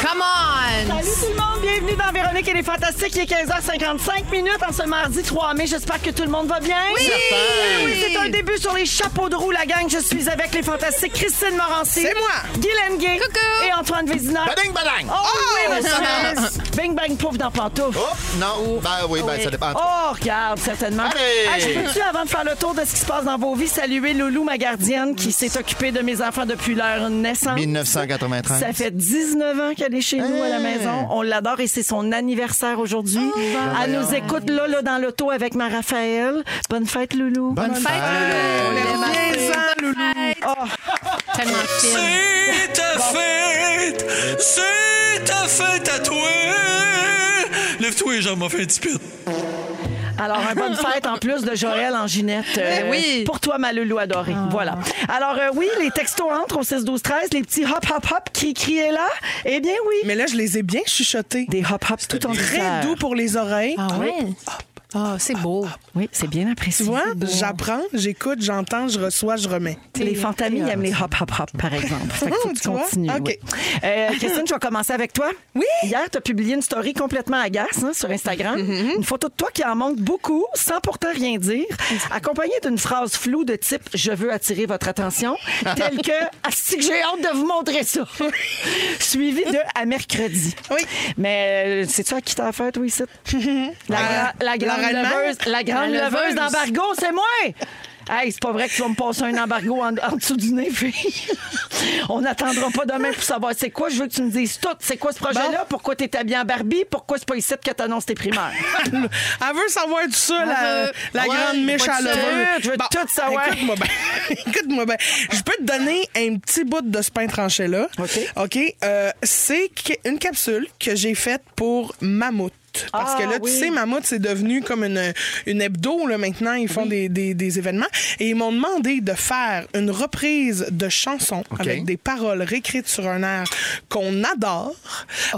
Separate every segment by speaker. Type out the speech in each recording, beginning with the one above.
Speaker 1: Come on!
Speaker 2: Salut tout le monde, bienvenue dans Véronique et les Fantastiques. Il est 15h55 minutes en ce mardi 3 mai. J'espère que tout le monde va bien. Oui! oui c'est un début sur les chapeaux de roue, la gang. Je suis avec les Fantastiques Christine Morancy.
Speaker 1: C'est moi.
Speaker 2: Guylaine Gay.
Speaker 1: Coucou.
Speaker 2: Et Antoine Vézina.
Speaker 3: Bading, badang!
Speaker 2: Oh, oui, monsieur. Bing, bang, pouf dans pantouf.
Speaker 3: Oh, non. Ben oui, ben ça dépend.
Speaker 2: Oh, regarde, certainement.
Speaker 3: Allez!
Speaker 2: Ah, je peux-tu, avant de faire le tour de ce qui se passe dans vos vies, saluer Loulou, ma gardienne, qui s'est occupée de mes enfants depuis leur naissance.
Speaker 3: 1993.
Speaker 2: Ça fait 19 ans qu'elle est chez nous à la maison. On l'adore et c'est son anniversaire aujourd'hui. elle nous écoute là, là, dans l'auto avec ma Raphaël. Bonne fête, Loulou.
Speaker 3: Bonne fête, Loulou.
Speaker 1: Viens-en, Loulou!
Speaker 2: Oh.
Speaker 1: Tellement fine.
Speaker 4: C'est ta fête! C'est ta fête à toi! Lève-toi et j'en m'en fais un petit peu.
Speaker 2: Alors, un bonne fête en plus de Joël en ginette. euh,
Speaker 1: Ben oui.
Speaker 2: Pour toi, ma loulou adorée. Voilà. Alors, euh, oui, les textos entrent au 6-12-13. Les petits hop, hop, hop qui criaient là. Eh bien, oui.
Speaker 5: Mais là, je les ai bien chuchotés.
Speaker 2: Des hop, hop tout en
Speaker 5: Très
Speaker 2: douceur.
Speaker 5: doux pour les oreilles.
Speaker 1: Ah ouais? Ah, c'est beau.
Speaker 2: Oui, c'est bien apprécié.
Speaker 5: Tu vois, j'apprends, j'écoute, j'entends, je reçois, je remets.
Speaker 2: Les fantamis aiment les hop, hop, hop, par exemple. Fait que faut que tu
Speaker 5: Tu vois?
Speaker 2: continues.
Speaker 5: Oh, OK.
Speaker 2: oui. Euh, Christine, je vais commencer avec toi.
Speaker 5: Oui.
Speaker 2: Hier, tu as publié une story complètement agace hein, sur Instagram.
Speaker 5: Mm-hmm.
Speaker 2: Une photo de toi qui en montre beaucoup, sans pourtant rien dire,
Speaker 5: Mm-hmm.
Speaker 2: accompagnée d'une phrase floue de type Je veux attirer votre attention, telle que Asti que j'ai hâte de vous montrer ça. Suivi de À mercredi.
Speaker 5: Oui.
Speaker 2: Mais c'est tu à qui t'as affaire, toi, ici? La, gra- la grande
Speaker 5: Laurel Mann?
Speaker 2: leveuse, la grande
Speaker 1: La leveuse.
Speaker 2: leveuse d'embargo, c'est moi! Hey, c'est pas vrai que tu vas me passer un embargo en, en dessous du nez, fille. On n'attendra pas demain pour savoir c'est quoi. Je veux que tu me dises tout. C'est quoi ce projet-là? Pourquoi t'es habillé en Barbie? Pourquoi c'est pas ici que t'annonces tes primaires?
Speaker 5: Elle veut savoir tout ça, la,
Speaker 1: veut-
Speaker 5: la
Speaker 1: Ouais,
Speaker 5: grande méchante
Speaker 2: pas de
Speaker 5: leveuse.
Speaker 2: suite, je veux tout savoir.
Speaker 5: Écoute-moi bien. écoute-moi bien. Je peux te donner un petit bout de ce pain tranché-là.
Speaker 2: OK.
Speaker 5: OK. euh, c'est qu- une capsule que j'ai faite pour Mammouth. Parce
Speaker 2: Ah,
Speaker 5: que là,
Speaker 2: oui.
Speaker 5: tu sais, Mammouth, c'est devenu comme une, une hebdo, là, maintenant. Ils font des, des- des événements. Et ils m'ont demandé de faire une reprise de chansons avec des paroles réécrites sur un air qu'on adore.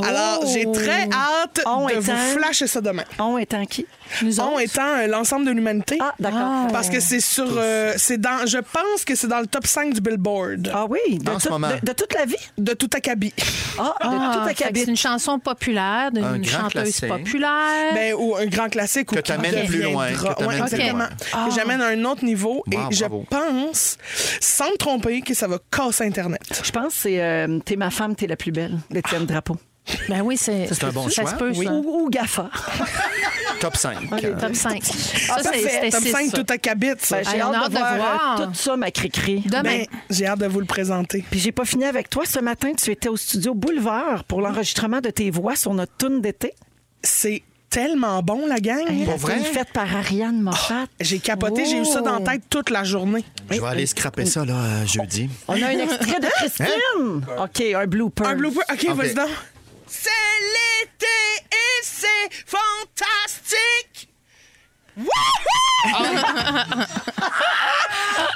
Speaker 5: Alors, j'ai très
Speaker 2: Oh.
Speaker 5: hâte
Speaker 2: On
Speaker 5: de
Speaker 2: est
Speaker 5: vous
Speaker 2: un-
Speaker 5: flasher ça demain.
Speaker 2: On est en Ah qui?
Speaker 1: Nous
Speaker 5: On
Speaker 1: autres.
Speaker 5: étant euh, l'ensemble de l'humanité.
Speaker 2: Ah, d'accord.
Speaker 5: Parce que c'est sur. euh, c'est dans, je pense que c'est dans le top 5 du Billboard.
Speaker 2: Ah oui, de,
Speaker 3: En ce
Speaker 2: tout-
Speaker 3: moment.
Speaker 2: de- de toute la vie?
Speaker 5: De tout acabit.
Speaker 2: Ah,
Speaker 1: Ah,
Speaker 2: de toute la
Speaker 1: fait que
Speaker 2: cabine.
Speaker 1: c'est une chanson populaire
Speaker 3: Un
Speaker 1: d'une
Speaker 3: grand
Speaker 1: chanteuse
Speaker 3: classique.
Speaker 2: Euh.
Speaker 1: populaire.
Speaker 5: Ben, ou un grand classique. ou
Speaker 3: Que
Speaker 5: qui
Speaker 3: t'amènes plus loin,
Speaker 5: deviendra-
Speaker 3: que t'amènes
Speaker 5: Ouais,
Speaker 3: plus
Speaker 5: exactement.
Speaker 3: loin.
Speaker 2: Ah.
Speaker 5: Que j'amène à un autre niveau.
Speaker 3: Wow,
Speaker 5: et je
Speaker 3: bravo.
Speaker 5: pense, sans me tromper, que ça va casser Internet.
Speaker 2: Je pense que c'est euh, T'es ma femme, t'es la plus belle d'Étienne Drapeau.
Speaker 1: Ben oui, c'est
Speaker 3: c'est un bon
Speaker 1: ça
Speaker 3: choix.
Speaker 1: se peut,
Speaker 3: Oui.
Speaker 1: ça.
Speaker 2: Ou, ou GAFA.
Speaker 3: Top 5.
Speaker 1: Top 5. Ça, c'est-
Speaker 5: Ah, Parfait.
Speaker 1: c'était
Speaker 5: Top
Speaker 1: 6.
Speaker 5: 5 tout acabit, ça.
Speaker 2: Ben, J'ai
Speaker 1: Hey, on
Speaker 2: hâte,
Speaker 1: a
Speaker 2: de voir, euh, tout ça, ma cri-cri.
Speaker 1: Demain.
Speaker 5: Ben, j'ai hâte de vous le présenter.
Speaker 2: Puis j'ai pas fini avec toi. Ce matin, tu étais au studio Boulevard pour l'enregistrement de tes voix sur notre tune d'été.
Speaker 5: C'est tellement bon, la gang.
Speaker 3: Pour vrai?
Speaker 2: Une faite par Ariane Moffat.
Speaker 5: Oh, J'ai capoté, j'ai eu ça
Speaker 2: Oh.
Speaker 5: dans la tête toute la journée.
Speaker 3: Je vais aller scraper ça, là, euh, jeudi.
Speaker 2: Oh! On a un extrait de Christine. OK, un blooper.
Speaker 5: Hein? Un blooper. OK,
Speaker 3: Ok.
Speaker 5: vas-y donc. C'est l'été et c'est fantastique.
Speaker 3: Ah,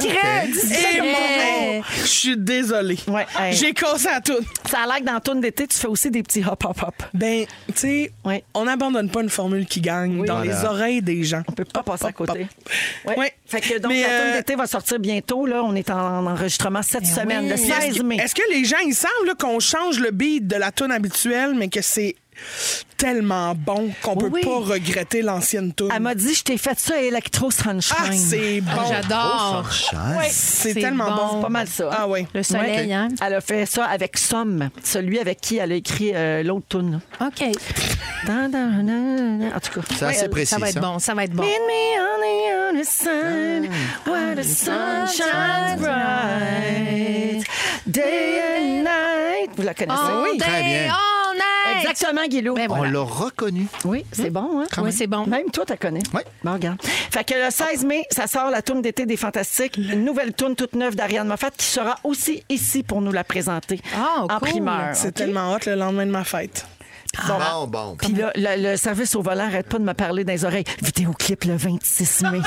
Speaker 3: ok.
Speaker 5: Et mon Je suis désolée.
Speaker 2: Ouais, hey.
Speaker 5: J'ai cassé à tout.
Speaker 2: Ça a l'air que dans la tune d'été, tu fais aussi des petits hop-hop-hop.
Speaker 5: Ben, tu sais,
Speaker 2: Ouais.
Speaker 5: on n'abandonne pas une formule qui gagne dans
Speaker 3: Voilà.
Speaker 5: les oreilles des gens.
Speaker 2: On peut pas passer à côté.
Speaker 5: Ouais.
Speaker 2: Fait que donc,
Speaker 5: Mais,
Speaker 2: la tune
Speaker 5: euh,
Speaker 2: d'été va sortir bientôt. Là, on est en enregistrement cette semaine, le
Speaker 5: Puis Est-ce
Speaker 2: 16 mai.
Speaker 5: que, est-ce que les gens, ils savent là, qu'on change le beat de la tune habituelle, mais que c'est tellement bon qu'on peut
Speaker 1: Oui.
Speaker 5: pas regretter l'ancienne tune?
Speaker 2: Elle m'a dit, je t'ai fait ça à Electro Sunshine.
Speaker 5: Ah, c'est bon.
Speaker 1: Ah, J'adore.
Speaker 3: Chance.
Speaker 5: c'est
Speaker 1: c'est
Speaker 5: tellement
Speaker 1: bon.
Speaker 5: bon.
Speaker 2: Pas mal ça. hein?
Speaker 5: Ah oui.
Speaker 1: Le soleil, hein?
Speaker 2: Elle a fait ça avec Somme, celui avec qui elle a écrit euh, l'autre tune.
Speaker 1: hein. OK.
Speaker 2: Dan, dan, dan, dan. En tout cas.
Speaker 3: C'est assez
Speaker 1: Ouais,
Speaker 3: précis,
Speaker 1: Ça va être
Speaker 3: ça.
Speaker 1: bon, ça va être bon.
Speaker 2: Meet me on the other side,
Speaker 3: Ah.
Speaker 2: where the sun shines bright, day and night. Vous la connaissez?
Speaker 1: All
Speaker 3: Ben Très
Speaker 2: Oh,
Speaker 1: day,
Speaker 3: bien.
Speaker 1: all night. Arrête!
Speaker 2: Exactement, Guilou.
Speaker 1: Ben
Speaker 3: On
Speaker 1: voilà.
Speaker 3: l'a reconnu.
Speaker 2: Oui, c'est bon, hein?
Speaker 1: Quand Oui, même. c'est bon.
Speaker 2: Même toi, tu connais.
Speaker 3: Oui.
Speaker 2: Bon, regarde. Fait que le 16 mai, ça sort la tourne d'été des Fantastiques, une nouvelle tourne toute neuve d'Ariane Moffat qui sera aussi ici pour nous la présenter
Speaker 1: Ah,
Speaker 2: en
Speaker 1: cool.
Speaker 2: primeur.
Speaker 5: C'est
Speaker 2: OK?
Speaker 5: tellement hot le lendemain de ma fête.
Speaker 3: Bon, bon.
Speaker 2: Puis là, le, le service au volant arrête pas de me parler dans les oreilles. Vidéoclip le 26 mai.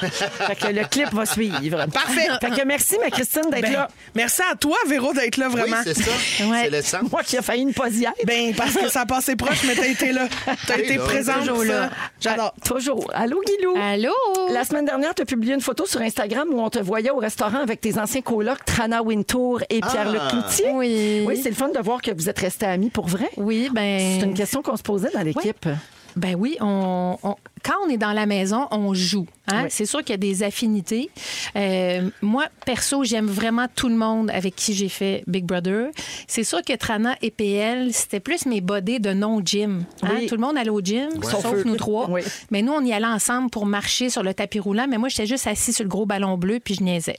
Speaker 2: fait que le clip va suivre.
Speaker 5: Parfait.
Speaker 2: Fait que merci, ma Christine, d'être
Speaker 5: Ben,
Speaker 2: là.
Speaker 5: merci à toi, Véro, d'être là
Speaker 6: Oui,
Speaker 5: vraiment.
Speaker 6: c'est ça.
Speaker 1: Ouais.
Speaker 6: C'est le sens.
Speaker 2: Moi qui ai failli ne pas y être.
Speaker 5: ben, parce que ça a passé proche, mais t'as été là. T'as
Speaker 6: Oui,
Speaker 5: été
Speaker 6: là,
Speaker 5: présente.
Speaker 1: toujours
Speaker 5: ça.
Speaker 1: là.
Speaker 5: euh, J'adore.
Speaker 2: Ah, Toujours. Allô, Guilou?
Speaker 1: Allô?
Speaker 2: La semaine dernière, tu as publié une photo sur Instagram où on te voyait au restaurant avec tes anciens colocs Trana Wintour et
Speaker 5: Ah.
Speaker 2: Pierre-Luc Cloutier.
Speaker 1: Oui.
Speaker 2: Oui, c'est le fun de voir que vous êtes restés amis pour vrai.
Speaker 1: Oui, ben.
Speaker 2: C'est une question qu'on se posait dans l'équipe.
Speaker 1: Ben oui, on, on- quand on est dans la maison, on joue. hein. C'est sûr qu'il y a des affinités. Euh, moi, perso, j'aime vraiment tout le monde avec qui j'ai fait Big Brother. C'est sûr que Trana et PL, c'était plus mes bodés de non-gym. hein.
Speaker 2: Oui.
Speaker 1: Tout le monde allait au gym, sauf,
Speaker 2: Sauf eux.
Speaker 1: nous trois.
Speaker 2: Oui.
Speaker 1: Mais nous, on y allait ensemble pour marcher sur le tapis roulant. Mais moi, j'étais juste assis sur le gros ballon bleu puis je niaisais.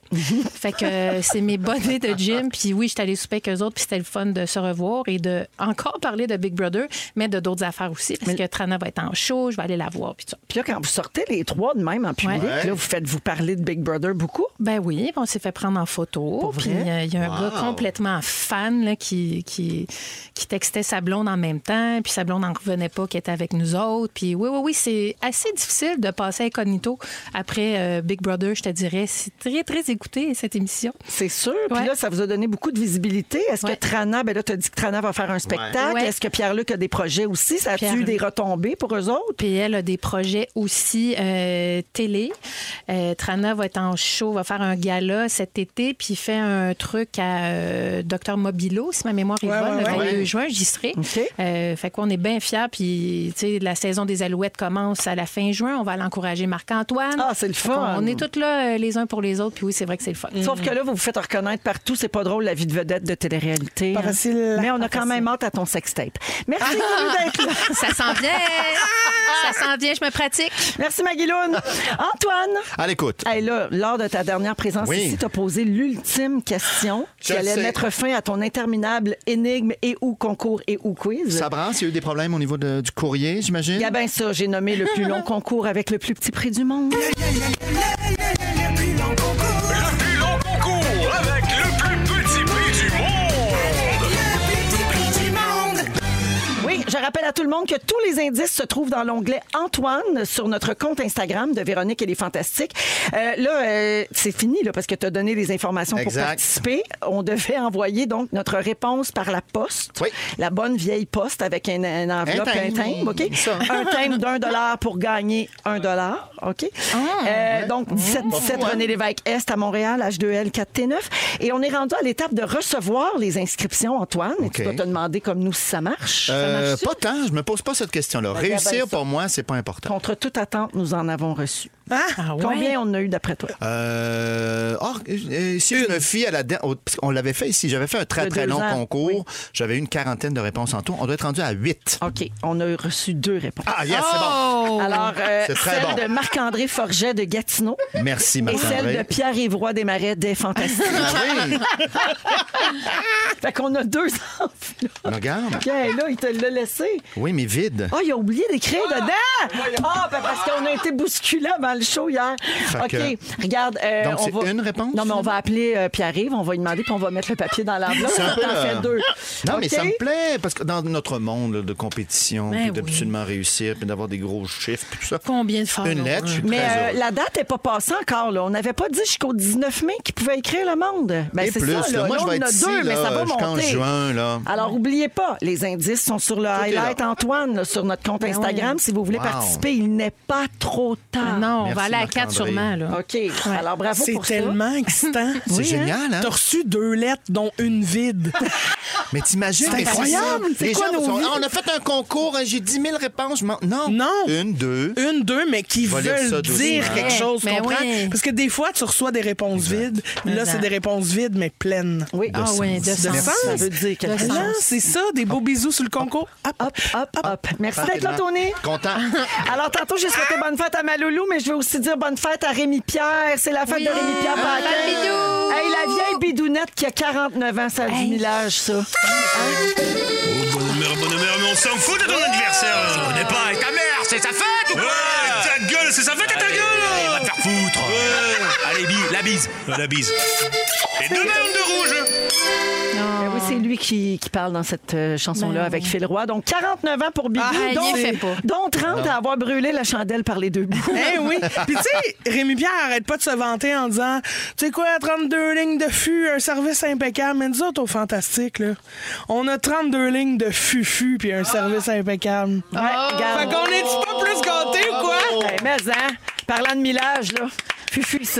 Speaker 1: fait que euh, c'est mes bodés de gym. Puis oui, j'étais allée souper avec eux autres. Puis c'était le fun de se revoir et de encore parler de Big Brother, mais de d'autres affaires aussi. Parce que Trana va être en show, je vais aller la voir. Puis tout ça.
Speaker 2: Puis là, quand vous sortez les trois de même en public,
Speaker 1: Ouais.
Speaker 2: là, vous faites vous parler de Big Brother beaucoup.
Speaker 1: Ben oui, puis on s'est fait prendre en photo. Puis
Speaker 2: vrai?
Speaker 1: euh, il y a un gars complètement fan là, qui, qui, qui textait sa blonde en même temps. Puis sa blonde n'en revenait pas qu'elle était avec nous autres. Puis oui, oui, oui, c'est assez difficile de passer incognito après euh, Big Brother, je te dirais. C'est très, très écouté, cette émission.
Speaker 2: C'est sûr. Puis
Speaker 1: Ouais.
Speaker 2: là, ça vous a donné beaucoup de visibilité. Est-ce
Speaker 1: Ouais.
Speaker 2: que Trana, ben là, tu as dit que Trana va faire un spectacle.
Speaker 1: Ouais.
Speaker 2: Est-ce que Pierre-Luc a des projets aussi? Ça a-tu eu
Speaker 1: Pierre-Luc.
Speaker 2: des retombées pour eux autres?
Speaker 1: Puis elle a des projets aussi euh, télé. Euh, Trana va être en show, va faire un gala cet été, puis fait un truc à euh, Dr Mobilo, si ma mémoire est
Speaker 5: Ouais,
Speaker 1: bonne,
Speaker 5: ouais,
Speaker 1: le
Speaker 5: ouais.
Speaker 1: 22 juin, j'y serai.
Speaker 2: OK.
Speaker 1: Euh, fait qu'on est bien fiers, puis tu sais, la saison des Alouettes commence à la fin juin. On va l'encourager Marc-Antoine.
Speaker 2: Ah, c'est le
Speaker 1: Fait qu'on-
Speaker 2: fun.
Speaker 1: On est toutes là euh, les uns pour les autres, puis oui, c'est vrai que c'est le fun.
Speaker 2: Sauf que là, vous vous faites reconnaître partout. C'est pas drôle, la vie de vedette de télé-réalité.
Speaker 5: Pas
Speaker 2: hein.
Speaker 5: facile.
Speaker 2: Mais on a
Speaker 5: Pas
Speaker 2: quand
Speaker 5: facile.
Speaker 2: même hâte à ton sextape. Merci Guilou, d'être là.
Speaker 1: Ça s'en vient! ça s'en vient, je me pratique.
Speaker 2: Merci, Maguiloune. Antoine.
Speaker 3: À l'écoute.
Speaker 2: Hey, là, lors de ta dernière présence
Speaker 3: Oui.
Speaker 2: ici, tu as posé l'ultime question qui
Speaker 6: Je
Speaker 2: allait
Speaker 6: sais.
Speaker 2: mettre fin à ton interminable énigme et ou concours et ou quiz.
Speaker 3: Ça brasse, il y a eu des problèmes au niveau de- du courrier, j'imagine.
Speaker 2: Il y a bien ça, j'ai nommé le plus long concours avec le plus petit prix du monde.
Speaker 4: Le plus long concours avec le plus petit prix du monde.
Speaker 2: Oui, je rappelle à tout le monde que tous les indices se trouvent dans l'onglet Antoine sur notre compte Instagram de Véronique et les Fantastiques. Euh, là, euh, c'est fini là, parce que tu as donné les informations pour
Speaker 3: Exact.
Speaker 2: participer. On devait envoyer donc notre réponse par la poste,
Speaker 3: Oui.
Speaker 2: la bonne vieille poste avec une, une enveloppe,
Speaker 3: Un
Speaker 2: et un
Speaker 3: timbre.
Speaker 2: timbre, ok,
Speaker 3: Ça.
Speaker 2: un timbre d'un dollar pour gagner un dollar, ok. Euh, donc 17, 17
Speaker 3: hein?
Speaker 2: René Lévesque Est à Montréal, H2L 4T9, et on est rendu à l'étape de recevoir les inscriptions, Antoine. Et Tu dois
Speaker 3: Ok.
Speaker 2: te demander comme nous si ça marche.
Speaker 3: Euh, pas tant, je me pose pas cette question-là.
Speaker 2: regarde bien
Speaker 3: Réussir,
Speaker 2: ça.
Speaker 3: pour moi, c'est pas important.
Speaker 2: Contre toute attente, nous en avons reçu.
Speaker 5: Hein?
Speaker 1: Ah ouais?
Speaker 2: Combien on en a eu d'après toi?
Speaker 3: Euh, or, euh, si je me fie à la. de- au- parce qu'on l'avait fait ici, j'avais fait un très
Speaker 2: De
Speaker 3: très
Speaker 2: deux
Speaker 3: long
Speaker 2: ans,
Speaker 3: concours.
Speaker 2: oui.
Speaker 3: J'avais eu une quarantaine de réponses en tout. On doit être rendu à 8.
Speaker 2: OK, on a reçu deux réponses.
Speaker 3: Ah, yes, c'est bon.
Speaker 2: Alors, euh,
Speaker 3: C'est très
Speaker 2: celle
Speaker 3: bon.
Speaker 2: de Marc-André Forget de Gatineau
Speaker 3: Merci,
Speaker 2: et
Speaker 3: Martin.
Speaker 2: celle de
Speaker 3: André.
Speaker 2: Pierre-Évroy Desmarais des Fantastiques.
Speaker 3: Ah oui,
Speaker 2: fait qu'on a deux enveloppes.
Speaker 3: Mais regarde.
Speaker 2: Pierre, là, il te l'a laissé.
Speaker 3: Oui, mais vide.
Speaker 2: Ah, il a oublié d'écrire dedans! Ah, ben parce qu'on a été bousculés avant le show hier.
Speaker 3: Fait
Speaker 2: OK,
Speaker 3: que-
Speaker 2: regarde. euh,
Speaker 3: Donc,
Speaker 2: on
Speaker 3: c'est
Speaker 2: va-
Speaker 3: une réponse?
Speaker 2: Non, mais on va appeler euh, Pierre-Yves, on va lui demander, puis on va mettre le papier dans l'enveloppe.
Speaker 3: C'est un peu,
Speaker 2: T'en
Speaker 3: euh,
Speaker 2: fais deux.
Speaker 3: Non, mais
Speaker 2: OK?
Speaker 3: ça me plaît, parce que dans notre monde là, de compétition,
Speaker 1: Ben
Speaker 3: puis
Speaker 1: oui.
Speaker 3: d'absolument réussir, puis d'avoir des gros chiffres, puis tout ça.
Speaker 1: Combien de fois?
Speaker 3: Une lettre, je suis
Speaker 2: Mais
Speaker 3: très
Speaker 2: euh,
Speaker 3: heureux.
Speaker 2: la date n'est pas passée encore. Là. On n'avait pas dit jusqu'au 19 mai qu'il pouvait écrire le monde. Ben,
Speaker 3: Et
Speaker 2: c'est
Speaker 3: plus,
Speaker 2: ça. Là.
Speaker 3: là. Moi,
Speaker 2: Là,
Speaker 3: je
Speaker 2: on en a
Speaker 3: vais être ici,
Speaker 2: deux, mais
Speaker 3: là,
Speaker 2: ça va
Speaker 3: jusqu'en
Speaker 2: monter.
Speaker 3: juin, là.
Speaker 2: Alors, oubliez pas, les indices sont sur le highlight Antoine là, sur notre compte Instagram. Si vous voulez
Speaker 3: Wow.
Speaker 2: participer, il n'est pas trop tard.
Speaker 1: Non, on
Speaker 3: Merci,
Speaker 1: va aller à 4
Speaker 3: Marc-André.
Speaker 1: sûrement. Là.
Speaker 2: OK. Alors, bravo
Speaker 5: C'est
Speaker 2: pour
Speaker 5: tellement excitant.
Speaker 3: C'est génial, hein?
Speaker 5: T'as reçu deux lettres, dont une vide.
Speaker 3: Mais t'imagines,
Speaker 5: C'est
Speaker 3: mais
Speaker 5: incroyable.
Speaker 3: ça.
Speaker 5: C'est
Speaker 3: Les
Speaker 5: quoi
Speaker 3: gens
Speaker 5: nos
Speaker 3: sont-
Speaker 5: vies?
Speaker 3: Ah, On a fait un concours, hein, j'ai 10 000 réponses. je m'en- Non.
Speaker 5: Non.
Speaker 3: Une, deux.
Speaker 5: Une, deux, mais qui
Speaker 3: Va lire
Speaker 5: veulent
Speaker 3: ça doucement.
Speaker 5: dire quelque chose,
Speaker 1: Mais
Speaker 5: comprends?
Speaker 1: oui.
Speaker 5: Parce que des fois, tu reçois des réponses vides. mais Là,
Speaker 1: Exact.
Speaker 5: c'est des réponses vides, mais
Speaker 2: ça.
Speaker 5: pleines.
Speaker 2: Oui.
Speaker 1: Ah oui, de
Speaker 5: sens.
Speaker 1: sens.
Speaker 2: Ça veut dire quelque
Speaker 1: De
Speaker 2: chose.
Speaker 5: Là,
Speaker 1: sens.
Speaker 5: c'est ça, des beaux bisous sur le concours. Hop,
Speaker 2: Hop, hop, hop. Merci d'être là, Tony.
Speaker 3: Content.
Speaker 2: Alors, tantôt, j'ai souhaité bonne fête à Maloulou, mais je veux aussi dire bonne fête à Rémi Pierre. C'est la fête
Speaker 1: Oui. Ah,
Speaker 2: de Rémi Pierre
Speaker 1: Bonne fête,
Speaker 2: Paquin.
Speaker 1: Bidou.
Speaker 2: Hey, la vieille bidounette qui a 49 ans, ça a du
Speaker 1: Hey. Ah.
Speaker 2: millage, ça.
Speaker 4: Oh, bonne humeur, bonne humeur, mais on s'en fout de ton anniversaire. Tu connais pas, ta mère,
Speaker 6: C'est sa fête ou
Speaker 4: Ouais,
Speaker 6: quoi
Speaker 4: ta gueule, c'est ça, fête à ta gueule
Speaker 6: Va te faire foutre
Speaker 4: Ouais.
Speaker 6: Allez, bi- la bise
Speaker 4: Ah, La bise. Et demain, on de rouge
Speaker 2: Ben oui, c'est lui qui, qui parle dans cette euh, chanson-là
Speaker 1: Ben
Speaker 2: avec
Speaker 1: oui.
Speaker 2: Phil Roy. Donc, 49 ans pour Bibi,
Speaker 1: Ah, il y
Speaker 2: dont,
Speaker 1: fait pas. Hein?
Speaker 2: dont 30 à avoir brûlé la chandelle par les deux bouts.
Speaker 5: Eh oui. Puis tu sais, Rémi Pierre arrête pas de se vanter en disant Tu sais quoi, 32 lignes de fût, un service impeccable. Mais nous autres, au Fantastique, là, on a 32 lignes de fufu puis un service impeccable.
Speaker 1: Oh.
Speaker 2: Ouais,
Speaker 5: Fait
Speaker 2: regarde.
Speaker 5: qu'on est pas plus gâtés ou quoi?
Speaker 2: Ben, mais, hein, parlant de millage, là. Fufu, ici.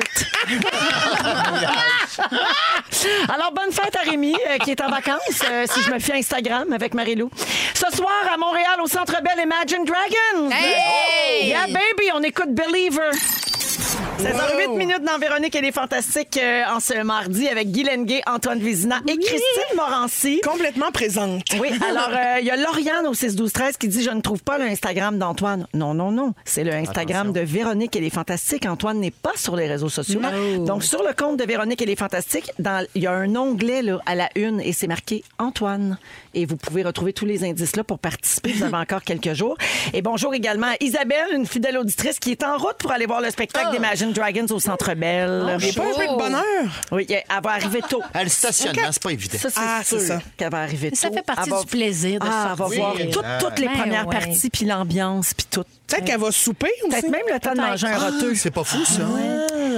Speaker 2: Alors, bonne fête à Rémi, euh, qui est en vacances, euh, si je me fie à Instagram avec Marie-Lou. Ce soir, à Montréal, au Centre Bell, Imagine Dragons. Yeah, baby, on écoute Believer. 16h08 minutes dans Véronique et les Fantastiques euh, en ce mardi avec Guy Lenguet, Antoine Vézina et Christine Morancy.
Speaker 5: Complètement présente.
Speaker 2: Oui, alors euh, il y a Lauriane au 6 12 13 qui dit je ne trouve pas le Instagram d'Antoine. Non non non, c'est le Instagram de Véronique et les fantastiques. Antoine n'est pas sur les réseaux sociaux. Donc sur le compte de Véronique et les fantastiques, dans il y a un onglet là, à la une et c'est marqué Antoine et vous pouvez retrouver tous les indices là pour participer, vous avez encore quelques jours. Et bonjour également à Isabelle, une fidèle auditrice qui est en route pour aller voir le spectacle d'Imagine Dragons au Centre Bell.
Speaker 5: J'ai pas un peu de bonheur.
Speaker 2: Oui, elle va arriver tôt.
Speaker 3: Elle Ah, stationnement, c'est pas évident.
Speaker 2: Ça, c'est
Speaker 5: Ah,
Speaker 2: sûr
Speaker 5: c'est ça.
Speaker 2: qu'elle va arriver
Speaker 1: Ça
Speaker 2: tôt.
Speaker 1: fait partie
Speaker 2: Elle va-
Speaker 1: du plaisir de
Speaker 2: Ah, elle va
Speaker 1: sortir.
Speaker 2: voir
Speaker 1: Oui.
Speaker 2: tout- toutes les
Speaker 1: Ben
Speaker 2: premières
Speaker 1: ouais.
Speaker 2: parties, puis l'ambiance, puis tout.
Speaker 5: Peut-être qu'elle va souper aussi.
Speaker 2: Peut-être même le temps de manger un roteux.
Speaker 3: C'est pas fou, ça.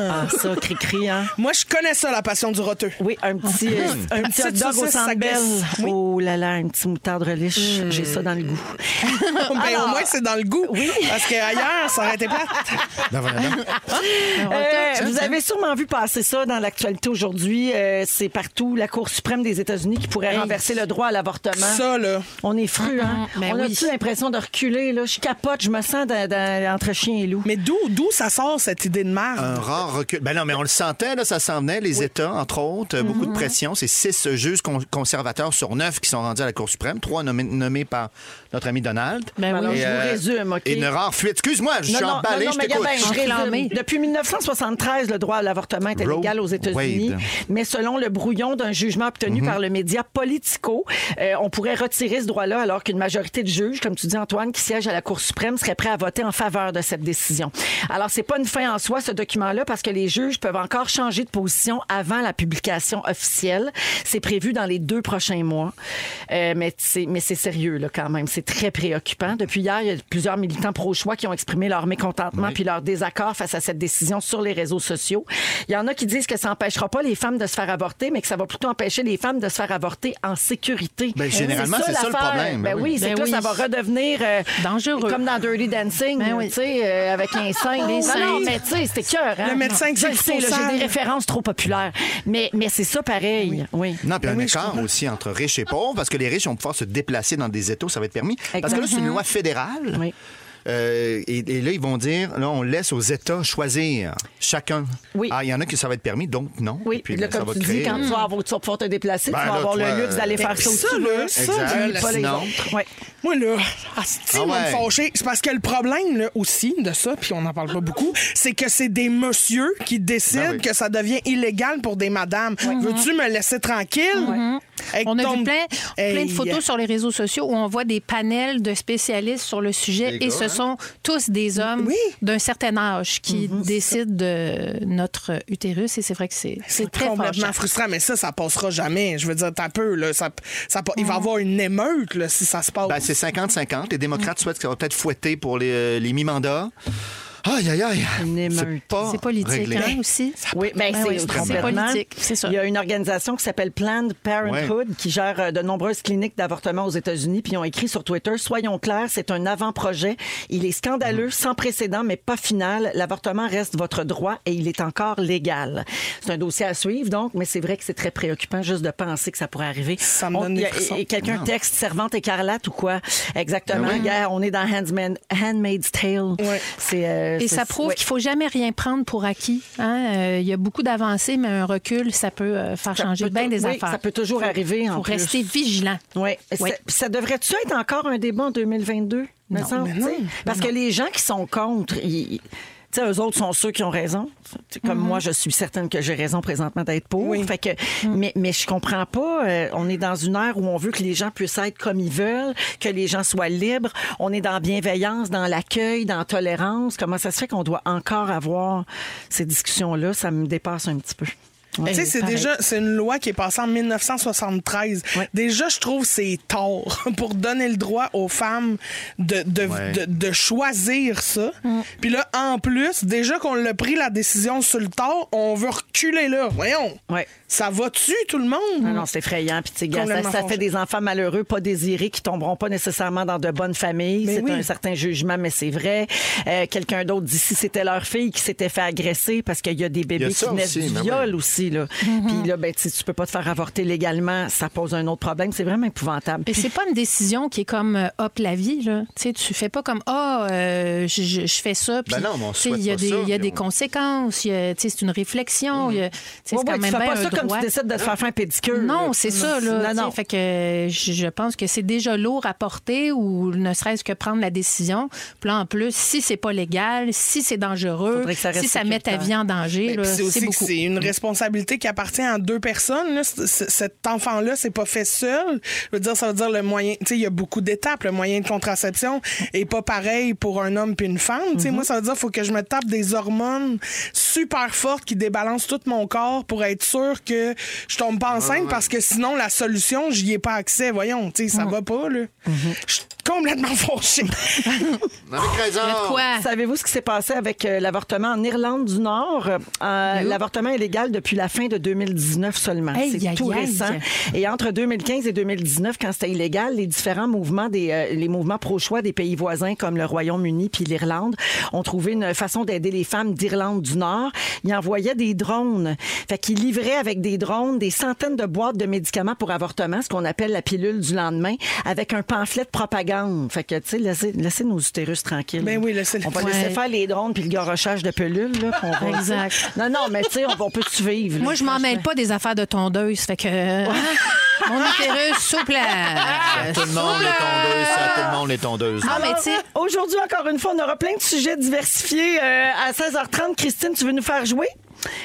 Speaker 2: Ah, ça, cri-cri, hein?
Speaker 5: Moi, je connais ça, la passion du roteux.
Speaker 2: Oui, un petit, euh, un petit hot
Speaker 5: petite
Speaker 2: dog au
Speaker 5: saucisse
Speaker 2: centre Bell.
Speaker 5: sagace. Oui.
Speaker 2: Oh là là, un petit moutarde relish. J'ai ça dans le goût.
Speaker 1: Ah,
Speaker 5: Ben,
Speaker 2: Alors-
Speaker 5: au moins, c'est dans le goût. Parce qu'ailleurs, ça aurait été plate.
Speaker 3: Non, vraiment.
Speaker 2: Ah. Euh, vous avez sûrement vu passer ça dans l'actualité aujourd'hui. Euh, c'est partout la Cour suprême des États-Unis qui pourrait renverser le droit à l'avortement.
Speaker 5: Ça, là.
Speaker 2: On est fru, hein?
Speaker 1: Ben
Speaker 2: On
Speaker 1: oui.
Speaker 2: a-tu l'impression de reculer, là? Je capote, je me sens dans- dans- entre chien et loup.
Speaker 5: Mais d'où d'où ça sort, cette idée de merde?
Speaker 3: Un rare recul. Ben non, mais on le sentait, là, ça s'en venait. Les États, entre autres, euh,
Speaker 2: Mm-hmm.
Speaker 3: beaucoup de pression. C'est six euh, juges con- conservateurs sur neuf qui sont rendus à la Cour suprême. Trois nommés, nommés par notre ami Donald.
Speaker 1: Ben oui.
Speaker 2: Alors, je vous
Speaker 3: euh,
Speaker 2: résume, OK?
Speaker 3: Et une rare fuite. Excuse-moi, je suis emballé, je
Speaker 2: mais
Speaker 3: t'écoute.
Speaker 2: Gabin, je résume.
Speaker 1: Enflammé.
Speaker 2: Depuis 1973, le droit à l'avortement était
Speaker 3: Roe
Speaker 2: légal aux États-Unis.
Speaker 3: Wade. Mm-hmm.
Speaker 2: Mais selon le brouillon d'un jugement obtenu par le média Politico, euh, on pourrait retirer ce droit-là alors qu'une majorité de juges, comme tu dis Antoine, qui siègent à la Cour suprême, serait prêt à voter en faveur de cette décision. Alors, c'est pas une fin en soi, ce document-là, parce que les juges peuvent encore changer de position avant la publication officielle. C'est prévu dans les deux prochains mois. Euh, mais c'est mais c'est sérieux, là, quand même. C'est très préoccupant. Depuis hier, il y a plusieurs militants pro-choix qui ont exprimé leur mécontentement puis leur désaccord face à cette décision sur les réseaux sociaux. Il y en a qui disent que ça n'empêchera pas les femmes de se faire avorter, mais que ça va plutôt empêcher les femmes de se faire avorter en sécurité. Eh
Speaker 3: Ben, généralement, c'est ça le
Speaker 2: l'affaire.
Speaker 3: problème.
Speaker 2: Ben
Speaker 3: Ben
Speaker 2: oui,
Speaker 3: oui.
Speaker 2: c'est
Speaker 1: Ben
Speaker 2: que là,
Speaker 1: oui.
Speaker 2: ça va redevenir euh,
Speaker 1: Dangereux.
Speaker 2: Comme dans Dirty Dancing,
Speaker 1: Ben
Speaker 2: là,
Speaker 1: oui.
Speaker 2: tu sais, euh, avec un sein.
Speaker 1: Les
Speaker 2: non, non,
Speaker 1: seins.
Speaker 2: mais tu sais, c'était cœur. Hein?
Speaker 5: Le médecin qui
Speaker 2: Je le
Speaker 5: dit
Speaker 2: sais,
Speaker 5: qu'il
Speaker 2: là,
Speaker 5: faut
Speaker 2: j'ai
Speaker 5: ça.
Speaker 2: des références trop populaires. Mais, mais c'est ça pareil. Ben Oui.
Speaker 3: Non, puis un
Speaker 5: oui, je
Speaker 3: écart aussi entre riches et pauvres, parce que les riches vont pouvoir se déplacer dans des États, ça va être permis. Parce que là, c'est une loi fédérale.
Speaker 2: Oui.
Speaker 3: Euh, et, et là, ils vont dire, là, on laisse aux États choisir chacun.
Speaker 2: Oui.
Speaker 3: Ah, il y en a qui ça va être permis, donc non.
Speaker 2: Oui,
Speaker 3: Et puis,
Speaker 2: là,
Speaker 3: ben, ça
Speaker 2: comme
Speaker 3: va
Speaker 2: tu dis,
Speaker 3: créer-
Speaker 2: quand tu vas avoir- tu vas pouvoir te déplacer,
Speaker 3: Ben
Speaker 2: tu vas
Speaker 3: là,
Speaker 2: avoir
Speaker 3: toi,
Speaker 2: le luxe d'aller
Speaker 3: euh,
Speaker 2: faire ça où
Speaker 5: ça,
Speaker 2: tu veux.
Speaker 5: là, ça,
Speaker 3: Exact.
Speaker 2: Oublie pas les
Speaker 3: Sinon-
Speaker 2: autres. Ouais.
Speaker 5: Moi, là, asti,
Speaker 3: Ah
Speaker 5: moi,
Speaker 3: ouais.
Speaker 5: me fâcher. C'est parce que le problème, là, aussi, de ça, puis on n'en parle pas beaucoup, c'est que c'est des messieurs qui décident
Speaker 3: Ben oui.
Speaker 5: que ça devient illégal pour des madames. Veux-tu me laisser tranquille? Avec
Speaker 1: On a
Speaker 5: ton-
Speaker 1: vu plein, plein
Speaker 5: Hey.
Speaker 1: de photos sur les réseaux sociaux où on voit des panels de spécialistes sur le sujet
Speaker 3: Des
Speaker 1: et
Speaker 3: gars,
Speaker 1: ce
Speaker 3: hein?
Speaker 1: sont tous des hommes
Speaker 5: Oui.
Speaker 1: d'un certain âge qui décident de notre utérus et c'est vrai que c'est c'est très
Speaker 5: complètement
Speaker 1: fâchant.
Speaker 5: frustrant, mais ça, ça passera jamais. Je veux dire, t'as peu, là. Ça, ça, Il
Speaker 1: Mm.
Speaker 5: va y avoir une émeute, là, si ça se passe.
Speaker 3: Ben, c'est 50-50. Les démocrates souhaitent que ça va peut-être fouetter pour les, euh, les mi-mandats. Aïe, aïe, aïe.
Speaker 2: Une émeute.
Speaker 3: C'est pas
Speaker 1: C'est politique
Speaker 3: réglé.
Speaker 1: hein, aussi.
Speaker 2: Oui, ben,
Speaker 1: Ben
Speaker 2: c'est
Speaker 1: oui, c'est
Speaker 2: complètement-
Speaker 1: politique, c'est ça.
Speaker 2: Il y a une organisation qui s'appelle Planned Parenthood qui gère euh, de nombreuses cliniques d'avortement aux États-Unis, puis ils ont écrit sur Twitter Soyons clairs, c'est un avant-projet. Il est scandaleux,
Speaker 5: Mm-hmm.
Speaker 2: sans précédent, mais pas final. L'avortement reste votre droit et il est encore légal. C'est un dossier à suivre, donc, mais c'est vrai que c'est très préoccupant juste de penser que ça pourrait arriver.
Speaker 5: Ça me
Speaker 2: On-
Speaker 5: donne des
Speaker 2: il y a-
Speaker 5: frissons.
Speaker 2: et- et Quelqu'un texte Servante écarlate ou quoi Exactement.
Speaker 3: Ben oui.
Speaker 2: Hier, on est dans Handman- Handmaid's Tale.
Speaker 5: Ouais.
Speaker 2: C'est, euh,
Speaker 1: Et
Speaker 2: c'est-
Speaker 1: ça prouve
Speaker 2: ouais.
Speaker 1: qu'il faut jamais rien prendre pour acquis. hein. Euh, il y a beaucoup d'avancées, mais un recul, ça peut euh, faire
Speaker 2: Ça
Speaker 1: changer
Speaker 2: peut
Speaker 1: bien
Speaker 2: tou-
Speaker 1: des
Speaker 2: oui,
Speaker 1: affaires.
Speaker 2: ça peut toujours arriver, en
Speaker 1: faut
Speaker 2: plus.
Speaker 1: rester vigilant.
Speaker 2: Ouais.
Speaker 1: Oui.
Speaker 2: Ça- Ça devrait-tu être encore un débat en 2022? me
Speaker 1: Non,
Speaker 2: semble,
Speaker 5: mais non,
Speaker 2: tu sais? Parce que les gens qui sont contre, ils- Tu sais, eux autres sont ceux qui ont raison. Tu sais, Comme
Speaker 5: Mm-hmm.
Speaker 2: moi, je suis certaine que j'ai raison présentement d'être pour. Fait que,
Speaker 5: Mm.
Speaker 2: mais, mais je comprends pas. euh, on est dans une ère où on veut que les gens puissent être comme ils veulent, que les gens soient libres. On est dans la bienveillance, dans l'accueil, dans la tolérance. Comment ça se fait qu'on doit encore avoir ces discussions-là? Ça me dépasse un petit peu. Ouais.
Speaker 5: Ah, Tu sais, c'est
Speaker 2: Ben, Pareil.
Speaker 5: déjà c'est une loi qui est passée en 1973.
Speaker 2: Ouais.
Speaker 5: Déjà, je trouve c'est tort pour donner le droit aux femmes de, de,
Speaker 3: Ouais.
Speaker 5: de, de choisir ça.
Speaker 2: Mm.
Speaker 5: Puis là, en plus, déjà qu'on l'a pris la décision sur le tort, on veut reculer là. Voyons.
Speaker 2: Ouais.
Speaker 5: Ça va-tu, tout le monde?
Speaker 2: Ah
Speaker 1: Mm.
Speaker 2: Non, non, c'est effrayant. Puis, tu sais, gars, ça,
Speaker 5: Complètement
Speaker 2: ça fait
Speaker 5: fâché.
Speaker 2: des enfants malheureux, pas désirés, qui tomberont pas nécessairement dans de bonnes familles.
Speaker 5: Mais
Speaker 2: C'est
Speaker 5: oui.
Speaker 2: un certain jugement, mais c'est vrai. Euh, Quelqu'un d'autre dit si c'était leur fille qui s'était fait agresser parce qu'il y a des
Speaker 3: Il
Speaker 2: bébés
Speaker 3: y a
Speaker 2: qui
Speaker 3: ça
Speaker 2: naissent
Speaker 3: aussi,
Speaker 2: du
Speaker 3: mais
Speaker 2: viol
Speaker 3: oui.
Speaker 2: aussi. Là.
Speaker 1: Mm-hmm.
Speaker 2: Puis là, ben, tu sais, tu peux pas te faire avorter légalement. Ça pose un autre problème. C'est vraiment épouvantable.
Speaker 1: Mais c'est pas une décision qui est comme euh, hop la vie là. Tu sais, tu fais pas comme ah euh, je, je- je fais ça. Puis,
Speaker 3: Ben non, mais on
Speaker 1: tu sais, il y a
Speaker 3: souhaite
Speaker 1: des
Speaker 3: pas ça,
Speaker 1: il y a
Speaker 3: puis
Speaker 1: des
Speaker 3: on-
Speaker 1: conséquences. il y a- Tu sais, c'est une réflexion. il y a- tu sais, c'est
Speaker 2: Ouais,
Speaker 1: quand
Speaker 2: ouais, tu
Speaker 1: même
Speaker 2: fais
Speaker 1: bien
Speaker 2: pas
Speaker 1: un
Speaker 2: ça comme
Speaker 1: droit.
Speaker 2: tu décides de te faire faire un pédicure.
Speaker 1: Non,
Speaker 2: là.
Speaker 1: c'est ça, là.
Speaker 2: Non,
Speaker 1: tu
Speaker 2: non.
Speaker 1: sais, Fait que euh, je, je pense que c'est déjà lourd à porter ou ne serait-ce que prendre la décision. Puis là, en plus, si c'est pas légal, si c'est dangereux,
Speaker 2: Faudrait que ça reste
Speaker 1: si ça met ta
Speaker 2: sécuritaire.
Speaker 1: vie en danger,
Speaker 5: Mais
Speaker 1: là,
Speaker 5: puis c'est
Speaker 1: c'est
Speaker 5: aussi que
Speaker 1: beaucoup. Mm.
Speaker 5: c'est une responsabilité qui appartient à deux personnes. là. C- c- Cet enfant-là, c'est pas fait seul. Je veux dire, ça veut dire le moyen. Tu sais, il y a beaucoup d'étapes. Le moyen de contraception est pas pareil pour un homme puis une femme. Tu sais,
Speaker 1: Mm-hmm.
Speaker 5: moi, ça veut dire faut que je me tape des hormones super fortes qui débalancent tout mon corps pour être sûr que je tombe pas enceinte parce que sinon la solution, j'y ai pas accès. Voyons, tu sais,
Speaker 1: Mm.
Speaker 5: ça va pas là.
Speaker 1: Mm-hmm.
Speaker 5: Je suis complètement fâchée.
Speaker 3: Avec raison.
Speaker 1: Mais de quoi?
Speaker 2: Savez-vous ce qui s'est passé avec euh, l'avortement en Irlande du Nord? Euh, euh, l'avortement est légal depuis la fin de 2019 seulement.
Speaker 1: Aïe,
Speaker 2: C'est
Speaker 1: aïe,
Speaker 2: tout
Speaker 1: aïe.
Speaker 2: récent. Et entre 2015 et 2019, quand c'était illégal, les différents mouvements, des, euh, les mouvements pro-choix des pays voisins comme le Royaume-Uni puis l'Irlande ont trouvé une façon d'aider les femmes d'Irlande du Nord. Ils envoyaient des drones. Fait qu'ils livraient avec des drones des centaines de boîtes de médicaments pour avortement, ce qu'on appelle la pilule du lendemain, avec un pamphlet de propagande. Fait que, tu sais, laissez, laissez nos utérus tranquilles.
Speaker 5: Ben oui, laissez-le
Speaker 2: On va
Speaker 5: faire.
Speaker 2: laisser
Speaker 1: Ouais.
Speaker 2: faire les drones puis le garochage de pelules, là, qu'on va-
Speaker 1: Exact.
Speaker 2: Non, non, mais tu sais, on, va- on peut suivre.
Speaker 1: Moi, je m'en mêle pas des affaires de tondeuse. Fait que. euh, Mon utérus souple.
Speaker 3: Ah, Tout le monde est tondeuse, ça, tout le monde est tondeuse.
Speaker 1: Ah, mais tu sais,
Speaker 2: Aujourd'hui, encore une fois, on aura plein de sujets diversifiés. Euh, à 16h30, Christine, tu veux nous faire jouer?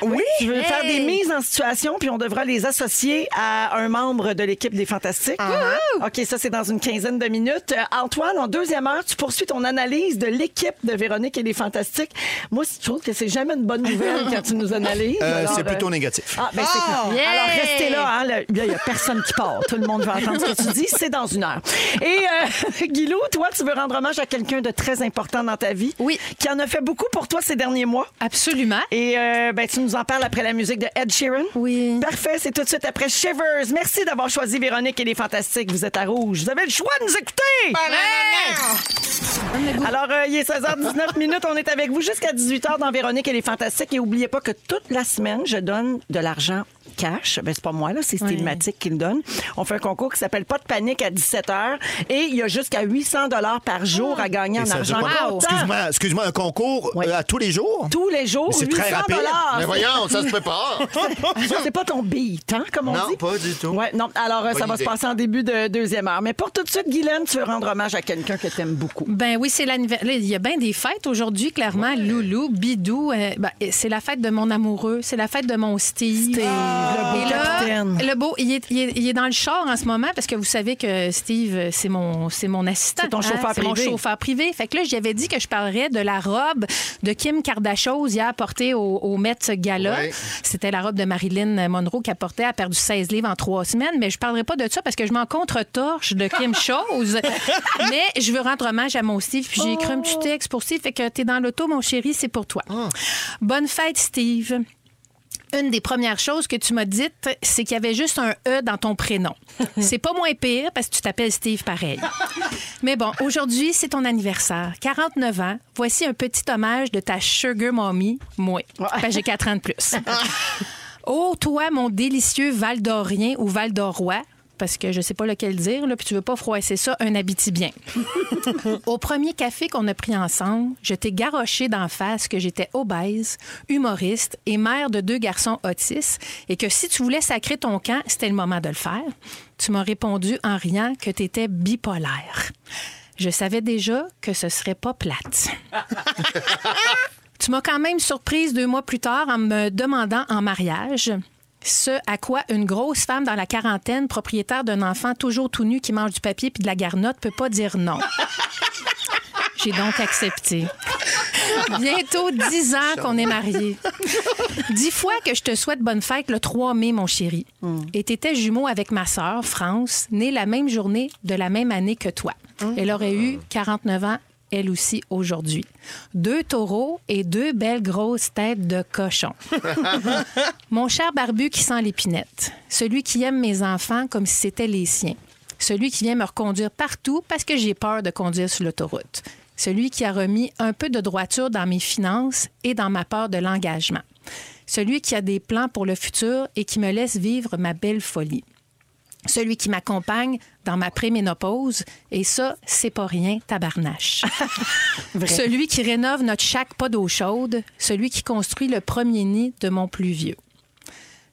Speaker 2: Oui. Tu veux
Speaker 1: Hey.
Speaker 2: faire des mises en situation, puis on devra les associer à un membre de l'équipe des Fantastiques. Uh-huh. OK, ça, c'est dans une quinzaine de minutes. Euh, Antoine, en deuxième heure, tu poursuis ton analyse de l'équipe de Véronique et les Fantastiques. Moi, je trouve que c'est jamais une bonne nouvelle quand tu nous analyses.
Speaker 3: Euh,
Speaker 2: Alors,
Speaker 3: c'est plutôt
Speaker 2: euh,
Speaker 3: négatif.
Speaker 2: Ah, ben, c'est
Speaker 5: Ah!
Speaker 2: clair. Alors, restez là. hein, le- Il n'y a personne qui part. Tout le monde va entendre ce que tu dis. C'est dans une heure. Et euh, Guilou, toi, tu veux rendre hommage à quelqu'un de très important dans ta vie.
Speaker 1: Oui.
Speaker 2: Qui en a fait beaucoup pour toi ces derniers mois.
Speaker 1: absolument.
Speaker 2: Et euh, ben, tu nous en parles après la musique de Ed Sheeran.
Speaker 1: Oui.
Speaker 2: Parfait, c'est tout de suite après Shivers. Merci d'avoir choisi Véronique et les Fantastiques. Vous êtes à rouge. Vous avez le choix de nous écouter. Alors, euh, il est 16h19 minutes. On est avec vous jusqu'à 18h dans Véronique et les Fantastiques. Et n'oubliez pas que toute la semaine, je donne de l'argent cash. Ben, c'est pas moi, là. C'est Stélimatique qui le donne. On fait un concours qui s'appelle Pas de panique à 17h. Et il y a jusqu'à 800 dollars par jour à gagner
Speaker 3: Et
Speaker 2: en
Speaker 3: ça
Speaker 2: argent
Speaker 3: dure pas-
Speaker 2: comptant.
Speaker 3: Excuse-moi, excuse-moi, un concours
Speaker 2: Ouais.
Speaker 3: euh, à tous les jours?
Speaker 2: Tous les jours,
Speaker 3: Mais
Speaker 1: Oh,
Speaker 3: c'est
Speaker 2: 800
Speaker 3: très rapide.
Speaker 2: dollars.
Speaker 3: Mais voyons, ça se fait pas.
Speaker 2: Ça, c'est pas ton beat, hein, comme on
Speaker 3: Non,
Speaker 2: dit?
Speaker 3: pas du tout.
Speaker 2: Ouais, non. Alors, euh, ça
Speaker 3: Bonne
Speaker 2: va
Speaker 3: idée.
Speaker 2: se passer en début de deuxième heure. Mais pour tout de suite, Guylaine, tu veux rendre hommage à quelqu'un que t'aimes beaucoup.
Speaker 1: Ben oui, c'est l'anniversaire. Il y a bien des fêtes aujourd'hui, clairement. Loulou, Bidou, euh, ben, c'est la fête de mon amoureux, c'est la fête de mon Steve.
Speaker 2: le beau
Speaker 1: Et là,
Speaker 2: capitaine.
Speaker 1: Le beau, il est, il est- il est dans le char en ce moment parce que vous savez que Steve, euh, c'est mon, c'est mon assistant. Hein?
Speaker 2: C'est ton chauffeur
Speaker 1: C'est
Speaker 2: privé.
Speaker 1: mon chauffeur privé. Fait que là, j'avais dit que je parlerais de la robe de Kim Kardashian hier portée au, au Met Gala.
Speaker 3: Ouais.
Speaker 1: C'était la robe de Marilyn Monroe qui apportait, a perdu 16 livres en trois semaines, mais je parlerai pas de ça parce que je m'en contre-torche de Kim Chose. mais je veux rendre hommage à mon Steve, puis j'ai écrit un petit texte pour Steve, fait que t'es dans l'auto, mon chéri, c'est pour toi. Bonne fête, Steve. Une des premières choses que tu m'as dites, c'est qu'il y avait juste un E dans ton prénom. C'est pas moins pire parce que tu t'appelles Steve pareil. Mais bon, aujourd'hui, c'est ton anniversaire. 49 ans. Voici un petit hommage de ta sugar mommy, moi. Parce que j'ai 4 ans de plus. Oh, toi, mon délicieux Val d'Orien ou Val d'Orrois, parce que je sais pas lequel dire, là, puis tu veux pas froisser ça, un habitibien. Au premier café qu'on a pris ensemble, je t'ai garoché d'en face que j'étais obèse, humoriste et mère de deux garçons autistes et que si tu voulais sacrer ton camp, c'était le moment de le faire. Tu m'as répondu en riant que tu étais bipolaire. Je savais déjà que ce serait pas plate. tu m'as quand même surprise deux mois plus tard en me demandant en mariage. Ce à quoi une grosse femme dans la quarantaine, propriétaire d'un enfant toujours tout nu qui mange du papier puis de la garnotte, peut pas dire non. J'ai donc accepté. Bientôt dix ans qu'on est mariés. Dix fois que je te souhaite bonne fête le 3 mai, mon chéri. Et t'étais jumeau avec ma sœur, France, née la même journée de la même année que toi. Elle aurait eu 49 ans, elle aussi, aujourd'hui. Deux taureaux et deux belles grosses têtes de cochon. Mon cher barbu qui sent l'épinette. Celui qui aime mes enfants comme si c'était les siens. Celui qui vient me reconduire partout parce que j'ai peur de conduire sur l'autoroute. Celui qui a remis un peu de droiture dans mes finances et dans ma peur de l'engagement. Celui qui a des plans pour le futur et qui me laisse vivre ma belle folie. Celui qui m'accompagne dans ma préménopause, et ça, c'est pas rien, tabarnache. celui qui rénove notre chac pas d'eau chaude, celui qui construit le premier nid de mon plus vieux.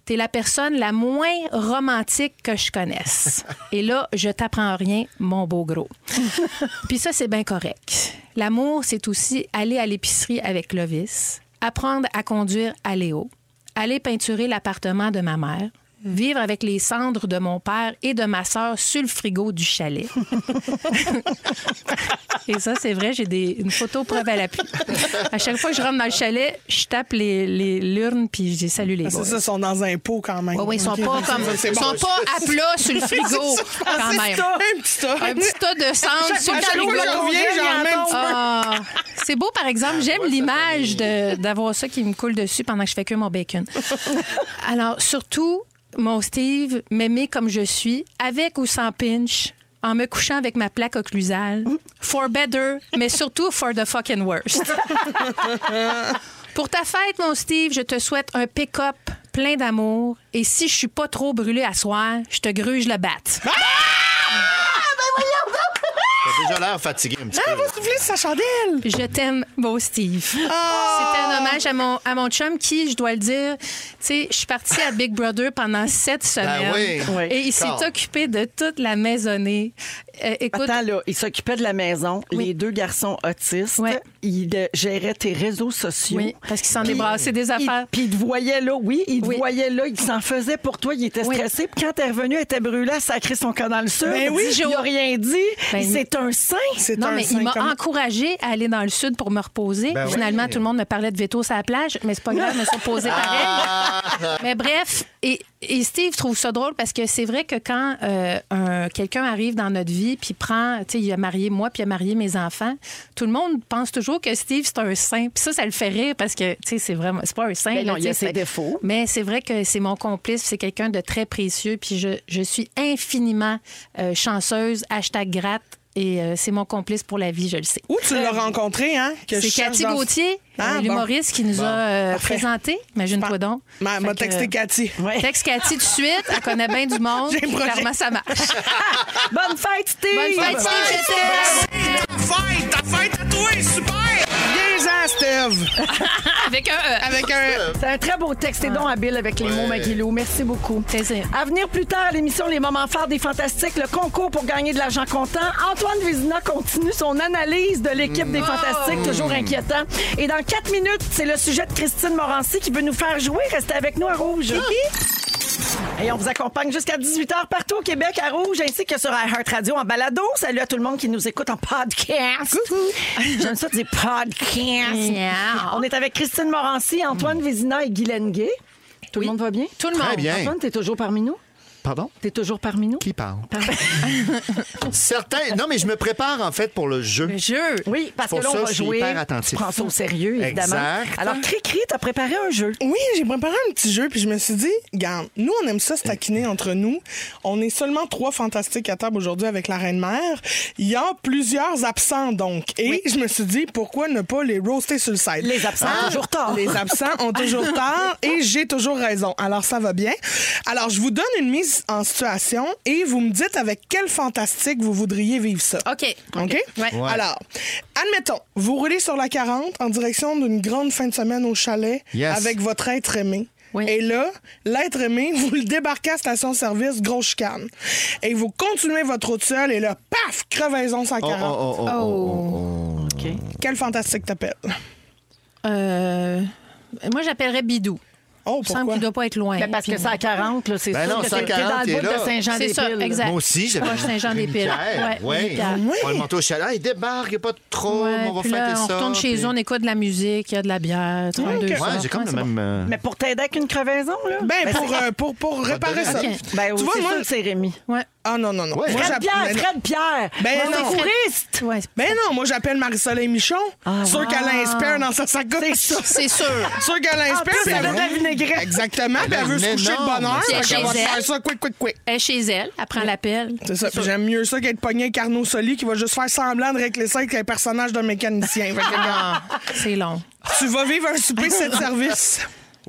Speaker 1: T'es la personne la moins romantique que je connaisse. Et là, je t'apprends rien, mon beau gros. Puis ça, c'est bien correct. L'amour, c'est aussi aller à l'épicerie avec Lovis, apprendre à conduire à Léo, aller peinturer l'appartement de ma mère, vivre avec les cendres de mon père et de ma sœur sur le frigo du chalet. Et ça, c'est vrai, j'ai des, une photo preuve à l'appui. À chaque fois que je rentre dans le chalet, je tape les, les l'urne puis j'ai salué les
Speaker 5: Ah,
Speaker 1: boys.
Speaker 5: C'est ça, ils sont dans un pot quand même.
Speaker 1: Oui, oui, ils sont pas comme.
Speaker 5: ça, c'est
Speaker 1: ils
Speaker 5: bon.
Speaker 1: sont pas à plat sur le frigo, quand même.
Speaker 5: Un petit tas.
Speaker 1: Un petit tas de cendres sur le
Speaker 5: chaque
Speaker 1: frigo.
Speaker 5: fois que je reviens, j'en mets un petit
Speaker 1: Ah, c'est beau, par exemple. J'aime l'image de- d'avoir ça qui me coule dessus pendant que je fais cuire mon bacon. Alors, surtout, mon Steve, m'aimer comme je suis, avec ou sans pinch, en me couchant avec ma plaque occlusale. For better, mais surtout for the fucking worst. Pour ta fête, mon Steve, je te souhaite un pick-up plein d'amour. Et si je suis pas trop brûlée à soir, je te gruge le batte.
Speaker 3: T'as déjà l'air fatigué un petit
Speaker 5: Ah,
Speaker 3: peu.
Speaker 5: va souffler sur sa chandelle.
Speaker 1: Je t'aime, beau Steve. C'était un hommage à mon, à mon chum qui, je dois le dire, tu sais, je suis partie à Big Brother pendant sept semaines.
Speaker 3: oui.
Speaker 2: Oui.
Speaker 1: Et il s'est
Speaker 3: D'accord.
Speaker 1: occupé de toute la maisonnée. Euh, écoute,
Speaker 2: Attends, là, il s'occupait de la maison,
Speaker 1: Oui.
Speaker 2: les deux garçons autistes.
Speaker 1: Ouais.
Speaker 2: Il euh, gérait tes réseaux sociaux.
Speaker 1: oui, parce qu'il s'en est
Speaker 2: Puis-
Speaker 1: brassé des affaires.
Speaker 2: Il- Puis il te voyait là, oui, il te
Speaker 1: Oui.
Speaker 2: voyait là, il s'en faisait pour toi, il était
Speaker 1: Oui.
Speaker 2: stressé. Puis quand t'es revenu, elle était brûlée, elle sacré son camp dans le sud.
Speaker 5: Ben oui.
Speaker 2: il a rien dit.
Speaker 1: Ben,
Speaker 2: c'est un saint.
Speaker 5: C'est
Speaker 1: Non,
Speaker 5: un
Speaker 1: mais il
Speaker 5: cinq
Speaker 1: m'a
Speaker 5: comme-
Speaker 1: encouragé à aller dans le sud pour me reposer.
Speaker 3: Ben oui.
Speaker 1: Finalement, tout le monde me parlait de veto sur la plage, mais c'est pas grave, je me suis reposée pareil. mais bref, et, et Steve trouve ça drôle parce que c'est vrai que quand euh, un- quelqu'un arrive dans notre vie puis prend, tu sais, il a marié moi puis il a marié mes enfants, tout le monde pense toujours que Steve c'est un saint. Puis ça, ça le fait rire parce que, tu sais, c'est vraiment, c'est pas un saint.
Speaker 2: Ben
Speaker 1: là,
Speaker 2: non, il y a
Speaker 1: tu sais,
Speaker 2: ses
Speaker 1: c'est-
Speaker 2: défauts.
Speaker 1: mais c'est vrai que c'est mon complice, c'est quelqu'un de très précieux, puis je, je suis infiniment euh, chanceuse, hashtag gratte, et euh, c'est mon complice pour la vie, je le sais.
Speaker 5: Où tu l'as rencontré, hein? que
Speaker 1: C'est
Speaker 5: je cherche
Speaker 1: Cathy
Speaker 5: dans-
Speaker 1: Gauthier,
Speaker 5: Ah,
Speaker 1: euh,
Speaker 5: bon.
Speaker 1: l'humoriste qui nous a euh,
Speaker 5: Parfait.
Speaker 1: présenté. Imagine-toi donc.
Speaker 5: Ma-
Speaker 1: Fait
Speaker 5: M'a
Speaker 1: que,
Speaker 5: texté Cathy.
Speaker 1: euh, Texte Cathy tout de suite, elle connaît bien du monde.
Speaker 5: J'ai Ah, un projet.
Speaker 1: Clairement, ça marche.
Speaker 2: Bonne fête, Steve!
Speaker 1: Bonne fête, Steve, je t'aime.
Speaker 6: Fête, ta fête à toi, super!
Speaker 5: Viens-en, Steve!
Speaker 1: Avec un E.
Speaker 5: Avec un.
Speaker 2: C'est un très beau texte et donc habile avec les mots, Maguilou. Merci beaucoup.
Speaker 1: Plaisir.
Speaker 2: À venir plus tard, l'émission Les Moments Forts des Fantastiques, le concours pour gagner de l'argent comptant. Antoine Vézina continue son analyse de l'équipe des Fantastiques, toujours inquiétant. Et dans quatre minutes, c'est le sujet de Christine Morancy qui veut nous faire jouer. Restez avec nous à Rouge. Et on vous accompagne jusqu'à 18h partout au Québec, à Rouge, ainsi que sur iHeartRadio en balado. Salut à tout le monde qui nous écoute en podcast. J'aime ça dire podcast. On est avec Christine Morancy, Antoine Vézina et Guylaine Gay. Tout le monde va bien?
Speaker 1: Mm. Tout le monde.
Speaker 3: Très bien.
Speaker 2: Antoine, t'es toujours parmi nous?
Speaker 3: Pardon?
Speaker 2: T'es toujours parmi nous?
Speaker 3: Qui parle? Certains. Non, mais je me prépare en fait pour le jeu.
Speaker 1: Le jeu.
Speaker 2: Oui, parce
Speaker 3: Pour
Speaker 2: que là,
Speaker 3: ça,
Speaker 2: on va
Speaker 3: je suis
Speaker 2: jouer.
Speaker 3: hyper attentif.
Speaker 2: Tu prends ça au sérieux, évidemment.
Speaker 3: Exact.
Speaker 2: Alors, Cricri, t'as préparé un jeu.
Speaker 5: Oui, j'ai préparé un petit jeu, puis je me suis dit, garde, nous, on aime ça se taquiner entre nous. On est seulement trois fantastiques à table aujourd'hui avec la Reine-Mère. Il y a plusieurs absents, donc. Et je me suis dit, pourquoi ne pas les roaster sur le site?
Speaker 2: Les absents,
Speaker 5: Ah!
Speaker 2: toujours tard.
Speaker 5: Les absents ont toujours tort et j'ai toujours raison. Alors, ça va bien. Alors, je vous donne une mise en situation et vous me dites avec quel fantastique vous voudriez vivre ça.
Speaker 1: OK.
Speaker 5: OK?
Speaker 1: Ouais.
Speaker 3: Ouais.
Speaker 5: Alors, admettons, vous roulez sur la 40 en direction d'une grande fin de semaine au chalet
Speaker 3: Yes.
Speaker 5: avec votre être aimé.
Speaker 1: Oui.
Speaker 5: Et là, l'être aimé, vous le débarquez à station-service, grosse chicane. Et vous continuez votre route seule et là, paf, crevaison
Speaker 3: Oh,
Speaker 5: 140.
Speaker 3: oh, oh, oh, oh, oh, oh.
Speaker 2: OK.
Speaker 5: Quel fantastique t'appelles?
Speaker 1: Euh, moi, j'appellerais Bidou.
Speaker 5: Oh,
Speaker 1: Il me semble
Speaker 5: pourquoi?
Speaker 1: qu'il doit pas être loin.
Speaker 2: Ben, parce que c'est à 40, là, c'est
Speaker 3: Ben
Speaker 2: sûr
Speaker 3: non,
Speaker 2: que
Speaker 3: c'est à
Speaker 2: t'es- t'es dans
Speaker 3: 40,
Speaker 2: le bout
Speaker 3: t'es là.
Speaker 2: de Saint-Jean-des-Piles.
Speaker 1: C'est ça, exact.
Speaker 3: Moi aussi, j'avais.
Speaker 1: Proche Saint-Jean-des-Piles.
Speaker 3: Pierre,
Speaker 1: Ouais,
Speaker 3: ouais.
Speaker 1: Pierre.
Speaker 3: On le monte au chalet. Il débarque, il n'y a pas de trop.
Speaker 1: Ouais,
Speaker 3: on va
Speaker 1: puis là,
Speaker 3: fêter
Speaker 1: on
Speaker 3: ça.
Speaker 1: retourne chez
Speaker 3: puis-
Speaker 1: eux, on écoute de la musique, il y a de la bière. tu vois,
Speaker 5: Ouais,
Speaker 1: deux
Speaker 5: ok.
Speaker 1: sortes.
Speaker 3: Ouais, j'ai comme
Speaker 1: Ouais,
Speaker 3: le
Speaker 1: c'est
Speaker 3: même. euh,
Speaker 2: Mais pour t'aider avec une crevaison, là?
Speaker 5: Ben,
Speaker 2: ben,
Speaker 5: pour, euh, pour, pour réparer ça.
Speaker 3: donner
Speaker 1: un
Speaker 2: c'est- ben,
Speaker 5: tu
Speaker 2: oui,
Speaker 5: vois,
Speaker 2: c'est
Speaker 5: moi-
Speaker 2: sûr que c'est Rémi.
Speaker 1: bon. Ouais.
Speaker 5: Ah non, non, non.
Speaker 3: Ouais.
Speaker 5: Moi,
Speaker 2: Fred
Speaker 5: j'appelle-
Speaker 2: Pierre,
Speaker 5: mais non.
Speaker 2: Fred Pierre!
Speaker 5: Ben
Speaker 2: Mon
Speaker 5: non.
Speaker 2: secouriste!
Speaker 1: Ouais.
Speaker 5: Ben non, moi, j'appelle Marie-Soleil Michon.
Speaker 2: Ah,
Speaker 5: sûr
Speaker 2: wow.
Speaker 5: qu'elle a un spare dans sa sacoche.
Speaker 1: C'est sûr.
Speaker 5: Sûr qu'elle a un spare.
Speaker 2: plus,
Speaker 5: puis
Speaker 2: elle
Speaker 5: elle
Speaker 2: a de la
Speaker 5: veut-
Speaker 2: vinaigrette.
Speaker 5: Exactement. puis elle veut se
Speaker 3: une
Speaker 5: coucher de
Speaker 3: énorme
Speaker 5: bonne heure.
Speaker 1: sacoche.
Speaker 5: Fait qu'elle va
Speaker 1: Chez
Speaker 5: se faire
Speaker 1: elle.
Speaker 5: ça quick, quick, quick.
Speaker 1: Elle est chez elle, elle prend l'appel.
Speaker 5: C'est ça. Puis j'aime mieux ça qu'être pogné avec Arnaud Soli qui va juste faire semblant de régler ça avec un personnage d'un mécanicien. Fait que, genre,
Speaker 1: C'est long.
Speaker 5: tu vas vivre un souper de service.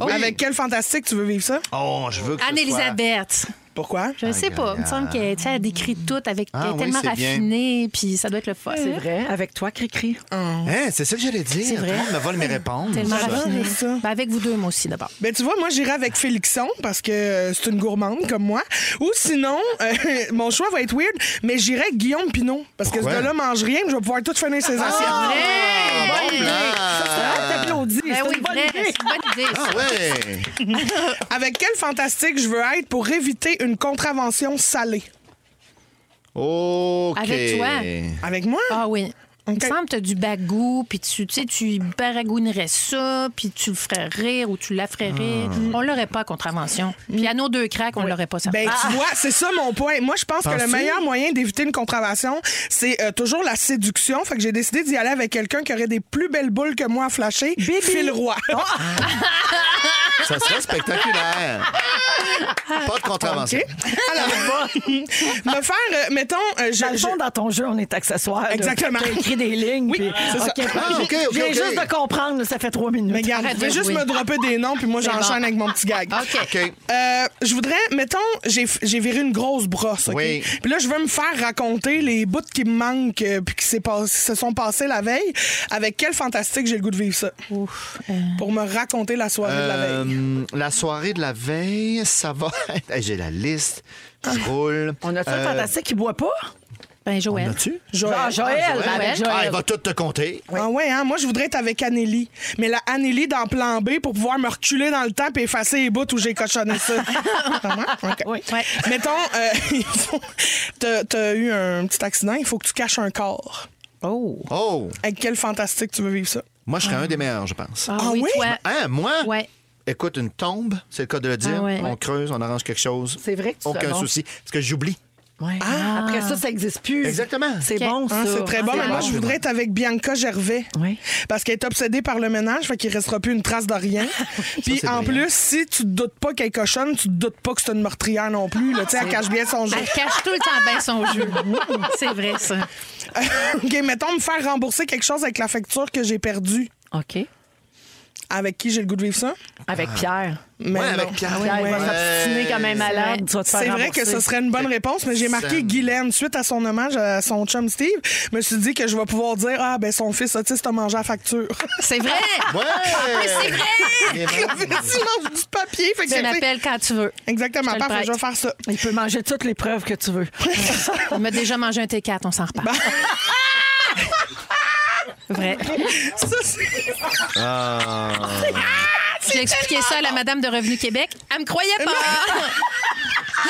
Speaker 5: Avec quel fantastique tu veux vivre ça?
Speaker 3: Oh, je veux que. ce
Speaker 1: Anne-Elisabeth.
Speaker 5: Pourquoi?
Speaker 1: Je sais pas. Il me semble qu'elle tu sais, elle décrit tout avec.
Speaker 3: Ah
Speaker 1: elle est
Speaker 3: oui,
Speaker 1: tellement
Speaker 3: c'est bien.
Speaker 1: raffinée, puis ça doit être le fun.
Speaker 2: C'est vrai, avec toi, Cricri.
Speaker 3: soit- Hein, c'est ça que j'allais dire.
Speaker 1: C'est vrai.
Speaker 3: Tout le monde me vole mes réponses.
Speaker 1: Tellement raffinée.
Speaker 5: c'est ça.
Speaker 1: Ben, avec vous deux, moi aussi, d'abord.
Speaker 5: Ben, tu vois, moi, j'irai avec Félixon parce que euh, c'est une gourmande comme moi. Ou sinon, euh, mon choix va être weird, mais j'irai avec Guillaume Pinot parce que
Speaker 3: Pourquoi?
Speaker 5: ce gars-là mange rien, mais je vais pouvoir tout finir ses assiettes.
Speaker 3: Ah, bon plan.
Speaker 2: T'applaudis,
Speaker 1: Ben
Speaker 2: c'est
Speaker 1: oui,
Speaker 2: une bonne
Speaker 1: vrai,
Speaker 2: idée.
Speaker 1: c'est une bonne idée.
Speaker 3: Ah, ouais.
Speaker 5: Avec quel fantastique je veux être pour éviter une contravention salée?
Speaker 3: OK.
Speaker 1: Avec toi.
Speaker 5: Avec moi?
Speaker 1: Ah oui. Il me
Speaker 5: Ok.
Speaker 1: semble que tu as du bagou, puis tu, tu sais, tu baragouinerais ça, puis tu le ferais rire ou tu la ferais
Speaker 5: Ah.
Speaker 1: rire. On l'aurait pas à contravention. Puis à nos deux cracks, on l'aurait pas ça. Ah,
Speaker 5: Ben, tu vois, c'est ça mon point. Moi, je pense que le
Speaker 3: Penses-tu?
Speaker 5: meilleur moyen d'éviter une contravention, c'est euh, toujours la séduction. Fait que j'ai décidé d'y aller avec quelqu'un qui aurait des plus belles boules que moi à flasher. Phil Roy.
Speaker 1: Ah.
Speaker 3: Ça serait spectaculaire. Pas de contravention.
Speaker 5: OK? Alors, me faire, euh, mettons, euh, je-
Speaker 2: Dans le
Speaker 5: je-
Speaker 2: fond, dans ton jeu, on est accessoire. là.
Speaker 5: Exactement.
Speaker 2: T'as écrit des lignes.
Speaker 5: Oui,
Speaker 2: puis-
Speaker 5: c'est ça.
Speaker 2: OK.
Speaker 3: Ah, OK, OK,
Speaker 2: Je viens
Speaker 3: OK.
Speaker 2: juste de comprendre, là, ça fait trois minutes.
Speaker 5: Mais regarde,
Speaker 1: Arrête
Speaker 5: je vais
Speaker 1: de
Speaker 5: juste
Speaker 1: jouer.
Speaker 5: me dropper des noms, puis moi, j'enchaîne avec mon petit gag.
Speaker 1: OK.
Speaker 3: OK.
Speaker 5: Euh, je voudrais, mettons, j'ai j'ai viré une grosse brosse, OK?
Speaker 3: Oui.
Speaker 5: Puis là, je veux me faire raconter les bouts qui me manquent euh, puis qui s'est pas- se sont passés la veille. Avec quel fantastique j'ai le goût de vivre ça? Pour me raconter la soirée de la veille.
Speaker 3: Euh, la soirée de la veille, ça va. être- Hey, J'ai la liste. Je
Speaker 5: Ah.
Speaker 3: roule.
Speaker 2: On a-tu un
Speaker 3: Euh,
Speaker 2: fantastique qui boit pas?
Speaker 1: Ben, Joël.
Speaker 3: As-tu?
Speaker 5: Joël.
Speaker 2: Ah, Joël,
Speaker 1: Joël.
Speaker 5: ben,
Speaker 2: avec
Speaker 3: Ah, il
Speaker 2: Joël.
Speaker 3: va tout te compter.
Speaker 5: Ah ouais, hein? moi je voudrais être avec Anneli. Mais la Anneli dans plan B pour pouvoir me reculer dans le temps et effacer les bouts où j'ai cochonné ça. Vraiment? OK.
Speaker 1: Ouais.
Speaker 5: Mettons, euh, il faut- t'as- t'as eu un petit accident, il faut que tu caches un corps.
Speaker 1: Oh.
Speaker 3: Oh,
Speaker 5: Avec quel fantastique tu veux vivre ça?
Speaker 3: moi, je serais un des meilleurs, je pense.
Speaker 1: Ah,
Speaker 5: Ah
Speaker 1: oui,
Speaker 5: oui?
Speaker 1: toi.
Speaker 3: Hein, moi?
Speaker 1: Ouais.
Speaker 3: Écoute, une tombe, c'est le cas de le dire.
Speaker 1: Ah ouais.
Speaker 3: On creuse, on arrange quelque chose.
Speaker 2: C'est vrai que tu serais
Speaker 3: Aucun
Speaker 2: bon.
Speaker 3: souci. Parce que j'oublie.
Speaker 2: Ouais.
Speaker 5: Ah.
Speaker 1: Ah.
Speaker 2: Après ça, ça n'existe plus.
Speaker 3: Exactement.
Speaker 2: C'est
Speaker 1: Ok.
Speaker 2: bon, ça.
Speaker 5: Hein, c'est très bon.
Speaker 2: Ah,
Speaker 5: Mais moi,
Speaker 2: c'est
Speaker 5: je
Speaker 2: bon.
Speaker 5: voudrais être avec Bianca Gervais.
Speaker 2: Oui.
Speaker 5: Parce qu'elle est obsédée par le ménage, fait qu'il restera plus une trace de rien. Puis
Speaker 3: c'est
Speaker 5: en
Speaker 3: brillant.
Speaker 5: plus, si tu te doutes pas qu'elle est cochonne, tu te doutes pas que c'est une meurtrière non plus. Là, Tu sais, elle cache bien son jeu.
Speaker 1: Elle cache tout le temps bien son
Speaker 5: Ah.
Speaker 1: jeu. C'est vrai, ça.
Speaker 5: OK, mettons me faire rembourser quelque chose avec la facture que j'ai perdue.
Speaker 2: OK.
Speaker 5: Avec qui j'ai le goût de vivre ça?
Speaker 2: Avec
Speaker 5: Ah.
Speaker 2: Pierre.
Speaker 3: Ouais,
Speaker 5: Mais non. Ah
Speaker 3: avec Pierre.
Speaker 2: Pierre, il
Speaker 5: ouais.
Speaker 2: va s'obstiner comme un malade.
Speaker 1: vrai.
Speaker 2: Tu vas te faire
Speaker 5: C'est vrai que
Speaker 2: rembourser.
Speaker 5: ce serait une bonne réponse, mais j'ai marqué
Speaker 3: Sam.
Speaker 5: Guylaine suite à son hommage à son chum Steve. Je me suis dit que je vais pouvoir dire Ah, ben son fils autiste a mangé la facture.
Speaker 1: C'est vrai.
Speaker 3: Ouais!
Speaker 5: Ah,
Speaker 1: C'est vrai.
Speaker 3: Il est
Speaker 5: Il
Speaker 3: bon.
Speaker 5: mange du papier. Fait que
Speaker 1: Tu
Speaker 5: c'est-
Speaker 1: m'appelles quand tu veux.
Speaker 5: Exactement,
Speaker 1: Je te le
Speaker 5: parfait,
Speaker 1: prête.
Speaker 5: je vais faire ça.
Speaker 2: Il peut manger toutes les preuves que tu veux.
Speaker 1: On m'a déjà mangé un T4, on s'en repart. Vrai.
Speaker 5: Ça, c'est-
Speaker 1: J'ai expliqué ça à la madame de Revenu Québec. Elle me croyait pas.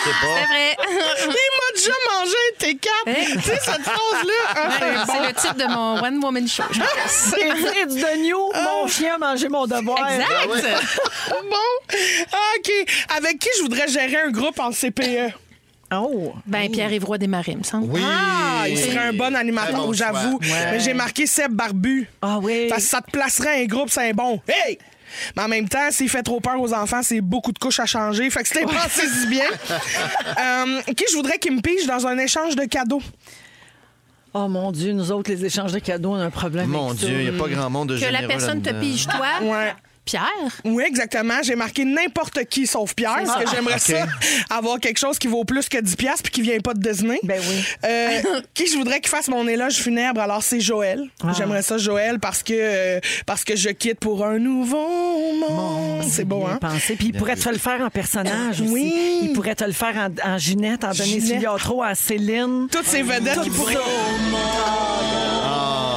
Speaker 1: C'est vrai.
Speaker 5: Il m'a déjà mangé un T4.
Speaker 1: Eh?
Speaker 5: tu sais, cette phrase-là, hein, c'est
Speaker 1: C'est
Speaker 5: bon.
Speaker 1: le titre de mon One Woman Show. je pense.
Speaker 2: C'est vrai du de New,
Speaker 5: Ah.
Speaker 2: mon chien a mangé mon devoir.
Speaker 1: Exact.
Speaker 5: bon. Ah, OK. Avec qui je voudrais gérer un groupe en E? CPE?
Speaker 2: Oh.
Speaker 1: Ben, Pierre-Yves Roy Desmarais, il me semble.
Speaker 3: Oui.
Speaker 5: Ah, il serait un bon animateur,
Speaker 3: Très bon
Speaker 5: j'avoue.
Speaker 3: choix.
Speaker 5: Mais j'ai marqué Seb Barbu.
Speaker 2: Ah oui.
Speaker 5: Parce que ça te placerait un groupe, c'est un bon. Hey! Mais en même temps, s'il fait trop peur aux enfants, c'est beaucoup de couches à changer. Fait que c'était pas assez si bien. Euh, qui je voudrais qu'il me pige dans un échange de cadeaux?
Speaker 2: Oh mon Dieu, nous autres, les échanges de cadeaux, on a un problème.
Speaker 3: Mon
Speaker 2: avec ça.
Speaker 3: Dieu, il n'y a pas grand monde de
Speaker 1: Que la
Speaker 3: généreux
Speaker 1: personne te
Speaker 3: là-dedans.
Speaker 1: pige, toi.
Speaker 5: Ouais.
Speaker 1: Pierre.
Speaker 5: Oui, exactement. J'ai marqué n'importe qui sauf Pierre, parce que j'aimerais ça avoir quelque chose qui vaut plus que 10$ piastres puis qui vient pas de Disney.
Speaker 2: Ben oui.
Speaker 5: Euh, qui je voudrais qu'il fasse mon éloge funèbre, alors c'est Joël. J'aimerais ça, Joël, parce que, euh, parce que je quitte pour un nouveau monde. C'est beau,
Speaker 2: Bien
Speaker 5: hein?
Speaker 2: pensé. Puis il pourrait te le faire en personnage aussi.
Speaker 5: Euh, Oui.
Speaker 2: Il pourrait te le faire en, en Ginette, en Denise
Speaker 5: Ginette.
Speaker 2: Filiatro, en Céline.
Speaker 5: Toutes ces vedettes qui pourraient.
Speaker 2: ça.
Speaker 5: Ah,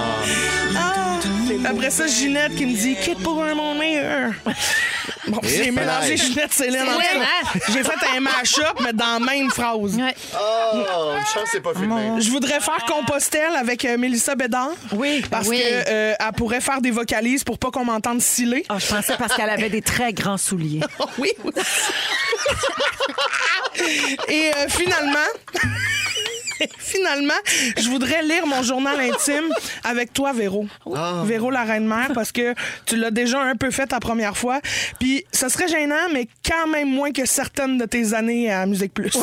Speaker 5: c'est Après ça, Ginette qui me dit Quitte pour un monde meilleur. Bon, j'ai mélangé
Speaker 3: pareil.
Speaker 5: Ginette, Céline. en
Speaker 1: Céline,
Speaker 2: hein?
Speaker 5: tout cas. J'ai fait un mash-up, mais dans la même phrase.
Speaker 1: Ouais.
Speaker 3: Oh, je pense que c'est pas filmé.
Speaker 5: Je voudrais faire Compostelle avec euh, Mélissa Bédard.
Speaker 2: Ah. Oui.
Speaker 5: Parce
Speaker 1: Oui.
Speaker 5: qu'elle pourrait faire des vocalises pour pas qu'on m'entende sciller.
Speaker 2: Ah, je pensais parce qu'elle avait des très grands souliers.
Speaker 5: Oui. Et euh, finalement. Finalement, je voudrais lire mon journal intime avec toi, Véro. Véro, la reine-mère, parce que tu l'as déjà un peu fait ta première fois. Puis, ce serait gênant, mais quand même moins que certaines de tes années à Musique Plus.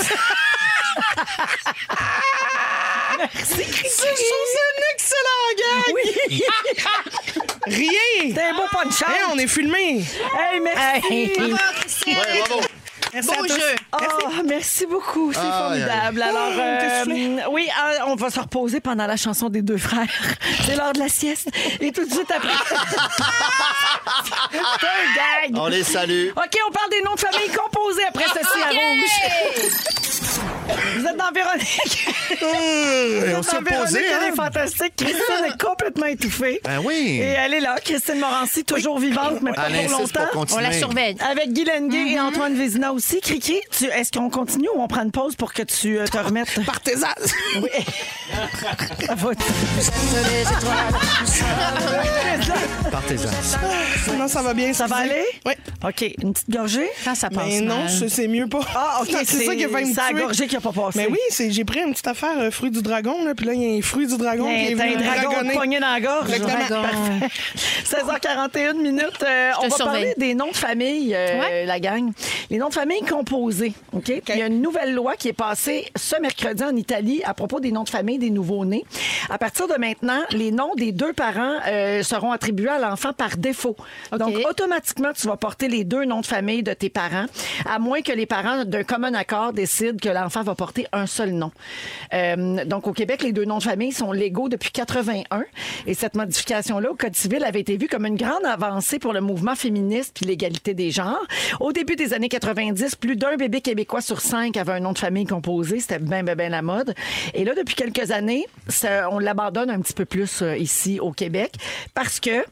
Speaker 2: C'est
Speaker 5: C'est un excellent gag!
Speaker 2: Oui.
Speaker 5: Rien!
Speaker 2: T'es un beau punch
Speaker 5: Hey, on est filmé!
Speaker 2: Hey, merci.
Speaker 3: Ouais, bravo.
Speaker 5: Merci à tous.
Speaker 2: Ah, merci. beaucoup, c'est
Speaker 3: Ah,
Speaker 2: formidable. Alors,
Speaker 5: Ah, t'es
Speaker 2: euh, oui, ah, on va se reposer pendant la chanson des deux frères. C'est l'heure de la sieste. Et tout de suite après. C'est un gag.
Speaker 3: On les salue.
Speaker 2: OK, on parle des noms de famille composés après ceci à rouge. Vous êtes dans Véronique.
Speaker 3: Et Euh, on
Speaker 2: Dans
Speaker 3: s'est
Speaker 2: Véronique,
Speaker 3: reposé,
Speaker 2: elle
Speaker 3: hein?
Speaker 2: est fantastique. Christine est complètement étouffée.
Speaker 3: Ben oui.
Speaker 2: Et elle est là, Christine Morancy, toujours vivante, mais pas
Speaker 3: Elle
Speaker 2: pour
Speaker 3: insiste pour
Speaker 2: longtemps.
Speaker 1: On
Speaker 3: continuer.
Speaker 1: la surveille.
Speaker 2: Avec Guy Lenguet et Antoine Vézina aussi. Cricri, tu- est-ce qu'on continue ou on prend une pause pour que tu euh, te remettes?
Speaker 5: Partez-en.
Speaker 2: Oui. À votre-
Speaker 3: Partez-en.
Speaker 5: Non, ça va bien.
Speaker 2: Ça va
Speaker 5: excusez.
Speaker 2: aller?
Speaker 5: Oui.
Speaker 2: OK, une petite gorgée?
Speaker 1: Quand ça passe
Speaker 5: Mais non,
Speaker 1: mal.
Speaker 5: c'est c'est mieux pas.
Speaker 2: Ah, OK,
Speaker 5: c'est ça qui va me
Speaker 2: c'est la
Speaker 5: tuer.
Speaker 2: gorgée qui a pas passé.
Speaker 5: Mais oui, c'est- j'ai pris une petite affaire euh, fruit du dragon là, puis là il y a un fruit du dragon qui est
Speaker 2: Hey, Ben, T'as
Speaker 5: venu
Speaker 2: un
Speaker 5: me
Speaker 2: dragon
Speaker 5: dragonner.
Speaker 2: pogné dans la gorge.
Speaker 5: Exactement.
Speaker 2: Dragon. Parfait. 16h41 minutes. euh, on
Speaker 1: te surveille.
Speaker 2: va parler des noms de famille, euh,
Speaker 1: Ouais.
Speaker 2: la gang. Les noms de famille composés. OK? Il y a une nouvelle loi qui est passée ce mercredi en Italie à propos des noms de famille des nouveau-nés. À partir de maintenant, les noms des deux parents euh, seront attribués à l'enfant par défaut.
Speaker 1: OK.
Speaker 2: Donc, automatiquement, tu vas porter les deux noms de famille de tes parents, à moins que les parents, d'un commun accord, décident que l'enfant va porter un seul nom. Euh, donc, au Québec, les deux noms de famille sont légaux depuis 81. Et cette modification-là au Code civil avait été vue comme une grande avancée pour le mouvement féministe puis l'égalité des genres. Au début des années 90, plus d'un bébé québécois sur cinq avait un nom de famille composé. C'était bien, bien, bien la mode. Et là, depuis quelques années, ça- on l'abandonne un petit peu plus euh, ici au Québec parce que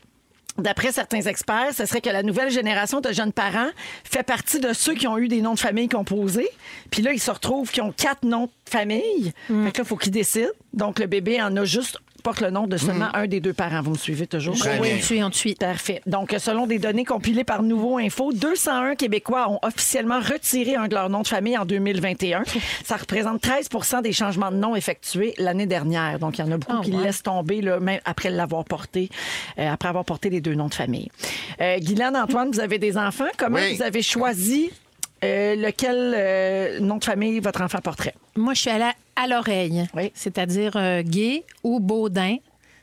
Speaker 2: D'après certains experts, ce serait que la nouvelle génération de jeunes parents fait partie de ceux qui ont eu des noms de famille composés. Puis là, ils se retrouvent qui ont quatre noms de famille.
Speaker 1: Mm.
Speaker 2: Fait que là, il faut qu'ils décident. Donc, le bébé en a juste, porte le nom de seulement un des deux parents. Vous me suivez toujours?
Speaker 3: Très
Speaker 1: Mm. Oui,
Speaker 3: bien.
Speaker 1: on te suit, on te suit.
Speaker 2: Parfait. Donc, selon des données compilées par Nouveau Info, 201 Québécois ont officiellement retiré un de leurs noms de famille en 2021. Ça représente 13 des changements de nom effectués l'année dernière. Donc, il y en a beaucoup
Speaker 1: Ah,
Speaker 2: qui le
Speaker 1: ouais.
Speaker 2: laissent tomber, là, même après l'avoir porté, euh, après avoir porté les deux noms de famille. Euh, Guylaine, Antoine, vous avez des enfants. Comment
Speaker 3: Oui.
Speaker 2: vous avez choisi euh, lequel euh, nom de famille votre enfant porterait?
Speaker 1: Moi, je suis allée à l'oreille,
Speaker 2: Oui.
Speaker 1: c'est-à-dire euh, Gay ou Baudin.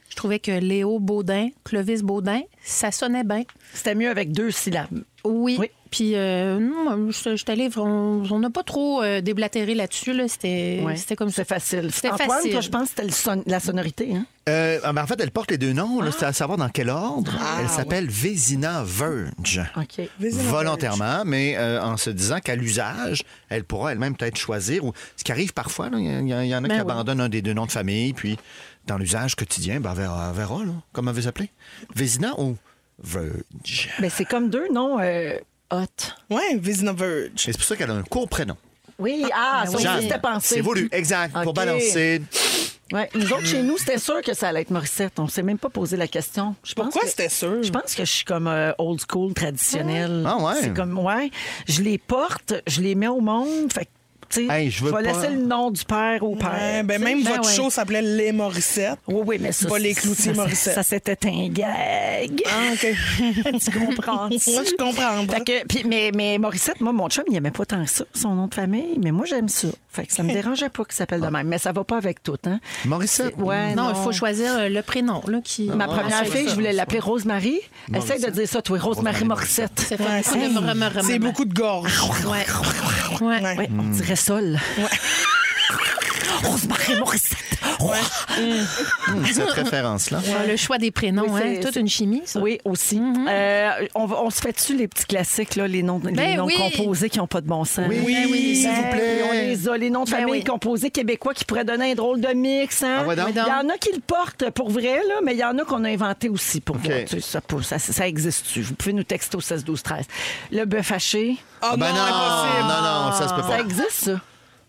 Speaker 1: Je trouvais que Léo Baudin, Clovis Baudin, ça sonnait bien.
Speaker 2: C'était mieux avec deux syllabes.
Speaker 1: Oui.
Speaker 2: Oui.
Speaker 1: Puis, euh, non, je, je t'allais, on on n'a pas trop euh, déblatéré là-dessus. Là. C'était
Speaker 2: Ouais.
Speaker 1: c'était comme ça.
Speaker 2: C'est facile.
Speaker 1: C'était
Speaker 2: Antoine,
Speaker 1: facile.
Speaker 2: toi, je pense que c'était le son- la sonorité. Hein?
Speaker 3: Euh, ah, ben, en fait, elle porte les deux noms.
Speaker 1: Ah.
Speaker 3: là, C'est à savoir dans quel ordre. elle s'appelle Vézina Verge.
Speaker 2: OK.
Speaker 3: Volontairement, mais euh, en se disant qu'à l'usage, elle pourra elle-même peut-être choisir. Ou, ce qui arrive parfois, là, il y, a- il y a- il y en a
Speaker 1: Ben
Speaker 3: qui
Speaker 1: oui.
Speaker 3: abandonnent un des deux noms de famille, puis dans l'usage quotidien, ben, elle verra, elle verra, là, comment elle veut s'appeler. Vézina ou Verge.
Speaker 2: Ben, c'est comme deux noms euh, hot.
Speaker 5: Ouais, Vizina Verge.
Speaker 3: Et C'est pour ça qu'elle a un court prénom.
Speaker 2: Oui, ah, ça,
Speaker 3: Jeanne.
Speaker 2: oui, c'était pensé.
Speaker 3: C'est voulu, exact. Pour
Speaker 2: OK.
Speaker 3: balancer.
Speaker 2: Ouais. Nous autres, chez nous, c'était sûr que ça allait être Morissette. On s'est même pas posé la question. Je pense
Speaker 5: Pourquoi
Speaker 2: que-
Speaker 5: c'était sûr?
Speaker 2: Je pense que je suis comme euh, old school, traditionnel.
Speaker 3: Ah ouais?
Speaker 2: C'est comme, ouais. Je les porte, je les mets au monde. Fait que, tu sais,
Speaker 3: Hey, je veux
Speaker 2: vais
Speaker 3: pas-
Speaker 2: laisser le nom du père au père.
Speaker 5: Ouais, ben
Speaker 2: Tu sais,
Speaker 5: même
Speaker 2: ben
Speaker 5: votre
Speaker 2: ouais.
Speaker 5: show s'appelait Les Morissettes.
Speaker 2: Oui, oui, mais ça.
Speaker 5: Pas les
Speaker 2: ça-
Speaker 5: Cloutier
Speaker 2: ça-
Speaker 5: Morissette.
Speaker 2: Ça, c'était un gag.
Speaker 5: Ah, OK.
Speaker 2: tu comprends.
Speaker 5: Moi, je comprends.
Speaker 2: Fait que, puis, mais, mais Morissette, moi, mon chum, il aimait pas tant que ça, son nom de famille, mais moi, j'aime ça. Fait que ça me dérangeait pas qu'il s'appelle de même, mais ça va pas avec tout, hein?
Speaker 3: Ah. Morissette.
Speaker 2: Ouais,
Speaker 1: non, il faut choisir euh, le prénom. Là, qui...
Speaker 5: Ah,
Speaker 2: Ma première
Speaker 1: Ensuite,
Speaker 2: fille, je voulais l'appeler Rosemary. Essaye de dire ça, toi, Rosemary
Speaker 3: Rosemary
Speaker 2: Morissette.
Speaker 1: Ça fait beaucoup de me- me- me-
Speaker 5: C'est beaucoup de gorge.
Speaker 2: Ah,
Speaker 5: Ah,
Speaker 1: Ouais. Ouais.
Speaker 3: Hmm.
Speaker 2: Ouais, on dirait sol. Rosemary Morissette.
Speaker 3: Hum, cette référence-là.
Speaker 1: Ah, Le choix des prénoms,
Speaker 2: Oui,
Speaker 1: hein,
Speaker 2: c'est-
Speaker 1: toute une chimie, ça.
Speaker 2: Oui, aussi.
Speaker 5: Mm-hmm.
Speaker 2: Euh, on, va- on se fait-tu les petits classiques, là, les noms, les
Speaker 1: Ben
Speaker 2: noms
Speaker 1: oui.
Speaker 2: composés qui n'ont pas de bon sens?
Speaker 3: Oui,
Speaker 1: Ben oui,
Speaker 3: s'il
Speaker 2: Ben,
Speaker 3: vous
Speaker 2: puis On
Speaker 3: plaît.
Speaker 2: les a, les noms de
Speaker 1: Ben
Speaker 2: famille
Speaker 1: oui.
Speaker 2: composés québécois qui pourraient donner un drôle de mix. hein?
Speaker 3: Ah ouais, donc?
Speaker 2: il y en a qui le portent pour vrai, là, mais il y en a qu'on a inventé aussi pour voir, tu sais, ça, peut- ça, ça existe-tu? Vous pouvez nous texter au 16 12 13 Le bœuf haché,
Speaker 5: Ah
Speaker 3: Ben
Speaker 5: non,
Speaker 3: non,
Speaker 5: impossible.
Speaker 3: non, non, ça se peut
Speaker 2: ça
Speaker 3: pas.
Speaker 2: existe, ça?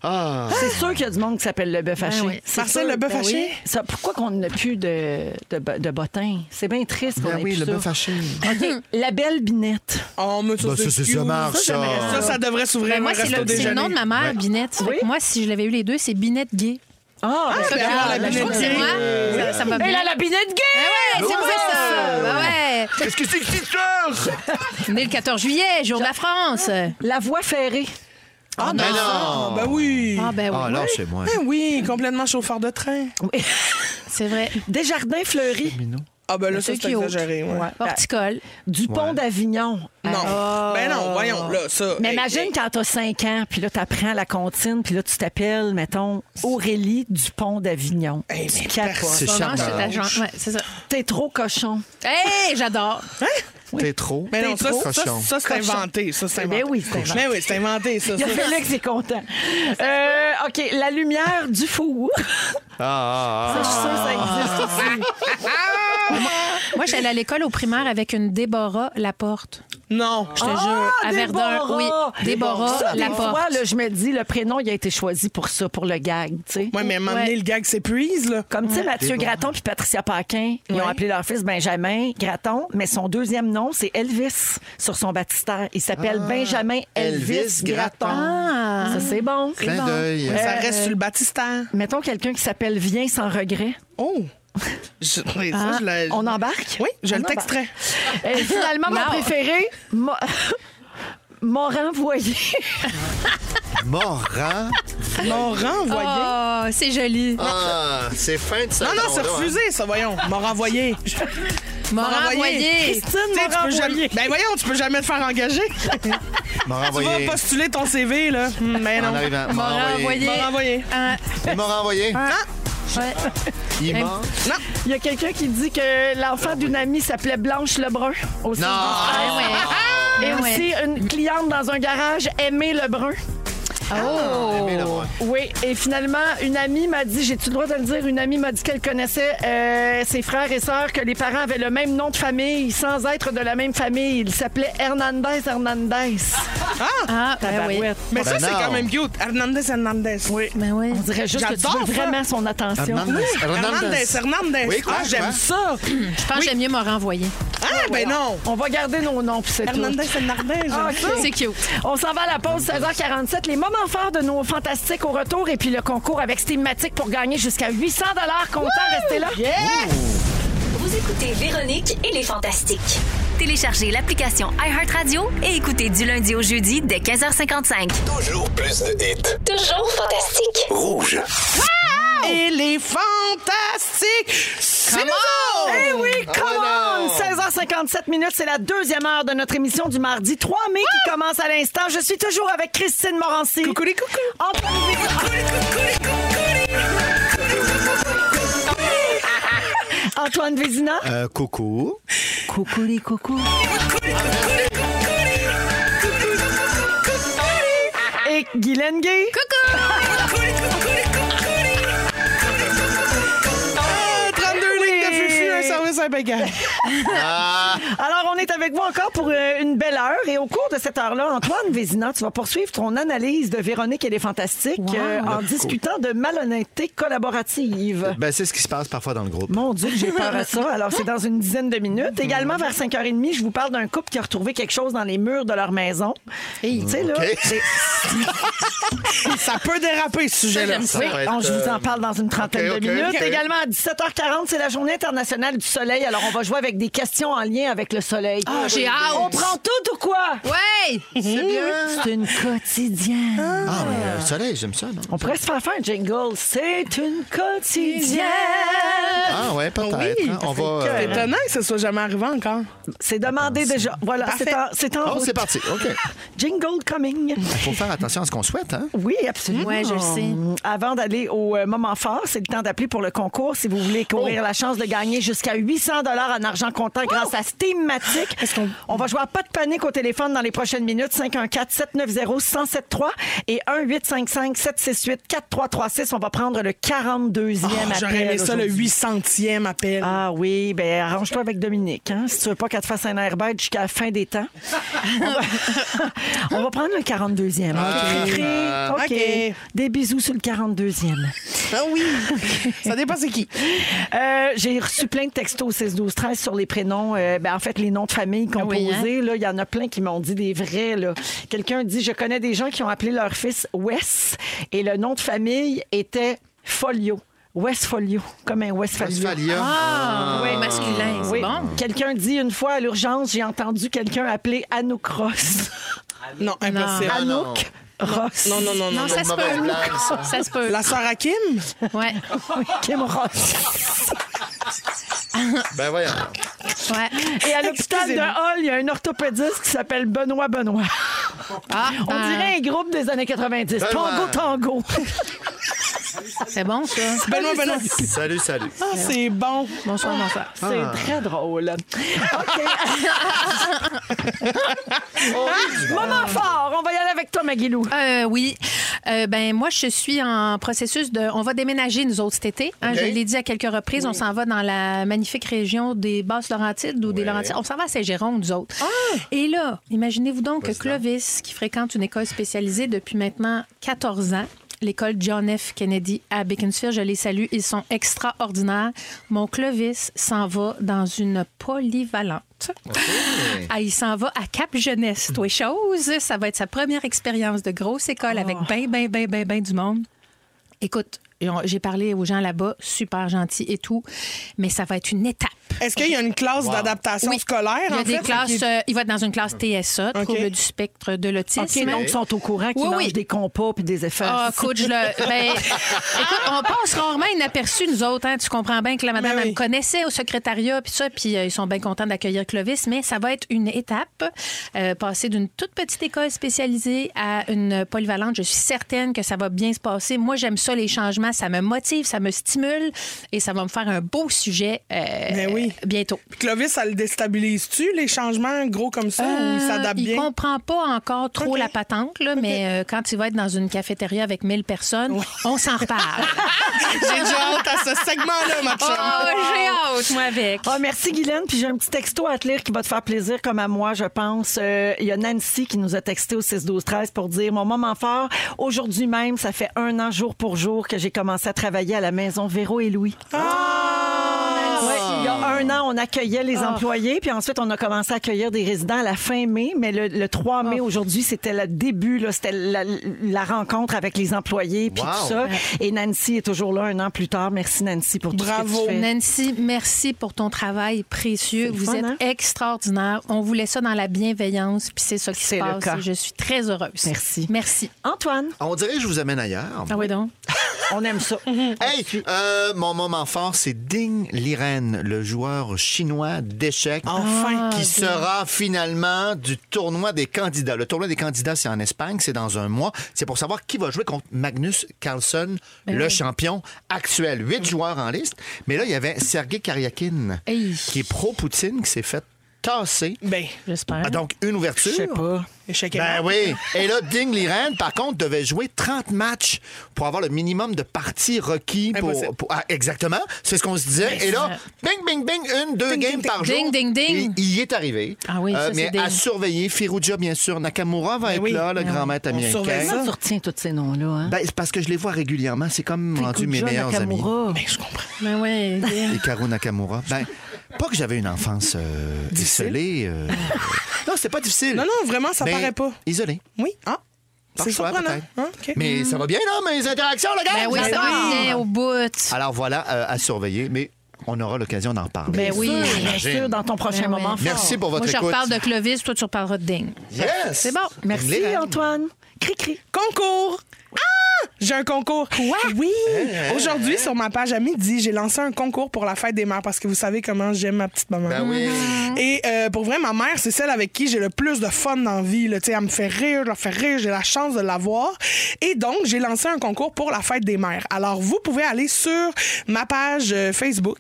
Speaker 3: Ah.
Speaker 2: C'est sûr qu'il y a du monde qui s'appelle le bœuf haché.
Speaker 1: oui.
Speaker 2: C'est
Speaker 5: Marcel,
Speaker 2: sûr.
Speaker 5: le bœuf
Speaker 2: Ben oui.
Speaker 5: haché?
Speaker 2: Ça, pourquoi qu'on n'a plus de, de, bo- de bottin? C'est bien triste qu'on
Speaker 3: Ben
Speaker 2: ait
Speaker 3: oui,
Speaker 2: plus
Speaker 3: le
Speaker 2: ça.
Speaker 3: bœuf haché.
Speaker 2: OK, la belle binette.
Speaker 5: Oh, mais ça,
Speaker 3: Ben, ça, c'est
Speaker 5: cute.
Speaker 3: Zemmour, ça.
Speaker 5: j'aimerais Ça, ça devrait s'ouvrir
Speaker 1: Ben, moi,
Speaker 5: un
Speaker 1: c'est
Speaker 5: resto
Speaker 1: le, c'est le nom de
Speaker 5: déjeuner.
Speaker 1: ma mère, Binette. Fait que
Speaker 2: Oui.
Speaker 1: Moi, si je l'avais eu les deux, c'est Binette Gay.
Speaker 2: Ah, ben,
Speaker 5: ben,
Speaker 2: regarde,
Speaker 5: ah, la
Speaker 2: là, je
Speaker 5: binette
Speaker 2: trouve
Speaker 5: gay.
Speaker 2: que
Speaker 1: c'est moi. Ça- Ça m'a
Speaker 2: c'est-
Speaker 1: bien.
Speaker 2: Elle a la binette gay!
Speaker 1: Ouais, c'est moi ça. Ben ouais.
Speaker 3: Qu'est-ce que c'est que cette histoire?
Speaker 1: Né le 14 juillet, jour de la France.
Speaker 2: La voie ferrée.
Speaker 5: Ah
Speaker 3: Ben
Speaker 5: non,
Speaker 3: non.
Speaker 5: ben oui.
Speaker 1: Ah ben
Speaker 3: Ah,
Speaker 1: oui,
Speaker 3: là, c'est moi.
Speaker 5: Ben oui, complètement chauffeur de train.
Speaker 1: c'est vrai.
Speaker 2: Desjardins fleuris.
Speaker 5: Ah ben là, ça, c'est
Speaker 1: qui autre.
Speaker 5: exagéré. ouais.
Speaker 2: Ouais.
Speaker 1: Horticole.
Speaker 2: Du pont d'Avignon.
Speaker 5: Non.
Speaker 2: Euh,
Speaker 5: Ben non, voyons, là, ça.
Speaker 2: Mais
Speaker 5: hey,
Speaker 2: imagine
Speaker 5: hey.
Speaker 2: quand t'as 5 ans, puis là, t'apprends la comptine, puis là, tu t'appelles, mettons, Aurélie du pont d'Avignon.
Speaker 5: Hey,
Speaker 2: tu
Speaker 5: mais
Speaker 2: capotes.
Speaker 3: C'est
Speaker 1: Bon, non, c'est
Speaker 3: charmant.
Speaker 1: ta jambe. Ouais, c'est ça.
Speaker 2: T'es trop cochon.
Speaker 1: Hey, j'adore.
Speaker 3: T'es trop.
Speaker 5: Mais non, ça,
Speaker 3: trop
Speaker 5: ça,
Speaker 3: cochon.
Speaker 5: ça, c'est
Speaker 2: Cochon.
Speaker 5: inventé. Ça, c'est
Speaker 2: Ben
Speaker 5: inventé.
Speaker 2: oui, c'est inventé.
Speaker 5: Ben oui, c'est inventé, ça.
Speaker 2: Il y a
Speaker 5: ça.
Speaker 2: Félix, il est content. Euh, OK, la lumière du four.
Speaker 3: Ah,
Speaker 2: Ça,
Speaker 3: ah,
Speaker 2: je suis sûre que ça existe aussi.
Speaker 1: Moi, j'allais à l'école au primaire avec une Déborah Laporte.
Speaker 5: Non.
Speaker 2: Oh,
Speaker 1: Je te jure, à Verdun.
Speaker 2: Ah, Déborah!
Speaker 1: Oui, Déborah
Speaker 2: Ça, des fois,
Speaker 1: Laporte.
Speaker 2: là, je me dis, le prénom, il a été choisi pour ça, pour le gag, tu sais.
Speaker 5: Ouais, mais à un moment
Speaker 1: Ouais.
Speaker 5: donné, le gag s'épuise, là.
Speaker 2: Comme, tu sais, Mathieu Gratton puis Patricia Paquin, ils ont appelé leur fils Benjamin Gratton, mais son deuxième nom, c'est Elvis sur son baptistère. Il s'appelle Benjamin Elvis,
Speaker 3: Elvis
Speaker 2: Gratton.
Speaker 3: Gratton.
Speaker 2: Ça, c'est bon.
Speaker 3: ah. Clin
Speaker 2: Euh,
Speaker 3: d'œil.
Speaker 5: Ça reste sur le baptistère.
Speaker 2: Mettons quelqu'un qui s'appelle Viens sans regret.
Speaker 5: Oh! Je- oui, ça, je le-
Speaker 2: Ah, On embarque?
Speaker 5: Oui, je
Speaker 2: On
Speaker 5: le
Speaker 2: embarque.
Speaker 5: texterai.
Speaker 2: Euh, finalement, mon
Speaker 1: Non.
Speaker 2: préféré, m'a- m'a renvoyé.
Speaker 3: Morin.
Speaker 5: M'ont renvoyé.
Speaker 2: Ah.
Speaker 1: Oh, c'est joli.
Speaker 3: Ah, c'est fin de ça.
Speaker 5: non, non, c'est refusé, ça, voyons. M'ont renvoyé.
Speaker 1: M'ont
Speaker 5: M'ont
Speaker 1: renvoyé.
Speaker 5: Christine m'a renvoyé. Ben voyons, tu peux jamais te faire engager.
Speaker 3: M'ont
Speaker 5: Tu vas
Speaker 3: renvoyé.
Speaker 5: postuler ton CV, là. Hum, Ben
Speaker 3: hein. En
Speaker 5: non.
Speaker 3: arrivant. M'ont
Speaker 1: M'ont
Speaker 3: renvoyé.
Speaker 1: renvoyé.
Speaker 5: M'ont renvoyé.
Speaker 1: Ah,
Speaker 3: Ils m'ont renvoyé.
Speaker 1: ouais.
Speaker 3: Ils m'ont.
Speaker 2: Il y a quelqu'un qui dit que
Speaker 5: Ah
Speaker 2: l'enfant d'une amie s'appelait Blanche Lebrun. Au
Speaker 3: Non.
Speaker 1: Ah ouais.
Speaker 2: Et
Speaker 1: Ah ouais.
Speaker 2: aussi une cliente dans un garage, Aimée Lebrun.
Speaker 1: Oh.
Speaker 3: Mais là, moi.
Speaker 2: Oui, et finalement, une amie m'a dit, j'ai-tu le droit de le dire, une amie m'a dit qu'elle connaissait euh, ses frères et sœurs, que les parents avaient le même nom de famille, sans être de la même famille. Ils s'appelaient Hernandez Hernandez.
Speaker 1: Ah, ben oui.
Speaker 2: Tabarouette.
Speaker 5: Mais ça,
Speaker 3: Ben
Speaker 5: c'est
Speaker 3: non.
Speaker 5: quand même cute. Hernandez, Hernandez. Oui.
Speaker 1: Ben oui.
Speaker 2: On dirait juste que tu
Speaker 5: J'adore
Speaker 2: veux
Speaker 5: ça.
Speaker 2: vraiment son attention.
Speaker 3: Hernandez.
Speaker 5: Hernandez, Hernandez.
Speaker 3: Oui, quoi,
Speaker 5: ah, j'aime
Speaker 3: quoi?
Speaker 5: ça.
Speaker 1: Je pense que j'aime mieux m'en renvoyer.
Speaker 5: Ah, ben non.
Speaker 2: On va garder nos noms, puis c'est tout.
Speaker 5: Hernandez, Hernandez, j'aime
Speaker 2: Ah, ok.
Speaker 5: ça.
Speaker 1: C'est cute.
Speaker 2: On s'en va à la pause, 16h47. Les moments forts de nos fantastiques au retour et puis le concours avec Stématique pour gagner jusqu'à 800 Content, restez là.
Speaker 7: Vous écoutez Véronique et les Fantastiques.
Speaker 8: Téléchargez l'application iHeartRadio et écoutez du lundi au jeudi dès 15h55.
Speaker 9: Toujours plus de hits.
Speaker 7: Toujours fantastique.
Speaker 9: Rouge.
Speaker 5: Et les fantastiques. C'est nous autres.
Speaker 2: Eh oui, come
Speaker 3: Ah,
Speaker 2: on!
Speaker 3: non.
Speaker 2: 16h57 minutes, c'est la deuxième heure de notre émission du mardi 3 mai qui commence à l'instant. Je suis toujours avec Christine Morancy.
Speaker 5: Coucou les coucou.
Speaker 2: Antoine Vézina. Antoine Vézina.
Speaker 3: Euh, coucou.
Speaker 2: Coucou les coucou. Et Guylaine Gay.
Speaker 5: Ah, 32 lignes de fufu, un service impeccable.
Speaker 2: Alors, on est avec vous encore pour euh, une belle heure. Et au cours de cette heure-là, Antoine Vézina, tu vas poursuivre ton analyse de Véronique et les Fantastiques euh, en discutant de malhonnêteté collaborative.
Speaker 3: Ben, c'est ce qui se passe parfois dans le groupe.
Speaker 2: Mon Dieu, que j'ai peur à ça. Alors, c'est dans une dizaine de minutes. Également, vers 5h30, je vous parle d'un couple qui a retrouvé quelque chose dans les murs de leur maison. Tu sais, là,
Speaker 3: OK.
Speaker 2: c'est-
Speaker 5: Ça peut déraper, ce sujet-là.
Speaker 3: Ça
Speaker 2: Oui,
Speaker 3: va être,
Speaker 2: on- Ah, je vous en
Speaker 3: euh,
Speaker 2: parle dans une trentaine
Speaker 3: ok, ok,
Speaker 2: de minutes.
Speaker 3: ok.
Speaker 2: Également à 17h40, c'est la journée internationale du soleil. Alors, on va jouer avec des questions en lien avec le soleil.
Speaker 1: Ah, j'ai hâte.
Speaker 2: On prend tout ou quoi?
Speaker 1: Ouais!
Speaker 3: soleil! C'est Eh bien!
Speaker 2: Eh C'est une quotidienne.
Speaker 3: Ah, mais euh, le soleil, j'aime ça, non?
Speaker 2: On pourrait se faire faire un jingle. C'est une quotidienne.
Speaker 3: Ah, ouais, peut-être.
Speaker 5: Oui,
Speaker 3: hein. On va.
Speaker 5: C'est
Speaker 3: euh,
Speaker 5: étonnant que ça soit jamais arrivé encore.
Speaker 2: C'est demandé déjà. Voilà, c'est en, c'est en
Speaker 3: Oh,
Speaker 2: route.
Speaker 3: c'est parti. OK.
Speaker 2: Jingle coming.
Speaker 3: Faut faire attention à ce qu'on souhaite, hein?
Speaker 2: Oui, absolument.
Speaker 1: Ouais, je le sais.
Speaker 2: Avant d'aller au euh, moment fort, c'est le temps d'appeler pour le concours si vous voulez
Speaker 5: Oh!
Speaker 2: courir la chance de gagner jusqu'à 800 dollars en argent comptant grâce à Steamatic. On va jouer à pas de panique au téléphone dans les prochaines minutes 514 790 1073 et 1 855 768 4336. On va prendre le 42e
Speaker 5: Ah,
Speaker 2: appel.
Speaker 5: J'aurais aimé ça le
Speaker 2: aujourd'hui.
Speaker 5: 800e appel.
Speaker 2: Ah oui, ben arrange-toi avec Dominique. Hein, si tu veux pas qu'elle te fasse un airbag jusqu'à la fin des temps. On va, on va prendre le 42e.
Speaker 3: Ah,
Speaker 2: Cri-cri.
Speaker 3: ah,
Speaker 2: OK.
Speaker 5: OK.
Speaker 2: Des bisous sur le 42e.
Speaker 5: Ah oui! ça dépend c'est qui.
Speaker 2: Euh, J'ai reçu plein de textos au 6 12 13 sur les prénoms, euh, ben, en fait les noms de famille composés.
Speaker 1: Oui, hein?
Speaker 2: là, il y en a plein qui m'ont dit des vrais. là. Quelqu'un dit je connais des gens qui ont appelé leur fils Wes et le nom de famille était Folio. West Folio, comme un Westphalia.
Speaker 3: Westphalia.
Speaker 1: Ah, ouais, masculin, c'est
Speaker 2: Oui.
Speaker 1: bon.
Speaker 2: Quelqu'un dit une fois à l'urgence, j'ai entendu quelqu'un appeler Anouk Ross.
Speaker 5: Non, impossible.
Speaker 3: Ah, non.
Speaker 2: Anouk Ross.
Speaker 5: Non, non, non, non.
Speaker 1: Non, ça se
Speaker 3: mauvaise
Speaker 1: peut.
Speaker 3: blague, ça.
Speaker 1: Ça se peut.
Speaker 5: La sœur Hakim?
Speaker 1: Ouais.
Speaker 2: Kim Ross.
Speaker 3: Ben, voyons.
Speaker 1: Ouais.
Speaker 2: Et à l'hôpital de
Speaker 5: Excusez-moi.
Speaker 2: Hall, il y a un orthopédiste qui s'appelle Benoît Benoît.
Speaker 1: Ah,
Speaker 2: On dirait un groupe des années 90.
Speaker 3: Benoît.
Speaker 2: Tango, tango.
Speaker 1: C'est bon, Ah, ça.
Speaker 5: Benoît, Benoît.
Speaker 3: Salut, salut.
Speaker 5: Ah, c'est bon.
Speaker 1: Bonsoir, bonsoir.
Speaker 2: C'est très drôle. OK. Moment fort. On va y aller avec toi, Maguilou.
Speaker 1: Euh, oui. Euh, ben moi, je suis en processus de. On va déménager nous autres cet été. Hein,
Speaker 3: OK.
Speaker 1: Je l'ai dit à quelques reprises. On s'en va dans la magnifique région des Basses Laurentides ou des Laurentides. On s'en va à Saint-Géron nous autres. Et là, imaginez-vous donc que Clovis, qui fréquente une école spécialisée depuis maintenant 14 ans. L'école John F. Kennedy à Beaconsfield, je les salue, ils sont extraordinaires. Mon Clovis s'en va dans une polyvalente. Ah, il s'en va à Cap Jeunesse, toi chose. Ça va être sa première expérience de grosse école avec ben, ben, ben, ben, ben du monde. Écoute, j'ai parlé aux gens là-bas, super gentils et tout, mais ça va être une étape.
Speaker 5: Est-ce qu'il y a une classe d'adaptation scolaire?
Speaker 1: Il y a
Speaker 5: en
Speaker 1: des
Speaker 5: fait?
Speaker 1: classes. euh, il va être dans une classe TSA,
Speaker 5: OK.
Speaker 1: trouble du spectre de l'autisme.
Speaker 2: OK, donc, ils sont au courant qu'ils
Speaker 1: Ah, Oui,
Speaker 2: mangent
Speaker 1: oui.
Speaker 2: des compas puis des effaces.
Speaker 1: Ah, coach, là, ben, écoute, on passe rarement inaperçu, nous autres. hein. Tu comprends bien que la madame,
Speaker 5: Ben oui.
Speaker 1: elle me connaissait au secrétariat, puis ça, puis euh, ils sont bien contents d'accueillir Clovis, mais ça va être une étape. Euh, passer d'une toute petite école spécialisée à une polyvalente, je suis certaine que ça va bien se passer. Moi, j'aime ça, les changements, ça me motive, ça me stimule, et ça va me faire un beau sujet euh,
Speaker 5: Ben oui.
Speaker 1: bientôt.
Speaker 5: Puis Clovis, ça le déstabilise-tu, les changements gros comme ça, ou il
Speaker 1: Euh,
Speaker 5: s'adapte
Speaker 1: il
Speaker 5: bien?
Speaker 1: comprend pas encore trop
Speaker 5: OK.
Speaker 1: la patente, là, mais euh, quand il va être dans une cafétéria avec 1000 personnes, on s'en reparle.
Speaker 5: J'ai déjà hâte à ce segment-là, ma chum.
Speaker 1: Oh, j'ai hâte, moi, avec.
Speaker 2: Ah, merci, Guylaine. Puis j'ai un petit texto à te lire qui va te faire plaisir, comme à moi, je pense. Euh, Il y a Nancy qui nous a texté au 6-12-13 pour dire Mon moment fort, aujourd'hui même, ça fait un an jour pour jour que j'ai commencé à travailler à la maison Véro et Louis. Ouais, il y a un an, on accueillait les employés, puis ensuite, on a commencé à accueillir des résidents à la fin mai, mais le, le 3 mai, aujourd'hui, c'était le début, là, c'était la, la rencontre avec les employés, puis
Speaker 3: Wow.
Speaker 2: tout ça. Et Nancy est toujours là un an plus tard. Merci, Nancy, pour tout ce que
Speaker 5: Bravo.
Speaker 2: tu fais.
Speaker 1: Nancy, merci pour ton travail précieux.
Speaker 2: le
Speaker 1: Vous
Speaker 2: fun,
Speaker 1: êtes
Speaker 2: hein?
Speaker 1: extraordinaire. On voulait ça dans la bienveillance, puis c'est ça qui se
Speaker 2: C'est le
Speaker 1: passe.
Speaker 2: cas.
Speaker 1: Je suis très heureuse.
Speaker 2: Merci.
Speaker 1: Merci.
Speaker 2: Antoine,
Speaker 3: On dirait que je vous amène ailleurs.
Speaker 1: Ah oui, donc.
Speaker 2: on aime ça.
Speaker 3: Hey, euh, mon moment fort, c'est Ding Liren, le joueur chinois d'échecs. Ah,
Speaker 5: Enfin.
Speaker 3: Qui sera finalement du tournoi des candidats. Le tournoi des candidats, c'est en Espagne, c'est dans un mois. C'est pour savoir qui va jouer contre Magnus Carlsen,
Speaker 2: Ben
Speaker 3: le champion actuel. Huit joueurs en liste. Mais là, il y avait Sergei Karyakin,
Speaker 1: Hey.
Speaker 3: qui est pro-Poutine, qui s'est fait tasser.
Speaker 5: Ben,
Speaker 1: J'espère.
Speaker 3: Ah, donc, une ouverture.
Speaker 2: Hein? Je sais pas.
Speaker 5: échec et
Speaker 3: Ben
Speaker 5: mort.
Speaker 3: oui. Et là, Ding Liren, par contre, devait jouer 30 matchs pour avoir le minimum de parties requis pour.
Speaker 5: Impossible.
Speaker 3: pour- ah, exactement. C'est ce qu'on se disait. Et là, bing, bing, bing, une, deux games par jour.
Speaker 1: ding. Ding, ding, ding.
Speaker 3: Il, il y est arrivé. Euh,
Speaker 1: Ah oui, ça,
Speaker 3: mais
Speaker 1: c'est
Speaker 3: à
Speaker 1: ding.
Speaker 3: surveiller. Firouja, bien sûr. Nakamura va être
Speaker 5: oui.
Speaker 3: là, le grand maître
Speaker 5: On surveille
Speaker 3: américain.
Speaker 5: ça.
Speaker 2: Comment tu retiens tous ces noms-là? Hein?
Speaker 3: Ben, c'est parce que je les vois régulièrement. C'est comme rendu mes
Speaker 2: Kuja
Speaker 3: meilleurs amis.
Speaker 2: Nakamura.
Speaker 5: Ben, je comprends.
Speaker 1: Ben ouais.
Speaker 3: Et Caro Nakamura. Ben, pas que j'avais une enfance euh, isolée. euh, non, c'était pas difficile.
Speaker 5: Non, non, vraiment, ça
Speaker 3: Mais
Speaker 5: paraît pas.
Speaker 3: Isolée.
Speaker 5: Oui? Ah,
Speaker 3: Ben, Par
Speaker 5: c'est
Speaker 3: choix,
Speaker 5: surprenant.
Speaker 3: peut-être.
Speaker 5: Hein? OK.
Speaker 3: Mais
Speaker 2: Ben
Speaker 3: ça va bien, non, mes interactions, le gars?
Speaker 1: Ben oui, ça va bien au bout.
Speaker 3: Alors voilà, euh, à surveiller. Mais on aura l'occasion d'en parler.
Speaker 2: Ben oui, bien
Speaker 3: J'imagine.
Speaker 2: sûr, dans ton prochain
Speaker 1: Ben oui.
Speaker 2: moment fort.
Speaker 3: Merci pour votre
Speaker 1: Moi, je
Speaker 3: écoute.
Speaker 1: reparle de Clovis, toi, tu reparleras de Ding.
Speaker 3: Yes!
Speaker 1: C'est bon.
Speaker 2: Merci,
Speaker 3: Ingrid.
Speaker 2: Antoine. Cri-cri.
Speaker 5: Concours! Ah! J'ai un concours. Oui. Aujourd'hui, sur ma page à midi, j'ai lancé un concours pour la fête des mères parce que vous savez comment j'aime ma petite maman.
Speaker 3: Ben oui.
Speaker 2: Mm-hmm.
Speaker 5: Et euh, pour vrai, ma mère, c'est celle avec qui j'ai le plus de fun dans la vie. Là. Tu sais, Elle me fait rire, je la fais rire, j'ai la chance de l'avoir. Et donc, j'ai lancé un concours pour la fête des mères. Alors, vous pouvez aller sur ma page euh, Facebook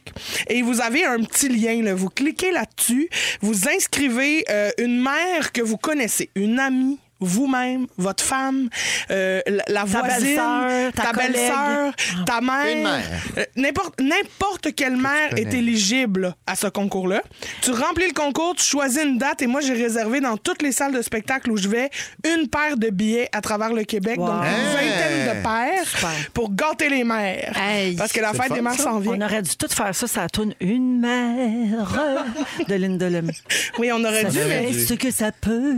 Speaker 5: et vous avez un petit lien. là. Vous cliquez là-dessus, vous inscrivez euh, une mère que vous connaissez, une amie vous-même, votre femme, euh, la, la
Speaker 2: Ta
Speaker 5: voisine,
Speaker 2: belle-sœur, ta
Speaker 5: ta
Speaker 2: collègue.
Speaker 5: belle-sœur, ta mère,
Speaker 3: Une mère.
Speaker 5: euh, n'importe n'importe quelle mère est
Speaker 3: connais.
Speaker 5: éligible à ce concours-là. Tu remplis le concours, tu choisis une date et moi j'ai réservé dans toutes les salles de spectacle où je vais une paire de billets à travers le Québec,
Speaker 2: Wow.
Speaker 5: donc une
Speaker 3: Hey.
Speaker 5: vingtaine de paires
Speaker 2: Super. Hein?
Speaker 5: pour gâter les mères.
Speaker 1: Hey.
Speaker 5: Parce que la
Speaker 3: C'est
Speaker 5: fête
Speaker 3: le
Speaker 5: des
Speaker 3: fun,
Speaker 5: mères s'en vient.
Speaker 2: On aurait dû tout faire ça, ça tourne une mère de Lynn Delemay.
Speaker 5: Oui, on aurait
Speaker 2: Ça
Speaker 5: dû, mais
Speaker 2: fait ce que ça peut.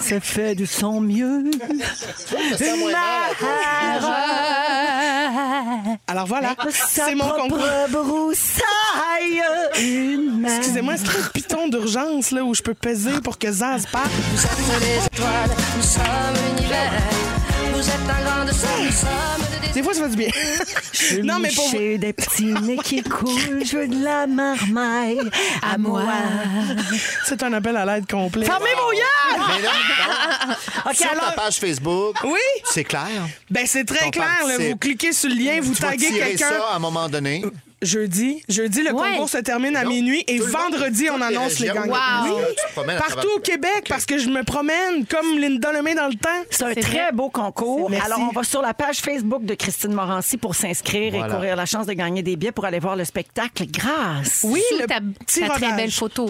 Speaker 2: ça fait de son mieux.
Speaker 3: C'est à moi, Marc.
Speaker 5: alors voilà,
Speaker 2: Sa
Speaker 5: c'est mon
Speaker 2: propre
Speaker 5: concours.
Speaker 2: broussaille. Une mère.
Speaker 5: Excusez-moi, c'est un piton d'urgence là où je peux peser pour que Zaz parte. Des fois, ça fait du bien. non, mais pour
Speaker 2: J'ai des petits nez qui coulent, je veux de la marmaille à moi.
Speaker 5: C'est un appel à l'aide complet.
Speaker 2: Fermez vos yeux!
Speaker 3: hein? Mais là,
Speaker 2: OK,
Speaker 3: sur ta
Speaker 2: alors,
Speaker 3: page Facebook,
Speaker 5: Oui.
Speaker 3: c'est clair.
Speaker 5: Ben, c'est
Speaker 3: Ton
Speaker 5: très clair. là.
Speaker 3: participe.
Speaker 5: Vous cliquez sur le lien, vous
Speaker 3: tu vas
Speaker 5: taguez
Speaker 3: tirer
Speaker 5: quelqu'un.
Speaker 3: ça à un moment donné.
Speaker 5: Jeudi. Jeudi, le
Speaker 1: Ouais.
Speaker 5: concours se termine à
Speaker 3: Non,
Speaker 5: minuit et
Speaker 3: tout le monde,
Speaker 5: vendredi, on
Speaker 3: toutes les
Speaker 5: annonce les
Speaker 3: régions.
Speaker 5: gangs.
Speaker 1: Wow.
Speaker 5: Oui.
Speaker 3: Tu te promènes à
Speaker 5: Partout
Speaker 3: travers-
Speaker 5: au Québec, parce que je me promène comme Linda Lemay dans le temps.
Speaker 2: c'est un
Speaker 1: C'est
Speaker 2: très
Speaker 1: vrai.
Speaker 2: beau concours.
Speaker 5: C'est- merci.
Speaker 2: Alors, on va sur la page Facebook de Christine Morancy pour s'inscrire et
Speaker 3: Voilà.
Speaker 2: courir la chance de gagner des billets pour aller voir le spectacle grâce.
Speaker 5: Oui,
Speaker 1: Sous
Speaker 5: le
Speaker 1: ta,
Speaker 5: petit
Speaker 1: ta très
Speaker 5: rodage.
Speaker 1: belle photo.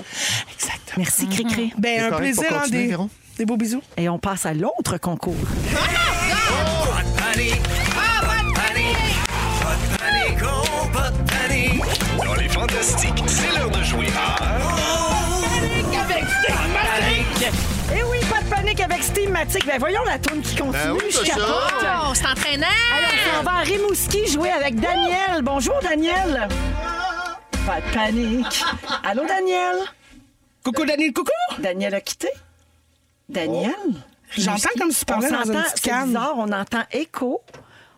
Speaker 5: Exactement.
Speaker 2: Merci, Cricri.
Speaker 3: C'est
Speaker 5: Ben, un
Speaker 3: correct pour
Speaker 5: plaisir. hein,
Speaker 3: continuer,
Speaker 5: des,
Speaker 3: Véro?
Speaker 5: des beaux bisous.
Speaker 2: Et on passe à l'autre concours.
Speaker 6: Pas de panique, pas de panique, pas de panique, oh, pas de panique. Dans les fantastiques, c'est l'heure de jouer à...
Speaker 2: Eh oui, pas de panique avec Steve Matic. Ben voyons la tourne qui continue.
Speaker 3: Ben oui,
Speaker 2: je
Speaker 3: c'est ça.
Speaker 2: capote.
Speaker 1: Oh, c'est entraînant!
Speaker 2: Alors, on va à Rimouski jouer avec Daniel. Bonjour, Daniel. Pas de panique. Allô, Daniel?
Speaker 5: Coucou, Daniel, coucou!
Speaker 2: Daniel a quitté? Daniel?
Speaker 5: J'entends comme si tu parlais
Speaker 2: on
Speaker 5: Oh. dans une
Speaker 2: s'entend,
Speaker 5: petite
Speaker 2: c'est
Speaker 5: canne.
Speaker 2: bizarre, on entend écho.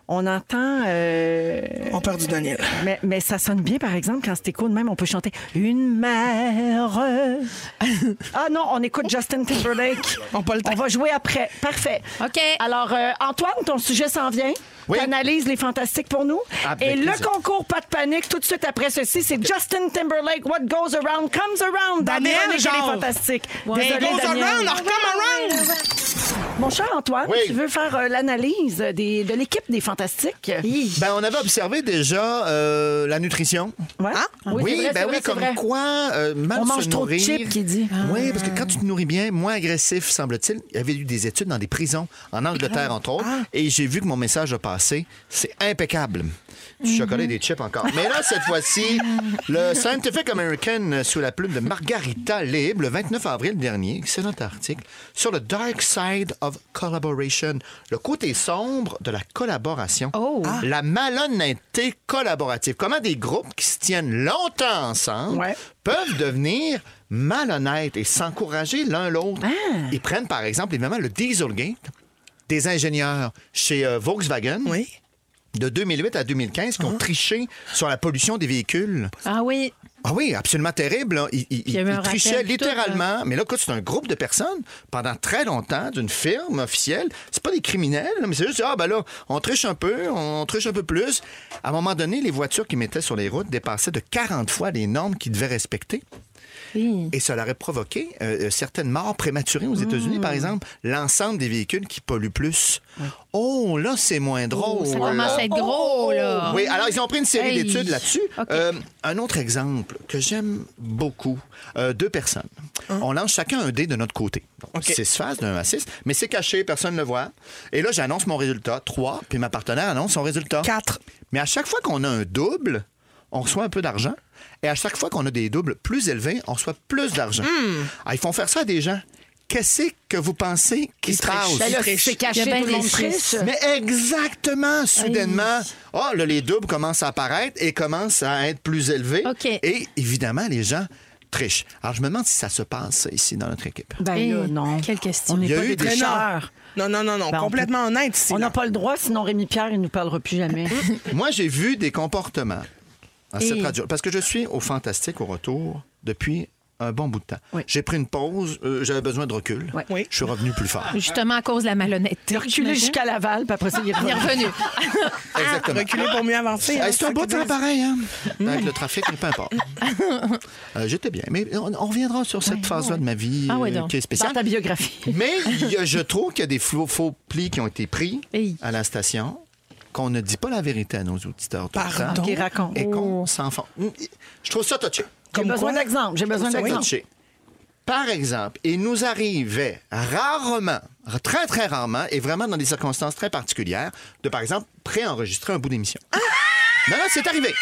Speaker 2: On entend... euh,
Speaker 5: On perd du Daniel.
Speaker 2: mais, mais ça sonne bien, par exemple, quand c'est écho de même, on peut chanter « Une mère... » Ah non, on écoute Justin Timberlake.
Speaker 5: On pas le temps.
Speaker 2: On va jouer après. Parfait.
Speaker 1: OK.
Speaker 2: Alors, euh, Antoine, ton sujet s'en vient.
Speaker 3: Oui.
Speaker 2: T'analyses les fantastiques pour nous.
Speaker 3: Avec
Speaker 2: Et le
Speaker 3: plaisir.
Speaker 2: concours, pas de panique, tout de suite après ceci, c'est Justin Timberlake, What Goes Around Comes Around. dans
Speaker 5: Daniel,
Speaker 2: Véronique et
Speaker 5: genre.
Speaker 2: les fantastiques.
Speaker 5: It
Speaker 2: Désolé,
Speaker 5: goes
Speaker 2: Daniel.
Speaker 5: around, or come around!
Speaker 2: Mon cher Antoine,
Speaker 3: Oui.
Speaker 2: tu veux faire euh, l'analyse des- de l'équipe des fantastiques?
Speaker 3: Ben, on avait observé déjà euh, la nutrition.
Speaker 2: Ouais.
Speaker 5: Hein?
Speaker 2: Ah Oui, c'est vrai,
Speaker 3: ben
Speaker 2: c'est
Speaker 3: oui,
Speaker 2: vrai, c'est
Speaker 3: comme
Speaker 2: vrai.
Speaker 3: quoi euh, mal
Speaker 2: On
Speaker 3: se
Speaker 2: mange trop de
Speaker 3: nourrir.
Speaker 2: chips, qui dit.
Speaker 3: Oui, parce que quand tu te nourris bien, moins agressif, semble-t-il. Il y avait eu des études dans des prisons, en Angleterre, entre autres, et j'ai vu que mon message a passé. C'est impeccable. Du chocolat et des chips encore. Mais là, cette fois-ci, le Scientific American euh, sous la plume de Margarita Libre, le 29 avril dernier, excellent article, sur le Dark Side of Collaboration, le côté sombre de la collaboration. Ah.
Speaker 1: Oh.
Speaker 3: La malhonnêteté collaborative. Comment des groupes qui se tiennent longtemps ensemble
Speaker 2: Ouais.
Speaker 3: peuvent devenir malhonnêtes et s'encourager l'un l'autre. Ils prennent, par exemple, évidemment, le Dieselgate des ingénieurs chez euh, Volkswagen
Speaker 5: Oui.
Speaker 3: de 2008 à 2015 qui ont triché sur la pollution des véhicules.
Speaker 1: Ah oui.
Speaker 3: Ah oui, absolument terrible. hein. là. Ils, ils-
Speaker 1: il y a eu
Speaker 3: ils
Speaker 1: un
Speaker 3: trichaient
Speaker 1: rappel, puis tout,
Speaker 3: littéralement. Mais là, écoute, c'est un groupe de personnes pendant très longtemps d'une firme officielle. C'est pas des criminels, là, mais c'est juste, ah ben là, on triche un peu, on triche un peu plus. À un moment donné, les voitures qu'ils mettaient sur les routes dépassaient de 40 fois les normes qu'ils devaient respecter. Et cela aurait provoqué euh, euh, certaines morts prématurées aux États-Unis,
Speaker 1: Mmh.
Speaker 3: par exemple, l'ensemble des véhicules qui polluent plus. Oh, là, c'est moins drôle. Oh,
Speaker 1: ça commence à être gros, là.
Speaker 3: Oui, alors ils ont pris une série
Speaker 1: Hey.
Speaker 3: d'études là-dessus.
Speaker 1: OK.
Speaker 3: Euh, un autre exemple que j'aime beaucoup, euh, deux personnes. On lance chacun un dé de notre côté. Donc,
Speaker 5: OK.
Speaker 3: Six faces d'un à six, mais c'est caché, personne ne le voit. Et là, j'annonce mon résultat, trois, puis ma partenaire annonce son résultat.
Speaker 5: Quatre.
Speaker 3: Mais à chaque fois qu'on a un double, on reçoit un peu d'argent. Et à chaque fois qu'on a des doubles plus élevés, on reçoit plus d'argent. Ah, ils font faire ça à des gens qu'est-ce que vous pensez qui se passe?
Speaker 2: Ben là, c'est caché,
Speaker 1: Il y a bien
Speaker 2: tout le monde
Speaker 1: des
Speaker 2: triche.
Speaker 1: tristes.
Speaker 3: Mais exactement, soudainement, ah, là, les doubles commencent à apparaître et commencent à être plus élevés.
Speaker 1: OK.
Speaker 3: Et évidemment, les gens trichent. Alors, je me demande si ça se passe ça, ici dans notre équipe.
Speaker 2: Ben
Speaker 1: Eh,
Speaker 2: là, non.
Speaker 1: quelle question.
Speaker 2: On n'est
Speaker 3: Il y a
Speaker 2: pas
Speaker 3: eu
Speaker 2: des
Speaker 3: des-
Speaker 2: tricheurs.
Speaker 5: Non, non, non, non.
Speaker 2: Ben, on
Speaker 5: complètement honnête ici.
Speaker 2: On
Speaker 5: là.
Speaker 2: n'a pas le droit, sinon Rémi Pierre, il ne nous parlera plus jamais.
Speaker 3: Moi, j'ai vu des comportements à cette
Speaker 1: Et-
Speaker 3: radio. Parce que je suis au Fantastique au retour depuis un bon bout de temps.
Speaker 2: Oui.
Speaker 3: J'ai pris une pause, euh, j'avais besoin de recul.
Speaker 2: Oui.
Speaker 5: Oui.
Speaker 3: Je suis revenu plus
Speaker 1: Ah,
Speaker 3: fort.
Speaker 1: Justement à cause de la malhonnêteté.
Speaker 2: Il a reculé
Speaker 1: j'imagine.
Speaker 2: jusqu'à Laval, puis après ça, il est
Speaker 1: Il est
Speaker 2: revenu.
Speaker 1: revenu.
Speaker 3: Exactement.
Speaker 5: Reculer pour mieux avancer. hein,
Speaker 3: Hey, c'est un
Speaker 5: ça
Speaker 3: beau
Speaker 5: que
Speaker 3: temps
Speaker 5: disent.
Speaker 3: pareil, hein?
Speaker 1: Mm.
Speaker 3: Avec le trafic, mais peu importe. Euh, J'étais bien. Mais on, on reviendra sur cette phase-là de ma vie
Speaker 1: Ah ouais,
Speaker 3: euh,
Speaker 1: donc.
Speaker 3: qui est
Speaker 2: Dans
Speaker 3: spéciale.
Speaker 2: ta biographie.
Speaker 3: Mais il y a- je trouve qu'il y a des faux, faux plis qui ont été pris
Speaker 1: Hey.
Speaker 3: à la station, qu'on ne dit pas la vérité à nos auditeurs. tout le temps,
Speaker 5: Pardon?
Speaker 2: OK, raconte.
Speaker 3: Et qu'on s'enfante. Je trouve ça touché.
Speaker 2: J'ai
Speaker 5: Comme
Speaker 2: besoin
Speaker 5: quoi?
Speaker 2: d'exemples. J'ai besoin
Speaker 3: Ça va
Speaker 2: d'exemples.
Speaker 3: toucher. Par exemple, il nous arrivait rarement, très très rarement, et vraiment dans des circonstances très particulières, de par exemple préenregistrer un bout d'émission. Non, non, c'est arrivé.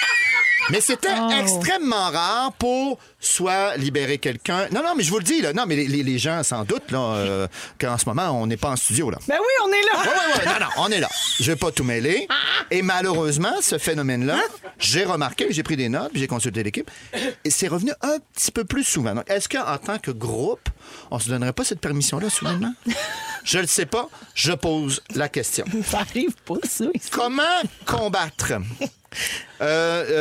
Speaker 3: Mais c'était extrêmement rare pour soit libérer quelqu'un. Non, non, mais je vous le dis, là. Non, mais les- les, les gens, sans doute, là, euh, qu'en ce moment, on n'est pas en studio, là.
Speaker 2: Ben oui, on est là.
Speaker 3: Ouais, ouais, ouais. Non, non, on est là. Je vais pas tout mêler. Et malheureusement, ce phénomène-là, j'ai remarqué, j'ai pris des notes, puis j'ai consulté l'équipe, et c'est revenu un petit peu plus souvent. Donc, est-ce qu'en tant que groupe, on se donnerait pas cette permission-là, soudainement? Je le sais pas. Je pose la question.
Speaker 2: Ça arrive pas, ça. ici.
Speaker 3: Comment combattre euh,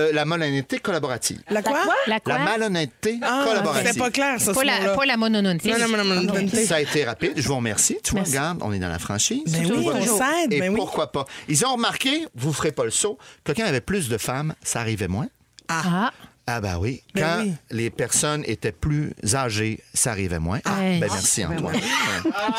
Speaker 3: euh, la malhonnêteté collaborative?
Speaker 5: La quoi?
Speaker 1: La quoi?
Speaker 3: La malhonnêteté
Speaker 5: Ah,
Speaker 3: collaborative.
Speaker 5: C'était pas clair, ça,
Speaker 1: Pas
Speaker 5: ce
Speaker 1: la,
Speaker 5: mot-là.
Speaker 1: pas la monononité.
Speaker 5: Non, non, non, non, non, non.
Speaker 3: Ça a été rapide. Je vous remercie. Tu vois, regarde, on est dans la franchise.
Speaker 5: Ben
Speaker 3: Tout
Speaker 5: oui,
Speaker 3: va
Speaker 5: on
Speaker 3: bien.
Speaker 5: s'aide,
Speaker 3: Et
Speaker 5: ben oui.
Speaker 3: pourquoi pas? Ils ont remarqué, vous ferez pas le saut, que quand il y avait plus de femmes, ça arrivait moins.
Speaker 1: Ah,
Speaker 3: Ah ben oui.
Speaker 5: Ben
Speaker 3: quand
Speaker 5: oui.
Speaker 3: les personnes étaient plus âgées, ça arrivait moins. Ah,
Speaker 1: Hey.
Speaker 3: ben merci Antoine.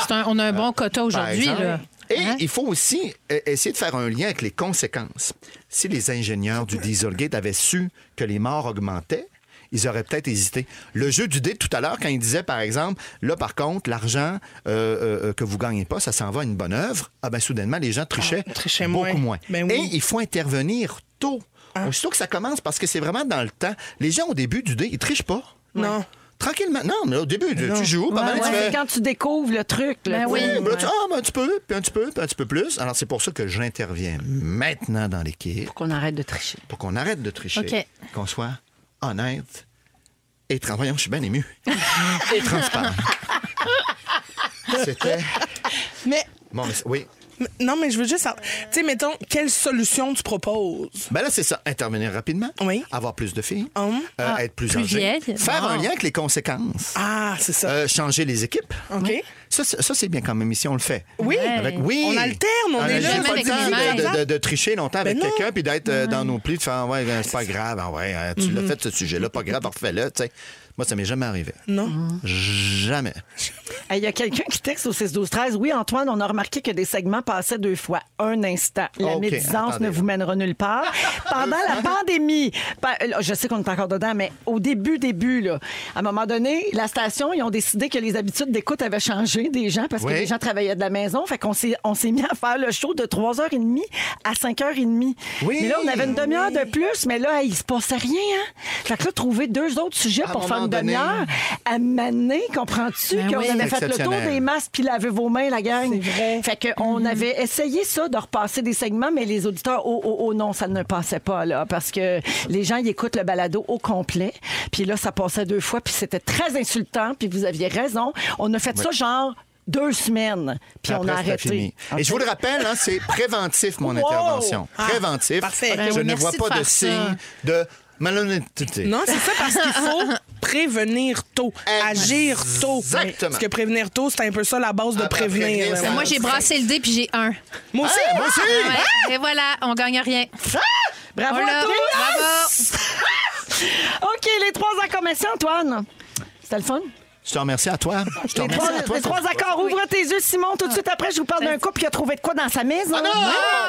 Speaker 1: c'est un- on a un bon quota
Speaker 3: Par
Speaker 1: aujourd'hui.
Speaker 3: exemple.
Speaker 1: là.
Speaker 3: Et
Speaker 1: Hein?
Speaker 3: il faut aussi euh, essayer de faire un lien avec les conséquences. Si les ingénieurs du Dieselgate avaient su que les morts augmentaient, ils auraient peut-être hésité. Le jeu du dé de tout à l'heure, quand il disait, par exemple, là, par contre, l'argent euh, euh, euh, que vous gagnez pas, ça s'en va à une bonne œuvre, ah ben soudainement, les gens trichaient,
Speaker 5: Ah, trichaient
Speaker 3: beaucoup
Speaker 5: moins.
Speaker 3: moins.
Speaker 5: Ben oui.
Speaker 3: Et il faut intervenir tôt. Aussitôt que ça commence, parce que c'est vraiment dans le temps. Les gens, au début du dé, ils trichent pas.
Speaker 5: Non.
Speaker 3: Tranquillement. Non, mais au début, tu joues, pas
Speaker 2: Ouais,
Speaker 3: mal, tu
Speaker 2: ouais,
Speaker 3: fais-
Speaker 2: c'est quand tu découvres le truc. Là,
Speaker 1: Ben
Speaker 2: tu
Speaker 1: oui.
Speaker 2: sais.
Speaker 3: ben là, tu- ah, ben, un petit peu, puis un petit peu, puis un petit peu plus. Alors, c'est pour ça que j'interviens maintenant dans l'équipe,
Speaker 2: Pour qu'on arrête de tricher.
Speaker 3: pour qu'on arrête de tricher,
Speaker 1: OK.
Speaker 3: qu'on soit honnête et trans- Voyons, je suis bien ému. et transparent. C'était.
Speaker 5: Mais,
Speaker 3: Bon, mais c'est- oui.
Speaker 5: mais- non, mais je veux juste savoir. Tu sais, mettons, quelle solution tu proposes?
Speaker 3: Ben là, c'est ça. Intervenir rapidement.
Speaker 5: Oui.
Speaker 3: Avoir plus de filles.
Speaker 5: Hum.
Speaker 3: euh,
Speaker 1: Ah,
Speaker 3: être plus,
Speaker 1: plus
Speaker 3: âgé.
Speaker 1: vieille.
Speaker 3: Faire
Speaker 1: Bon.
Speaker 3: un lien avec les conséquences.
Speaker 5: Ah, c'est ça.
Speaker 3: Euh, changer les équipes.
Speaker 5: OK.
Speaker 3: Ça, c'est- ça, c'est bien quand même. Ici, on le fait.
Speaker 5: Oui.
Speaker 3: Avec- oui.
Speaker 5: On alterne, on est
Speaker 3: a
Speaker 5: là,
Speaker 3: juste
Speaker 1: même
Speaker 3: pas le
Speaker 1: avec
Speaker 3: temps
Speaker 1: les
Speaker 3: de-
Speaker 1: mêmes.
Speaker 3: de, de- de tricher longtemps
Speaker 5: Ben
Speaker 3: avec
Speaker 5: non.
Speaker 3: quelqu'un puis d'être euh, dans nos plis, de faire ouais, c'est pas grave, ah ouais, hein, tu l'as fait ce sujet-là, pas grave, refais-le. tu sais. Moi, ça m'est jamais arrivé.
Speaker 5: Non.
Speaker 3: Jamais.
Speaker 2: Hey, Il y a quelqu'un qui texte au 6-12-13. Oui, Antoine, on a remarqué que des segments passaient deux fois. Un instant. La
Speaker 3: OK,
Speaker 2: médisance
Speaker 3: attendez.
Speaker 2: ne vous mènera nulle part. Pendant la pandémie, pa- euh, là, je sais qu'on n'est pas encore dedans, mais au début, début, là, à un moment donné, la station, ils ont décidé que les habitudes d'écoute avaient changé des gens parce que
Speaker 3: Oui.
Speaker 2: les gens travaillaient de la maison. Fait qu'on s'est, on s'est mis à faire le show de 3h30 à 5h30.
Speaker 3: Oui.
Speaker 2: Mais là, on avait une demi-heure de plus, mais là, hey, il se passait rien. Hein? Fait que là, trouver deux autres sujets
Speaker 3: À un
Speaker 2: pour faire
Speaker 3: moment
Speaker 2: une
Speaker 3: donné.
Speaker 2: demi-heure, à maner, comprends-tu?
Speaker 1: Ben
Speaker 2: qu'on
Speaker 1: oui.
Speaker 2: avait fait le tour
Speaker 3: Exceptionnel.
Speaker 2: des masques puis laver vos mains, la gang. Fait que
Speaker 1: Mm-hmm.
Speaker 2: on avait essayé ça de repasser des segments, mais les auditeurs, oh, oh, oh, non, ça ne passait pas, là. Parce que les gens, ils écoutent le balado au complet. Puis là, ça passait deux fois, puis c'était très insultant, puis vous aviez raison. On a fait ça genre deux semaines, puis on
Speaker 3: Après,
Speaker 2: a
Speaker 3: c'était
Speaker 2: arrêté.
Speaker 3: fini. Et je vous le rappelle, hein, c'est préventif, mon intervention.
Speaker 5: Ah,
Speaker 3: Préventif.
Speaker 5: parfait.
Speaker 1: Ben
Speaker 3: Je
Speaker 1: oui,
Speaker 3: ne
Speaker 1: merci
Speaker 3: vois
Speaker 1: de
Speaker 3: pas de
Speaker 1: faire ça.
Speaker 3: signe de malhonnêteté.
Speaker 5: Non, c'est ça parce qu'il faut prévenir tôt, agir tôt.
Speaker 3: Exactement.
Speaker 5: Parce que prévenir tôt, c'est un peu ça la base de
Speaker 3: Ah, bah,
Speaker 5: prévenir.
Speaker 3: prévenir,
Speaker 5: là,
Speaker 3: ça-
Speaker 5: ouais.
Speaker 1: Ben, Moi, j'ai brassé le dé puis j'ai un.
Speaker 5: Moi aussi.
Speaker 3: Ah, moi aussi!
Speaker 1: Ouais, Et voilà, on gagne rien.
Speaker 2: Ah! Bravo
Speaker 1: On
Speaker 2: à
Speaker 1: l'a.
Speaker 2: tous! OK, les trois accords. Merci, Antoine. C'était le fun?
Speaker 3: Je te remercie à toi. Je te
Speaker 2: Les
Speaker 3: remercie
Speaker 2: trois,
Speaker 3: à toi.
Speaker 2: les trois
Speaker 3: François. Ah.
Speaker 2: accords. Ouvre tes yeux, Simon. Tout de suite après, je vous parle d'un couple qui a trouvé de quoi dans sa mise. là.
Speaker 3: Ah!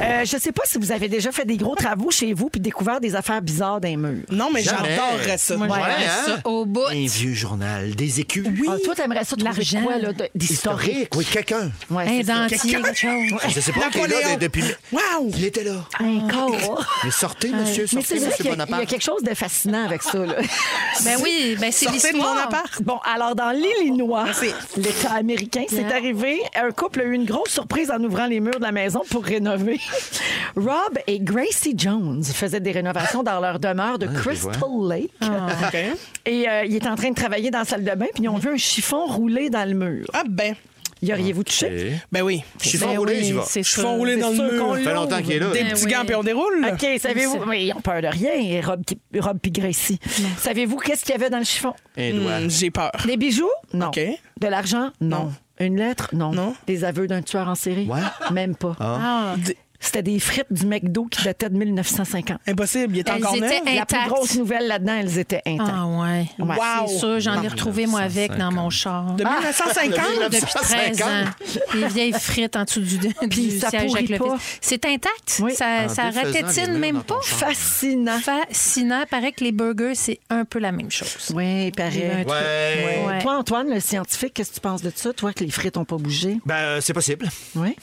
Speaker 2: Euh, je sais pas si vous avez déjà fait des gros travaux chez vous puis découvert des affaires bizarres d'un mur.
Speaker 5: Non, mais
Speaker 3: Jamais.
Speaker 5: j'adorerais ça.
Speaker 1: Moi, j'aimerais
Speaker 3: hein?
Speaker 1: ça au bout.
Speaker 3: Un vieux journal, des écus.
Speaker 2: Ah, toi, t'aimerais ça trouver
Speaker 1: L'argent.
Speaker 2: de quoi, là, de- d'historique?
Speaker 3: Historique, oui, quelqu'un.
Speaker 2: Ouais,
Speaker 1: Un
Speaker 2: c'est ça.
Speaker 1: dentier, quelque chose.
Speaker 3: Je sais pas qui est là
Speaker 5: Napoléon.
Speaker 3: de- depuis.
Speaker 5: Wow!
Speaker 3: Il était là.
Speaker 2: Un corps.
Speaker 3: Mais sortez, monsieur,
Speaker 2: Mais
Speaker 3: sortez,
Speaker 2: c'est vrai
Speaker 3: monsieur
Speaker 2: qu'il y a- il y a
Speaker 3: Bonaparte.
Speaker 2: quelque chose de fascinant avec ça. Là.
Speaker 1: Ben oui, ben c'est
Speaker 5: Sortez de mon
Speaker 1: l'histoire.
Speaker 5: appart.
Speaker 2: Bon, alors dans l'Illinois, l'État américain, c'est
Speaker 1: Yeah.
Speaker 2: arrivé. Un couple a eu une grosse surprise en ouvrant les murs de la maison pour rénover. Rob et Gracie Jones faisaient des rénovations dans leur demeure de Crystal Lake.
Speaker 5: OK.
Speaker 2: Et euh, ils étaient en train de travailler dans la salle de bain, puis ils ont vu un chiffon rouler dans le mur.
Speaker 5: Ah ben,
Speaker 2: Y auriez-vous touché?
Speaker 5: ben oui.
Speaker 3: Chiffon
Speaker 1: Ben
Speaker 3: roulé,
Speaker 1: oui,
Speaker 3: j'y vais.
Speaker 1: c'est
Speaker 5: Je
Speaker 1: ça.
Speaker 5: fais rouler dans le
Speaker 2: sûr qu'on
Speaker 5: mur.
Speaker 3: Ça fait longtemps qu'il est là.
Speaker 5: Des
Speaker 1: Ben
Speaker 5: petits
Speaker 1: oui.
Speaker 5: gants, puis on déroule. là.
Speaker 2: OK, savez-vous. Mais ils ont peur de rien, Rob, Rob puis Gracie. Savez-vous qu'est-ce qu'il y avait dans le chiffon?
Speaker 3: Un doigt.
Speaker 5: Hmm, J'ai peur.
Speaker 2: Des bijoux? Non.
Speaker 5: OK.
Speaker 2: De l'argent? Non. Une lettre? Non.
Speaker 5: Non.
Speaker 2: Des aveux d'un tueur en série?
Speaker 3: Ouais.
Speaker 2: Même pas.
Speaker 1: Ah.
Speaker 2: C'était des frites du McDo qui dataient de 1950.
Speaker 5: Impossible, il est
Speaker 1: Elles
Speaker 5: encore
Speaker 1: étaient
Speaker 5: neuf.
Speaker 2: La plus
Speaker 1: intactes.
Speaker 2: grosse nouvelle là-dedans, elles étaient intactes.
Speaker 1: Ah ouais.
Speaker 2: Ouais.
Speaker 1: C'est sûr, j'en ai retrouvé moi avec dans mon char.
Speaker 5: De 1950?
Speaker 3: Ah.
Speaker 1: Depuis 13 ans. Les vieilles frites en dessous du, du
Speaker 2: ça
Speaker 1: siège avec
Speaker 2: pourrit
Speaker 1: le
Speaker 2: pas.
Speaker 1: fils. C'est intact.
Speaker 2: Oui.
Speaker 1: Ça,
Speaker 3: En
Speaker 1: ça
Speaker 3: défaisant les
Speaker 1: ratatine
Speaker 3: murs dans
Speaker 1: même
Speaker 3: ton
Speaker 1: pas.
Speaker 3: char.
Speaker 2: Fascinant.
Speaker 1: Fascinant. Paraît que les burgers, c'est un peu la même chose.
Speaker 2: Oui, pareil.
Speaker 1: Ouais.
Speaker 3: Ouais.
Speaker 1: Ouais.
Speaker 2: Toi, Antoine, le scientifique, qu'est-ce que tu penses de ça, toi, que les frites n'ont pas bougé?
Speaker 3: Ben, euh, c'est possible.
Speaker 2: Oui.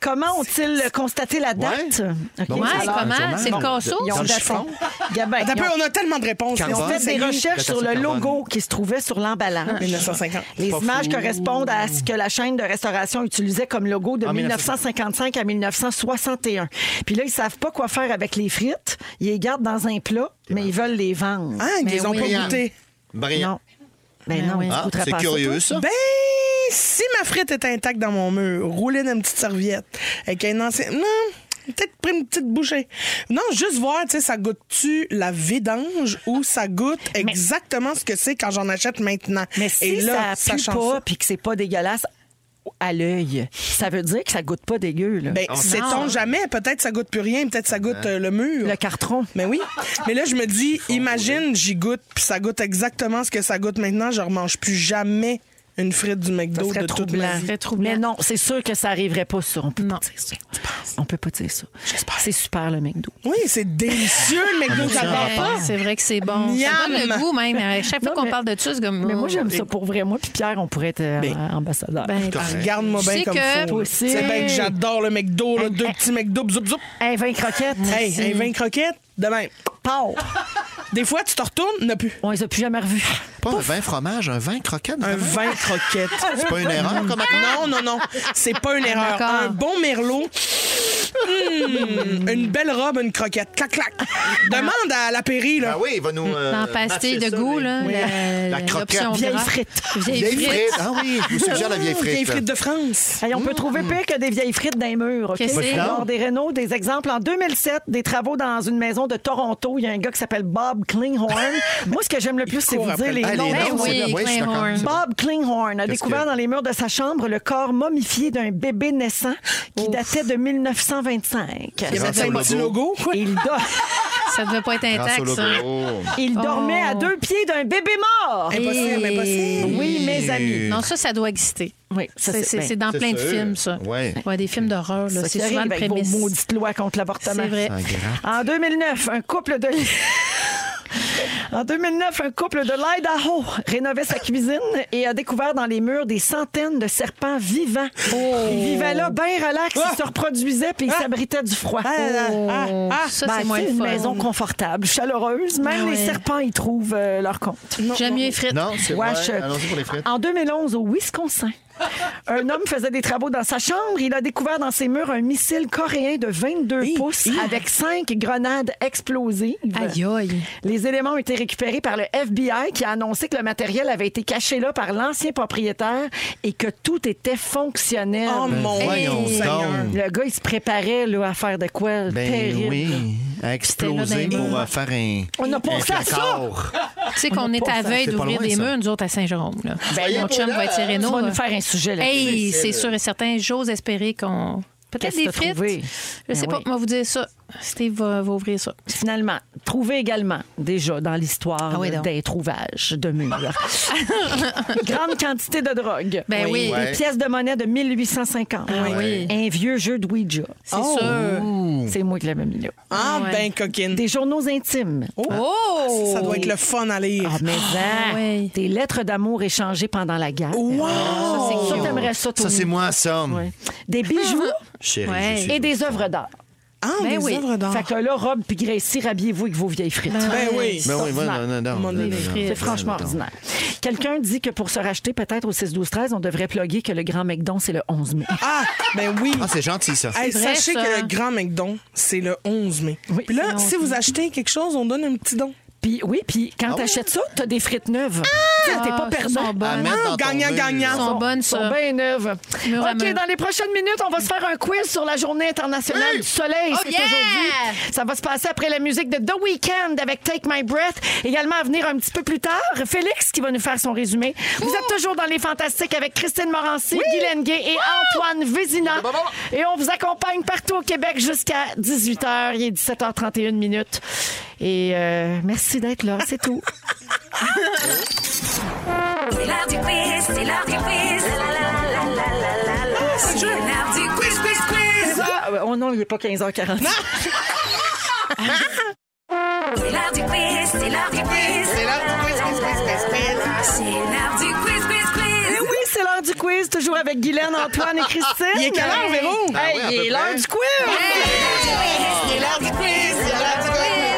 Speaker 2: Comment ont-ils constaté la date? OK,
Speaker 3: Bon,
Speaker 1: Ouais,
Speaker 2: alors,
Speaker 3: ça-
Speaker 1: comment? C'est
Speaker 3: Bon,
Speaker 1: le casseau?
Speaker 2: Ils
Speaker 3: Dans
Speaker 2: ont
Speaker 3: le
Speaker 2: daté.
Speaker 3: chiffon?
Speaker 2: Gabin,
Speaker 5: Attends un
Speaker 2: ils ont-
Speaker 5: peu, Ah, on a tellement de réponses.
Speaker 2: ils ont
Speaker 3: Carbone.
Speaker 2: fait des recherches sur le
Speaker 3: Carbone.
Speaker 2: logo qui se trouvait sur l'emballage.
Speaker 5: 1950.
Speaker 2: Les images correspondent à ce que la chaîne de restauration utilisait comme logo de
Speaker 3: En
Speaker 2: 1955 à 1961. Puis là, ils savent pas quoi faire avec les frites. Ils les gardent dans un plat, mais ils veulent les vendre.
Speaker 5: Ah, ils
Speaker 1: Mais
Speaker 5: les ont
Speaker 1: oui.
Speaker 5: pas goûté.
Speaker 2: Non.
Speaker 3: Brillant.
Speaker 2: Mais
Speaker 1: Ben
Speaker 2: non,
Speaker 1: oui.
Speaker 2: tu
Speaker 3: Ah,
Speaker 2: goûterais
Speaker 3: c'est
Speaker 2: pas à ça,
Speaker 3: curieux,
Speaker 2: toi?
Speaker 3: ça.
Speaker 5: Ben, si ma frite est intacte dans mon mur, roulée dans une petite serviette, avec un ancien. Non, peut-être pris une petite bouchée. Non, juste voir, tu sais, ça goûte-tu la vidange ou ça goûte exactement ce que c'est quand j'en achète maintenant.
Speaker 2: Mais si
Speaker 5: Et là,
Speaker 2: ça pue
Speaker 5: change
Speaker 2: pas
Speaker 5: ça.
Speaker 2: puis que c'est pas dégueulasse à l'œil, ça veut dire que ça goûte pas dégueu. là.
Speaker 5: Ben, sait-on jamais? Peut-être ça goûte plus rien, peut-être ça goûte euh, le mur.
Speaker 2: le carton.
Speaker 5: Mais oui. Mais là, je me dis, imagine, j'y goûte, puis ça goûte exactement ce que ça goûte maintenant. Je ne remange plus jamais une frite du
Speaker 2: Ça
Speaker 5: McDo
Speaker 2: serait
Speaker 5: de toute
Speaker 2: troublant.
Speaker 5: ma vie. Mm.
Speaker 1: serait troublant.
Speaker 2: Mais non, c'est sûr que ça arriverait pas ça. On peut
Speaker 1: Non.
Speaker 2: pas dire ça. On peut pas dire ça.
Speaker 5: J'espère.
Speaker 2: C'est super le McDo.
Speaker 5: Oui, c'est délicieux, le McDo. J'adore
Speaker 1: Ouais,
Speaker 5: pas.
Speaker 1: C'est vrai que c'est bon. Ça donne
Speaker 5: Miam!
Speaker 1: le goût même. À chaque fois
Speaker 2: Non,
Speaker 1: qu'on
Speaker 2: mais-
Speaker 1: parle de ça, c'est comme... oh,
Speaker 2: Mais moi, j'aime ça pour vrai. Moi, puis Pierre, on pourrait être euh, ambassadeur.
Speaker 1: Ben,
Speaker 5: Regarde-moi
Speaker 1: Tu
Speaker 5: bien
Speaker 1: sais
Speaker 5: comme
Speaker 1: que-
Speaker 5: ça.
Speaker 2: Toi aussi.
Speaker 5: C'est bien que j'adore le McDo, là,
Speaker 2: Hey,
Speaker 5: deux
Speaker 2: hey.
Speaker 5: petits McDo, zoup, zoup.
Speaker 2: Hey, 20 croquettes.
Speaker 5: Hey, un vin croquette, de même.
Speaker 2: Pau!
Speaker 5: Des fois, tu te retournes, n'a plus.
Speaker 2: On les a plus jamais revus.
Speaker 3: Pas un vin fromage, un vin croquette.
Speaker 2: Ah.
Speaker 5: Un
Speaker 3: vraiment.
Speaker 5: vin croquette.
Speaker 3: C'est pas une erreur comme
Speaker 5: Non, non, non. C'est pas une
Speaker 2: Ah,
Speaker 5: erreur.
Speaker 1: D'accord.
Speaker 5: Un bon merlot. Hmm, une belle robe, une croquette. Clac, clac. Demande à la Péri, là.
Speaker 3: Ah oui, il va nous. euh,
Speaker 1: Dans pastille
Speaker 3: matcher
Speaker 1: de
Speaker 3: ça,
Speaker 1: goût,
Speaker 3: les-
Speaker 1: là. la-
Speaker 3: La croquette.
Speaker 1: l'option
Speaker 2: Vieille
Speaker 1: grasse.
Speaker 2: frite.
Speaker 3: Vieille
Speaker 1: Vieille frite.
Speaker 3: frite. Ah oui, je vous suggère la vieille
Speaker 5: Ah, vieille
Speaker 3: frite.
Speaker 5: frite de France.
Speaker 2: Hey, on peut trouver pire que des vieilles frites d'un mur. OK?
Speaker 1: Qu'est-ce que c'est?
Speaker 2: Alors, des rénaux, des exemples. En 2007, des travaux dans une maison de Toronto. Il y a un gars qui s'appelle Bob Klinghorn. Moi, ce que j'aime le plus, c'est vous
Speaker 5: court
Speaker 2: dire
Speaker 5: après
Speaker 2: les
Speaker 3: Ah, les
Speaker 2: noms.
Speaker 1: Ben
Speaker 3: noms,
Speaker 1: oui,
Speaker 3: c'est bien. je suis d'accord.
Speaker 1: Clinghorn.
Speaker 3: C'est bon.
Speaker 2: Bob Klinghorn a
Speaker 3: Qu'est-ce
Speaker 2: découvert
Speaker 3: que-
Speaker 2: dans les murs de sa chambre le corps momifié d'un bébé naissant qui datait de 1925.
Speaker 5: Il y avait
Speaker 3: Grâce au
Speaker 5: un petit logo.
Speaker 2: Il, do-
Speaker 1: Ça devait pas être
Speaker 3: Grâce au
Speaker 1: intact, ça.
Speaker 3: logo.
Speaker 2: il
Speaker 1: Oh.
Speaker 2: dormait à deux pieds d'un bébé mort.
Speaker 5: Impossible,
Speaker 1: Et-
Speaker 5: impossible.
Speaker 2: Oui, mes amis.
Speaker 1: Non, ça, ça doit exister.
Speaker 2: Oui, ça,
Speaker 1: C'est-
Speaker 2: c'est
Speaker 1: C'est
Speaker 2: bien.
Speaker 1: c'est dans
Speaker 3: C'est
Speaker 1: plein de
Speaker 3: sûr.
Speaker 1: films, ça.
Speaker 3: Ouais.
Speaker 1: des films d'horreur, là.
Speaker 2: Ça
Speaker 1: C'est
Speaker 2: qui
Speaker 1: souvent
Speaker 2: arrive
Speaker 1: une
Speaker 2: avec vos
Speaker 1: prémisse.
Speaker 2: maudites lois contre l'avortement.
Speaker 1: C'est vrai.
Speaker 3: Un grand.
Speaker 2: En 2009, un couple de... En 2009, un couple de l'Idaho rénovait sa cuisine et a découvert dans les murs des centaines de serpents vivants.
Speaker 1: Oh.
Speaker 2: Ils vivaient là bien relax, ils se reproduisaient puis ils s'abritaient du froid.
Speaker 5: Ah, ah,
Speaker 1: Ça,
Speaker 2: Ben,
Speaker 1: c'est moins
Speaker 2: c'est
Speaker 1: le
Speaker 2: une
Speaker 1: fun.
Speaker 2: maison confortable, chaleureuse. Même
Speaker 1: Ah
Speaker 2: les
Speaker 1: ouais.
Speaker 2: serpents y trouvent euh, leur compte.
Speaker 1: J'aime mieux les frites.
Speaker 3: Non, c'est vrai.
Speaker 2: Wesh.
Speaker 3: Allons-y pour les frites.
Speaker 2: euh, En 2011, au Wisconsin, un homme faisait des travaux dans sa chambre. Il a découvert dans ses murs un missile coréen de 22 pouces avec cinq grenades explosives.
Speaker 1: Aïe, aïe.
Speaker 2: Les éléments ont été récupérés par le FBI qui a annoncé que le matériel avait été caché là par l'ancien propriétaire et que tout était fonctionnel.
Speaker 5: Oh mon
Speaker 3: Voyons
Speaker 5: Seigneur.
Speaker 3: donc.
Speaker 2: Le gars, il se préparait là, à faire de quoi?
Speaker 3: Ben
Speaker 2: terrible.
Speaker 3: oui, à exploser
Speaker 1: C'était là dans les
Speaker 3: pour
Speaker 1: murs.
Speaker 3: euh, faire un.
Speaker 2: On a pensé à ça!
Speaker 1: Tu sais qu'on est à veille
Speaker 3: c'est pas
Speaker 1: d'ouvrir
Speaker 3: loin,
Speaker 1: des
Speaker 3: ça.
Speaker 1: murs, nous autres, à Saint-Jérôme. là.
Speaker 2: Ben,
Speaker 3: Soyez
Speaker 1: Mon
Speaker 3: pas
Speaker 1: chum
Speaker 3: là.
Speaker 1: va être
Speaker 2: Tu
Speaker 1: Renault.
Speaker 2: vas nous faire un sujet là
Speaker 1: Hey, c'est sûr et certain. J'ose espérer qu'on. Peut-être
Speaker 2: Qu'est-ce que
Speaker 1: des
Speaker 2: t'as
Speaker 1: frites.
Speaker 2: trouvé?
Speaker 1: Je sais
Speaker 2: Ben
Speaker 1: pas
Speaker 2: oui.
Speaker 1: comment vous dire ça. Steve va, va ouvrir ça.
Speaker 2: Finalement, trouver également, déjà, dans l'histoire
Speaker 1: Ah oui, donc.
Speaker 2: des trouvages de murs. Grande quantité de drogue.
Speaker 1: Ben oui. Ah
Speaker 3: Ouais.
Speaker 2: Une pièce de monnaie de 1850.
Speaker 1: oui.
Speaker 2: Un vieux jeu de Ouija.
Speaker 1: C'est
Speaker 2: Oh.
Speaker 1: sûr.
Speaker 2: C'est moi qui l'avais mis là.
Speaker 5: Ah,
Speaker 1: Ouais.
Speaker 5: ben coquine.
Speaker 2: Des journaux intimes.
Speaker 5: Oh!
Speaker 1: Oh!
Speaker 5: Ça doit être le fun à lire.
Speaker 2: Ah, mais hein,
Speaker 1: ouais.
Speaker 2: Des lettres d'amour échangées pendant la guerre.
Speaker 5: Wow!
Speaker 2: Ça, t'aimerais ça,
Speaker 3: Ça,
Speaker 2: Tony.
Speaker 3: c'est moi, ça.
Speaker 2: Ouais. Des bijoux
Speaker 3: Chérie,
Speaker 1: Ouais.
Speaker 3: je suis-
Speaker 2: et des œuvres d'art.
Speaker 5: Ah,
Speaker 1: Ben
Speaker 5: des
Speaker 1: oui.
Speaker 5: œuvres d'art.
Speaker 2: Fait que là, Rob puis Gracie, rhabillez-vous avec vos vieilles frites.
Speaker 5: Ben oui.
Speaker 3: Ben oui, ouais, non, non, non,
Speaker 5: Mon
Speaker 3: non, non,
Speaker 1: livre.
Speaker 3: non,
Speaker 1: C'est
Speaker 3: non,
Speaker 2: C'est franchement
Speaker 3: non.
Speaker 2: ordinaire. Quelqu'un dit que pour se racheter peut-être au 6-12-13, on devrait plugger que le grand McDon, c'est le 11 mai.
Speaker 5: Ah, ben oui.
Speaker 3: Ah, c'est gentil, ça.
Speaker 5: Hey,
Speaker 1: C'est vrai,
Speaker 5: sachez
Speaker 1: ça.
Speaker 5: que le grand McDon, c'est le 11 mai.
Speaker 2: Oui.
Speaker 5: Puis là, si vous achetez quelque chose, on donne un petit don.
Speaker 2: Puis oui, puis quand t'achètes ça, t'as des frites neuves. Tu sais, T'es pas
Speaker 1: Ah,
Speaker 2: perdant.
Speaker 1: Sont
Speaker 3: À
Speaker 1: bonnes.
Speaker 3: mettre dans ton
Speaker 5: gagnant,
Speaker 3: mur.
Speaker 5: gagnant.
Speaker 1: Elles sont bonnes,
Speaker 2: Ils sont
Speaker 1: ça.
Speaker 2: bien neuves.
Speaker 1: Mur à
Speaker 2: OK,
Speaker 1: mur.
Speaker 2: dans les prochaines minutes, on va se faire un quiz sur la Journée internationale du soleil.
Speaker 1: Oh
Speaker 2: c'est
Speaker 1: yeah!
Speaker 2: aujourd'hui. Ça va se passer après la musique de The Weeknd avec Take My Breath. Également à venir un petit peu plus tard, Félix qui va nous faire son résumé. Vous êtes toujours dans les fantastiques avec Christine Morancy, Guy Lenguet et Antoine Vézina. Et on vous accompagne partout au Québec jusqu'à 18h. Il est 17h31 minutes. Et euh, merci d'être là, c'est tout.
Speaker 7: C'est l'heure du quiz, c'est l'heure du quiz. La, la, la, la, la, la, la, la. C'est l'heure du quiz, quiz, quiz.
Speaker 2: Ah, oh non, il n'est pas 15h40.
Speaker 7: C'est l'heure du quiz, c'est l'heure du quiz. C'est l'heure du quiz, quiz, quiz, quiz. C'est l'heure du quiz, quiz,
Speaker 2: Eh
Speaker 7: quiz.
Speaker 2: oui, c'est l'heure du quiz, toujours avec Guylaine, Antoine et Christine.
Speaker 5: Il est quelle heure, Véro?
Speaker 2: Hey,
Speaker 3: Ah oui, à
Speaker 2: il
Speaker 3: peu
Speaker 2: est
Speaker 3: près.
Speaker 2: l'heure du quiz!
Speaker 7: C'est l'heure du quiz, c'est l'heure du quiz.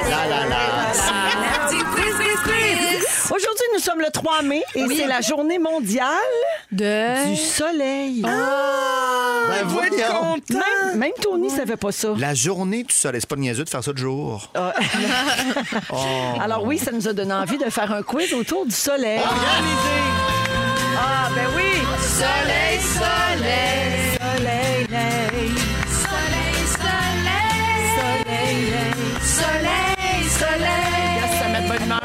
Speaker 3: Ah là là.
Speaker 7: C'est l'heure du quiz, quiz, quiz.
Speaker 2: Aujourd'hui, nous sommes le 3 mai et c'est la journée mondiale
Speaker 1: De...
Speaker 2: du soleil.
Speaker 3: Ben voyons.
Speaker 2: Même, même Tony savait pas ça.
Speaker 3: La journée du soleil, c'est pas niaiseux de faire ça de jour.
Speaker 2: Ah. Alors oui, ça nous a donné envie de faire un quiz autour du soleil. Ah, ben oui! Soleil, soleil, soleil, soleil, soleil, soleil, soleil. Ça met de bonne humeur.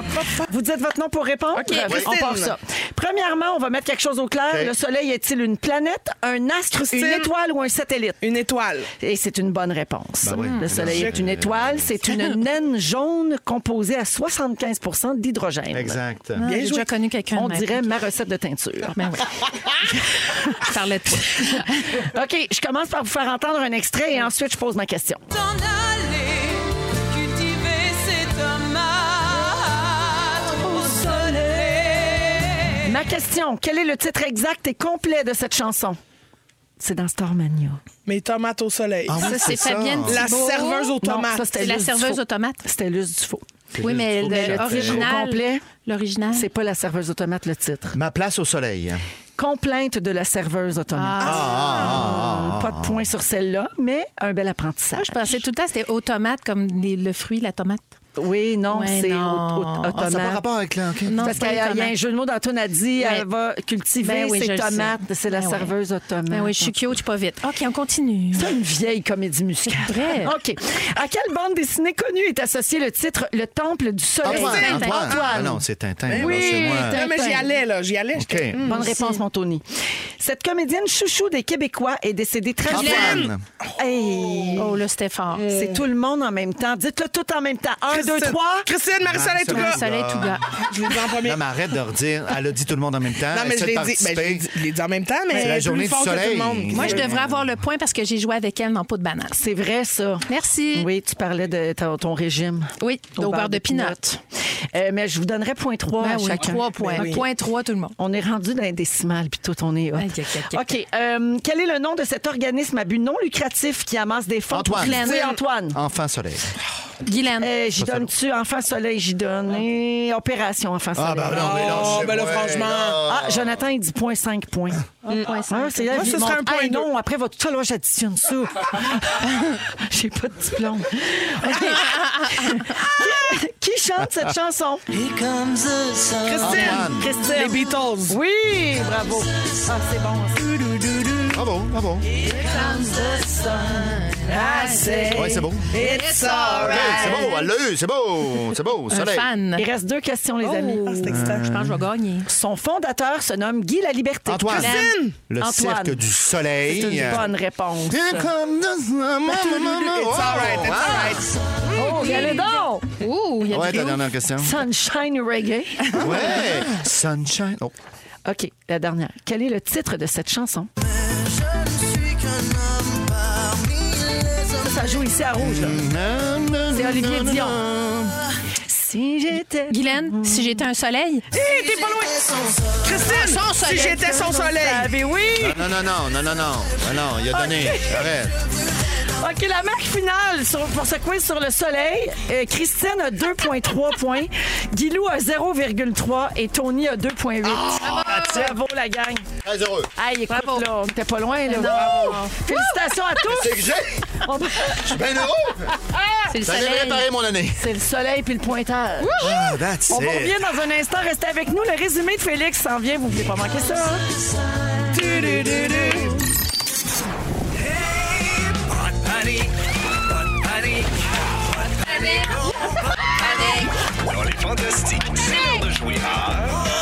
Speaker 2: Vous dites votre nom pour répondre? On part ça. Premièrement, on va mettre quelque chose au clair.
Speaker 3: OK.
Speaker 2: Le soleil est-il une planète, un astre, une étoile ou un satellite?
Speaker 5: Une étoile.
Speaker 2: Et c'est une bonne réponse.
Speaker 3: Ben oui.
Speaker 2: Le soleil
Speaker 3: Je-
Speaker 2: est une étoile. C'est une naine jaune composée à 75 d'hydrogène.
Speaker 3: Exact.
Speaker 1: Ah,
Speaker 5: Bien
Speaker 1: J'ai
Speaker 5: joué.
Speaker 1: déjà connu quelqu'un.
Speaker 2: On
Speaker 1: de même.
Speaker 2: dirait ma recette de teinture.
Speaker 1: Ben oui. Je parlais de toi.
Speaker 2: OK, je commence par vous faire entendre un extrait et ensuite je pose ma question. Ma question, quel est le titre exact et complet de cette chanson? C'est dans Starmania.
Speaker 5: Mes tomates au soleil.
Speaker 3: Ah oui,
Speaker 1: Ça, c'est
Speaker 3: ça.
Speaker 1: Fabienne
Speaker 5: La
Speaker 1: Thibault.
Speaker 5: serveuse aux
Speaker 2: Non,
Speaker 5: tomates.
Speaker 2: ça, c'était
Speaker 1: C'est la
Speaker 2: Luce
Speaker 1: serveuse
Speaker 2: Dufault.
Speaker 1: automate.
Speaker 2: C'était Luce du faux.
Speaker 1: Oui, mais
Speaker 3: Mais le
Speaker 1: le-
Speaker 3: titre
Speaker 2: au
Speaker 1: l'original.
Speaker 2: complet.
Speaker 1: L'original.
Speaker 2: C'est pas la serveuse automate le titre.
Speaker 3: Ma place au soleil.
Speaker 2: Complainte de la serveuse
Speaker 3: Ah,
Speaker 2: automate. pas de point sur celle-là, mais un bel apprentissage.
Speaker 1: Je pensais tout le temps c'était automate comme les- le fruit, la tomate.
Speaker 2: Oui, non,
Speaker 1: Ouais,
Speaker 2: c'est au-
Speaker 1: non.
Speaker 2: au-
Speaker 1: Ah,
Speaker 3: Ah, ça n'a pas
Speaker 2: automate.
Speaker 3: rapport avec là, OK.
Speaker 1: Non,
Speaker 2: Parce
Speaker 1: c'est pas
Speaker 2: qu'il y, a il y a un
Speaker 1: automate.
Speaker 2: jeu de mots d'Antoine a dit,
Speaker 1: Ouais.
Speaker 2: elle va cultiver
Speaker 1: Ben oui, je
Speaker 2: ses
Speaker 1: le sais.
Speaker 2: tomates. C'est la
Speaker 1: Ben oui.
Speaker 2: serveuse automate.
Speaker 1: Ben oui, je suis cute, je suis pas vite. OK, on continue.
Speaker 2: C'est une vieille comédie musicale.
Speaker 1: vrai.
Speaker 2: OK. À quelle bande dessinée connue est associé le titre Le Temple du Soleil?
Speaker 3: Antoine,
Speaker 1: Tintin.
Speaker 3: Antoine. Ah non, c'est Tintin. alors
Speaker 2: oui,
Speaker 3: c'est moi.
Speaker 2: Tintin. Hum.
Speaker 5: Non, mais j'y allais, là. J'y allais.
Speaker 3: OK.
Speaker 5: j'étais-
Speaker 2: Bonne réponse, mon Tony. Cette comédienne chouchou des Québécois est décédée très jeune.
Speaker 3: Antoine.
Speaker 2: Hey,
Speaker 1: Oh là, c'était fort.
Speaker 2: c'est tout le monde en même temps. Dites-le tout en même temps. Un, deux,
Speaker 5: Christine-
Speaker 2: trois.
Speaker 5: Christine, Marie-Soleil, tout
Speaker 3: Marie-Soleil.
Speaker 5: là.
Speaker 1: Le soleil tout gars.
Speaker 5: Je vous en premier.
Speaker 3: Non, mais arrête de redire. Elle a dit tout le monde en même temps.
Speaker 5: Non, mais
Speaker 3: Ah, Essaie
Speaker 5: je
Speaker 3: de
Speaker 5: l'ai dit, ben, je l'ai
Speaker 3: participer.
Speaker 5: dit- je l'ai dit en même temps, mais
Speaker 3: C'est la journée
Speaker 5: plus
Speaker 3: du
Speaker 5: fort que
Speaker 3: soleil.
Speaker 5: tout le monde.
Speaker 1: Moi, je devrais avoir le point parce que j'ai joué avec elle dans peau de banane.
Speaker 2: C'est vrai, ça.
Speaker 1: Merci.
Speaker 2: Oui, tu parlais de ton, ton régime.
Speaker 1: Oui, au beurre de pinot.
Speaker 2: Euh, mais je vous donnerai point 3
Speaker 1: Ben
Speaker 2: à
Speaker 1: oui,
Speaker 2: chacun.
Speaker 1: trois points.
Speaker 2: Ben oui.
Speaker 1: Point trois, tout le monde.
Speaker 2: On est rendu dans les décimales, puis tout, on est hop.
Speaker 1: Aïe, aïe, aïe, aïe.
Speaker 2: OK. euh, quel est le nom de cet organisme à but non lucratif qui amasse des fonds pour
Speaker 3: Antoine. Ah.
Speaker 2: financer Antoine.
Speaker 3: Enfant soleil.
Speaker 1: Guylaine.
Speaker 2: Euh, j'y donne-tu Enfant Soleil, j'y
Speaker 1: Ah.
Speaker 2: donne. Et Opération Enfant Soleil.
Speaker 3: ben
Speaker 5: Oh,
Speaker 3: non, mais là,
Speaker 5: ben là, franchement.
Speaker 2: Ah, Jonathan, il dit 0.5 points. Ah, c'est là,
Speaker 5: Moi,
Speaker 2: il
Speaker 5: ce
Speaker 2: montre,
Speaker 5: serait un point
Speaker 2: Hey,
Speaker 5: deux.
Speaker 2: non, après, va tout ça, là, j'additionne ça. J'ai pas de diplôme. OK. qui, qui chante cette chanson?
Speaker 5: Christine,
Speaker 3: Antoine.
Speaker 2: Christine.
Speaker 5: les Beatles.
Speaker 2: Oui, bravo. Ah, c'est bon. ça.
Speaker 3: Oh, Bravo, bravo. Ouais, c'est beau. Hey, c'est beau, allez, c'est beau, c'est beau,
Speaker 1: Un
Speaker 3: soleil.
Speaker 1: fan.
Speaker 2: Il reste deux questions, les amis.
Speaker 5: Ah, c'est excitant.
Speaker 1: Je pense que je vais gagner.
Speaker 2: Son fondateur se nomme Guy la Liberté.
Speaker 3: Antoine, le
Speaker 2: Antoine.
Speaker 3: cirque du soleil.
Speaker 2: C'est une bonne réponse.
Speaker 3: Here comes the summer, mama.
Speaker 4: It's all right, it's
Speaker 3: Oh,
Speaker 4: all right.
Speaker 2: Oh, regardez donc!
Speaker 1: Ouh, il y a
Speaker 3: Ouais,
Speaker 1: des
Speaker 3: ta dernière question.
Speaker 2: Sunshine Reggae.
Speaker 3: Ouais. Sunshine. Oh.
Speaker 2: OK, la dernière. Quel est le titre de cette chanson? Ça, ça joue ici à Rouge. là. C'est Olivier Dion. Si j'étais...
Speaker 1: Guylaine, si j'étais un soleil,
Speaker 5: Hey, t'es pas loin. Christine, si j'étais son soleil.
Speaker 2: Mais oui!
Speaker 3: Non, non, non, non, non, non. Ah Non, il a donné. Arrête.
Speaker 2: OK, la marque finale sur- pour ce quiz sur le soleil. Euh, Christine a 2,3 points. Guilou a 0,3 et Tony a 2,8. Bravo, la gang.
Speaker 3: Très heureux.
Speaker 2: Aïe, écoute, là, on était pas loin. Là. Wouh! Félicitations à tous.
Speaker 3: C'est que j'ai.
Speaker 2: On-
Speaker 3: Je suis bien heureux.
Speaker 2: Ah,
Speaker 1: c'est le
Speaker 3: Ça allait
Speaker 1: soleil.
Speaker 3: réparer mon année.
Speaker 2: C'est le soleil puis le pointage.
Speaker 3: Ah, that's
Speaker 2: On vous
Speaker 3: it.
Speaker 2: revient dans un instant. Restez avec nous. Le résumé de Félix s'en vient. Vous ne voulez pas manquer ça. hein?
Speaker 6: Pas de panique, pas de panique, pas de panique, oh, pas de panique. Dans les fantastiques, c'est l'heure de jouer à...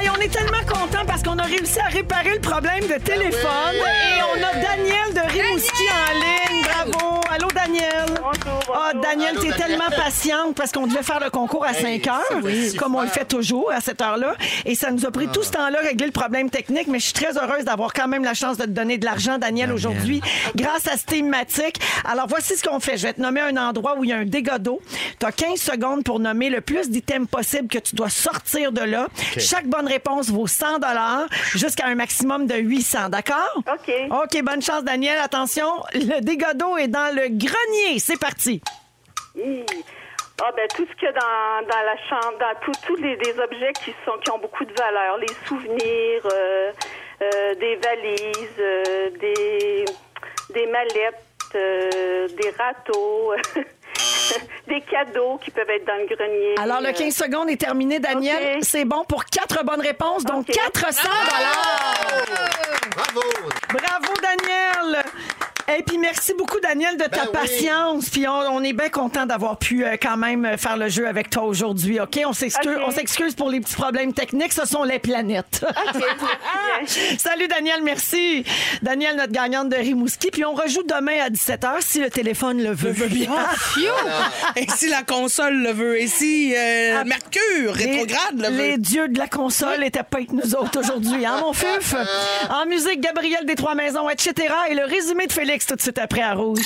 Speaker 2: Hey, on est tellement contents parce qu'on a réussi à réparer le problème de téléphone. Et on a Ben Daniel de Rimouski en ligne. Bravo. Allô, Daniel. Bonjour. Ah, Daniel, t'es tellement patiente parce qu'on devait faire le concours à 5 heures,
Speaker 3: Oui.
Speaker 2: comme on le fait toujours à cette heure-là. Et ça nous a pris tout ce temps-là à régler le problème technique, mais je suis très heureuse d'avoir quand même la chance de te donner de l'argent, Daniel, aujourd'hui, grâce à cette thématique. Alors, voici ce qu'on fait. Je vais te nommer un endroit où il y a un dégât d'eau. Tu as 15 secondes pour nommer le plus d'items possible que tu dois sortir de là. Chaque bonne réponse vaut 100 jusqu'à un maximum de 800, d'accord?
Speaker 9: OK.
Speaker 2: OK, bonne chance, Daniel. Attention, le dégât d'eau est dans le grenier. C'est parti.
Speaker 9: Hi. Ah ben tout ce qu'il y a dans, dans la chambre, dans tout- tous les des objets qui sont qui ont beaucoup de valeur, les souvenirs, euh, euh, des valises, euh, des des mallettes, euh, des râteaux, des cadeaux qui peuvent être dans le grenier.
Speaker 2: Alors, le
Speaker 9: Euh,
Speaker 2: 15 secondes est terminé, Daniel.
Speaker 9: OK.
Speaker 2: C'est bon pour quatre bonnes réponses, donc
Speaker 9: OK.
Speaker 2: 400
Speaker 3: Bravo.
Speaker 2: Bravo, Daniel! Et puis merci beaucoup, Daniel, de ta
Speaker 3: oui.
Speaker 2: patience. Puis on, on est bien content d'avoir pu euh, quand même euh, faire le jeu avec toi aujourd'hui. OK? On s'excuse
Speaker 9: OK.
Speaker 2: on s'excuse pour les petits problèmes techniques. Ce sont les planètes.
Speaker 9: Euh,
Speaker 2: Salut, Daniel. Merci. Daniel, notre gagnante de Rimouski. Puis on rejoue demain à 17h si le téléphone le veut.
Speaker 5: Ah,
Speaker 3: Ah,
Speaker 5: Et si la console le veut, et si euh, Mercure rétrograde le
Speaker 2: Ah, les
Speaker 5: veut.
Speaker 2: dieux de la console n'étaient pas avec nous autres aujourd'hui, hein, mon fuf? En musique, Gabriel des Trois Maisons, etc. Et le résumé de Félix tout de suite après à Rouge.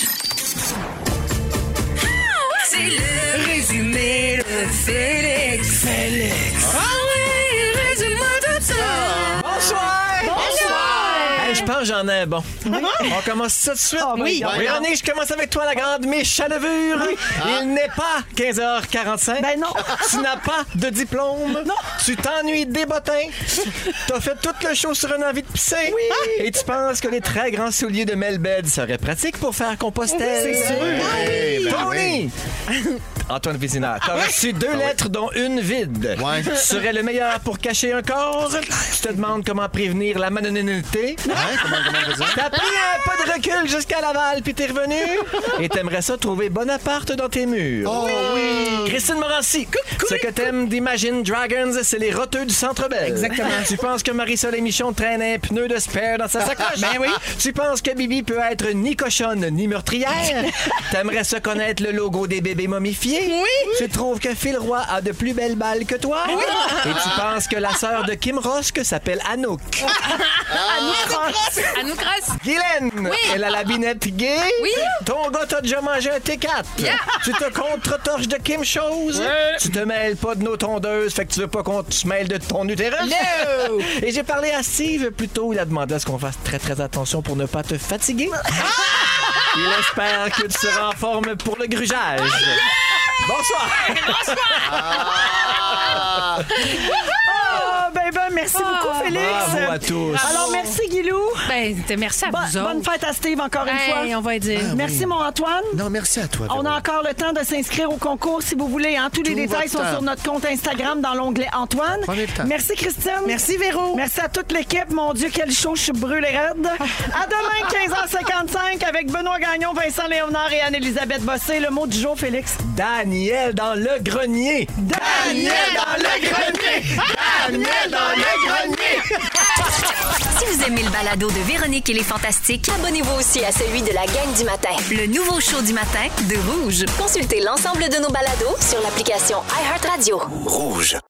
Speaker 7: C'est le résumé de Félix. Félix. Ah oui, résume-moi tout ça.
Speaker 10: Bonsoir!
Speaker 2: Bonsoir!
Speaker 10: Hey, je pense que j'en ai un bon. On commence ça de suite.
Speaker 2: Ah, oui.
Speaker 10: Oui, Véronique, je commence avec toi, la grande Miche à levure. Il n'est pas 15h45.
Speaker 2: Ah. Ben non.
Speaker 10: Tu n'as pas de diplôme.
Speaker 2: Non.
Speaker 10: Tu t'ennuies des bottins. T'as fait tout le show sur une envie de pisser. Et tu penses que les très grands souliers de Melbed seraient pratiques pour faire compostelle. C'est
Speaker 3: Eh, ben oui. Ah
Speaker 10: Tony! Antoine Vézina, t'as reçu deux lettres, dont une vide.
Speaker 3: Ouais.
Speaker 10: Tu serais le meilleur pour cacher un corps. Tu te demandes comment prévenir la malhonnêteté.
Speaker 3: Hein, comment, comment on fait ça?
Speaker 10: T'as pris un pas de recul jusqu'à Laval, puis t'es revenu. Et t'aimerais ça trouver Bonaparte dans tes murs.
Speaker 3: Oh oui.
Speaker 10: Christine Morancy, ce que t'aimes d'Imagine Dragons, c'est les roteux du Centre Bell. Exactement. Tu penses que Marie-Soleil Michon traîne un pneu de spare dans sa sacoche. Ben oui. Tu penses que Bibi peut être ni cochonne ni meurtrière. T'aimerais ça connaître le logo des bébés momifiés. Oui. Tu trouves que Phil Roy a de plus belles balles que toi. Ah Oui. Et tu penses que la sœur de Kim Rosk s'appelle Anouk.
Speaker 11: À nous crosse.
Speaker 10: Guylaine, elle a la binette gay. Oui. Ton gars t'a déjà mangé un T4. Tu te contre-torches de Kim Chose. Tu te mêles pas de nos tondeuses, fait que tu veux pas qu'on se mêle de ton utérus. Et j'ai parlé à Steve plus tôt. Il a demandé à ce qu'on fasse très très attention pour ne pas te fatiguer.
Speaker 1: Ah!
Speaker 10: Il espère que tu seras en forme pour le
Speaker 1: Ah,
Speaker 10: grugeage. Bonsoir.
Speaker 2: Ah, ben, ben, Oh, merci beaucoup, Félix.
Speaker 10: Bravo à tous.
Speaker 2: Alors, merci, Guilou.
Speaker 1: Ben, t- merci à
Speaker 2: Bo-
Speaker 1: vous autres.
Speaker 2: bonne fête à Steve encore une
Speaker 1: Hey,
Speaker 2: fois.
Speaker 1: on va dire.
Speaker 2: Merci, mon Antoine.
Speaker 3: Non, merci à toi.
Speaker 2: On
Speaker 3: Véro.
Speaker 2: a encore le temps de s'inscrire au concours si vous voulez. hein. Tous les
Speaker 3: Tout
Speaker 2: détails
Speaker 3: votre
Speaker 2: sont
Speaker 3: temps.
Speaker 2: sur notre compte Instagram dans l'onglet Antoine.
Speaker 3: Prenez le temps.
Speaker 2: Merci Christine.
Speaker 5: Merci, Véro.
Speaker 2: Merci à toute l'équipe. Mon Dieu, quel show, je suis brûlée raide. À demain, 15h55, avec Benoît Gagnon, Vincent Léonard et Anne-Élisabeth Bossé. Le mot du jour, Félix.
Speaker 10: Daniel dans le grenier.
Speaker 2: Daniel dans le grenier! Daniel dans le grenier!
Speaker 8: Si vous aimez le balado de Véronique et les Fantastiques,
Speaker 11: Abonnez-vous aussi à celui de la gang du matin.
Speaker 8: le nouveau show du matin de Rouge.
Speaker 11: Consultez l'ensemble de nos balados sur l'application iHeartRadio.
Speaker 6: Rouge.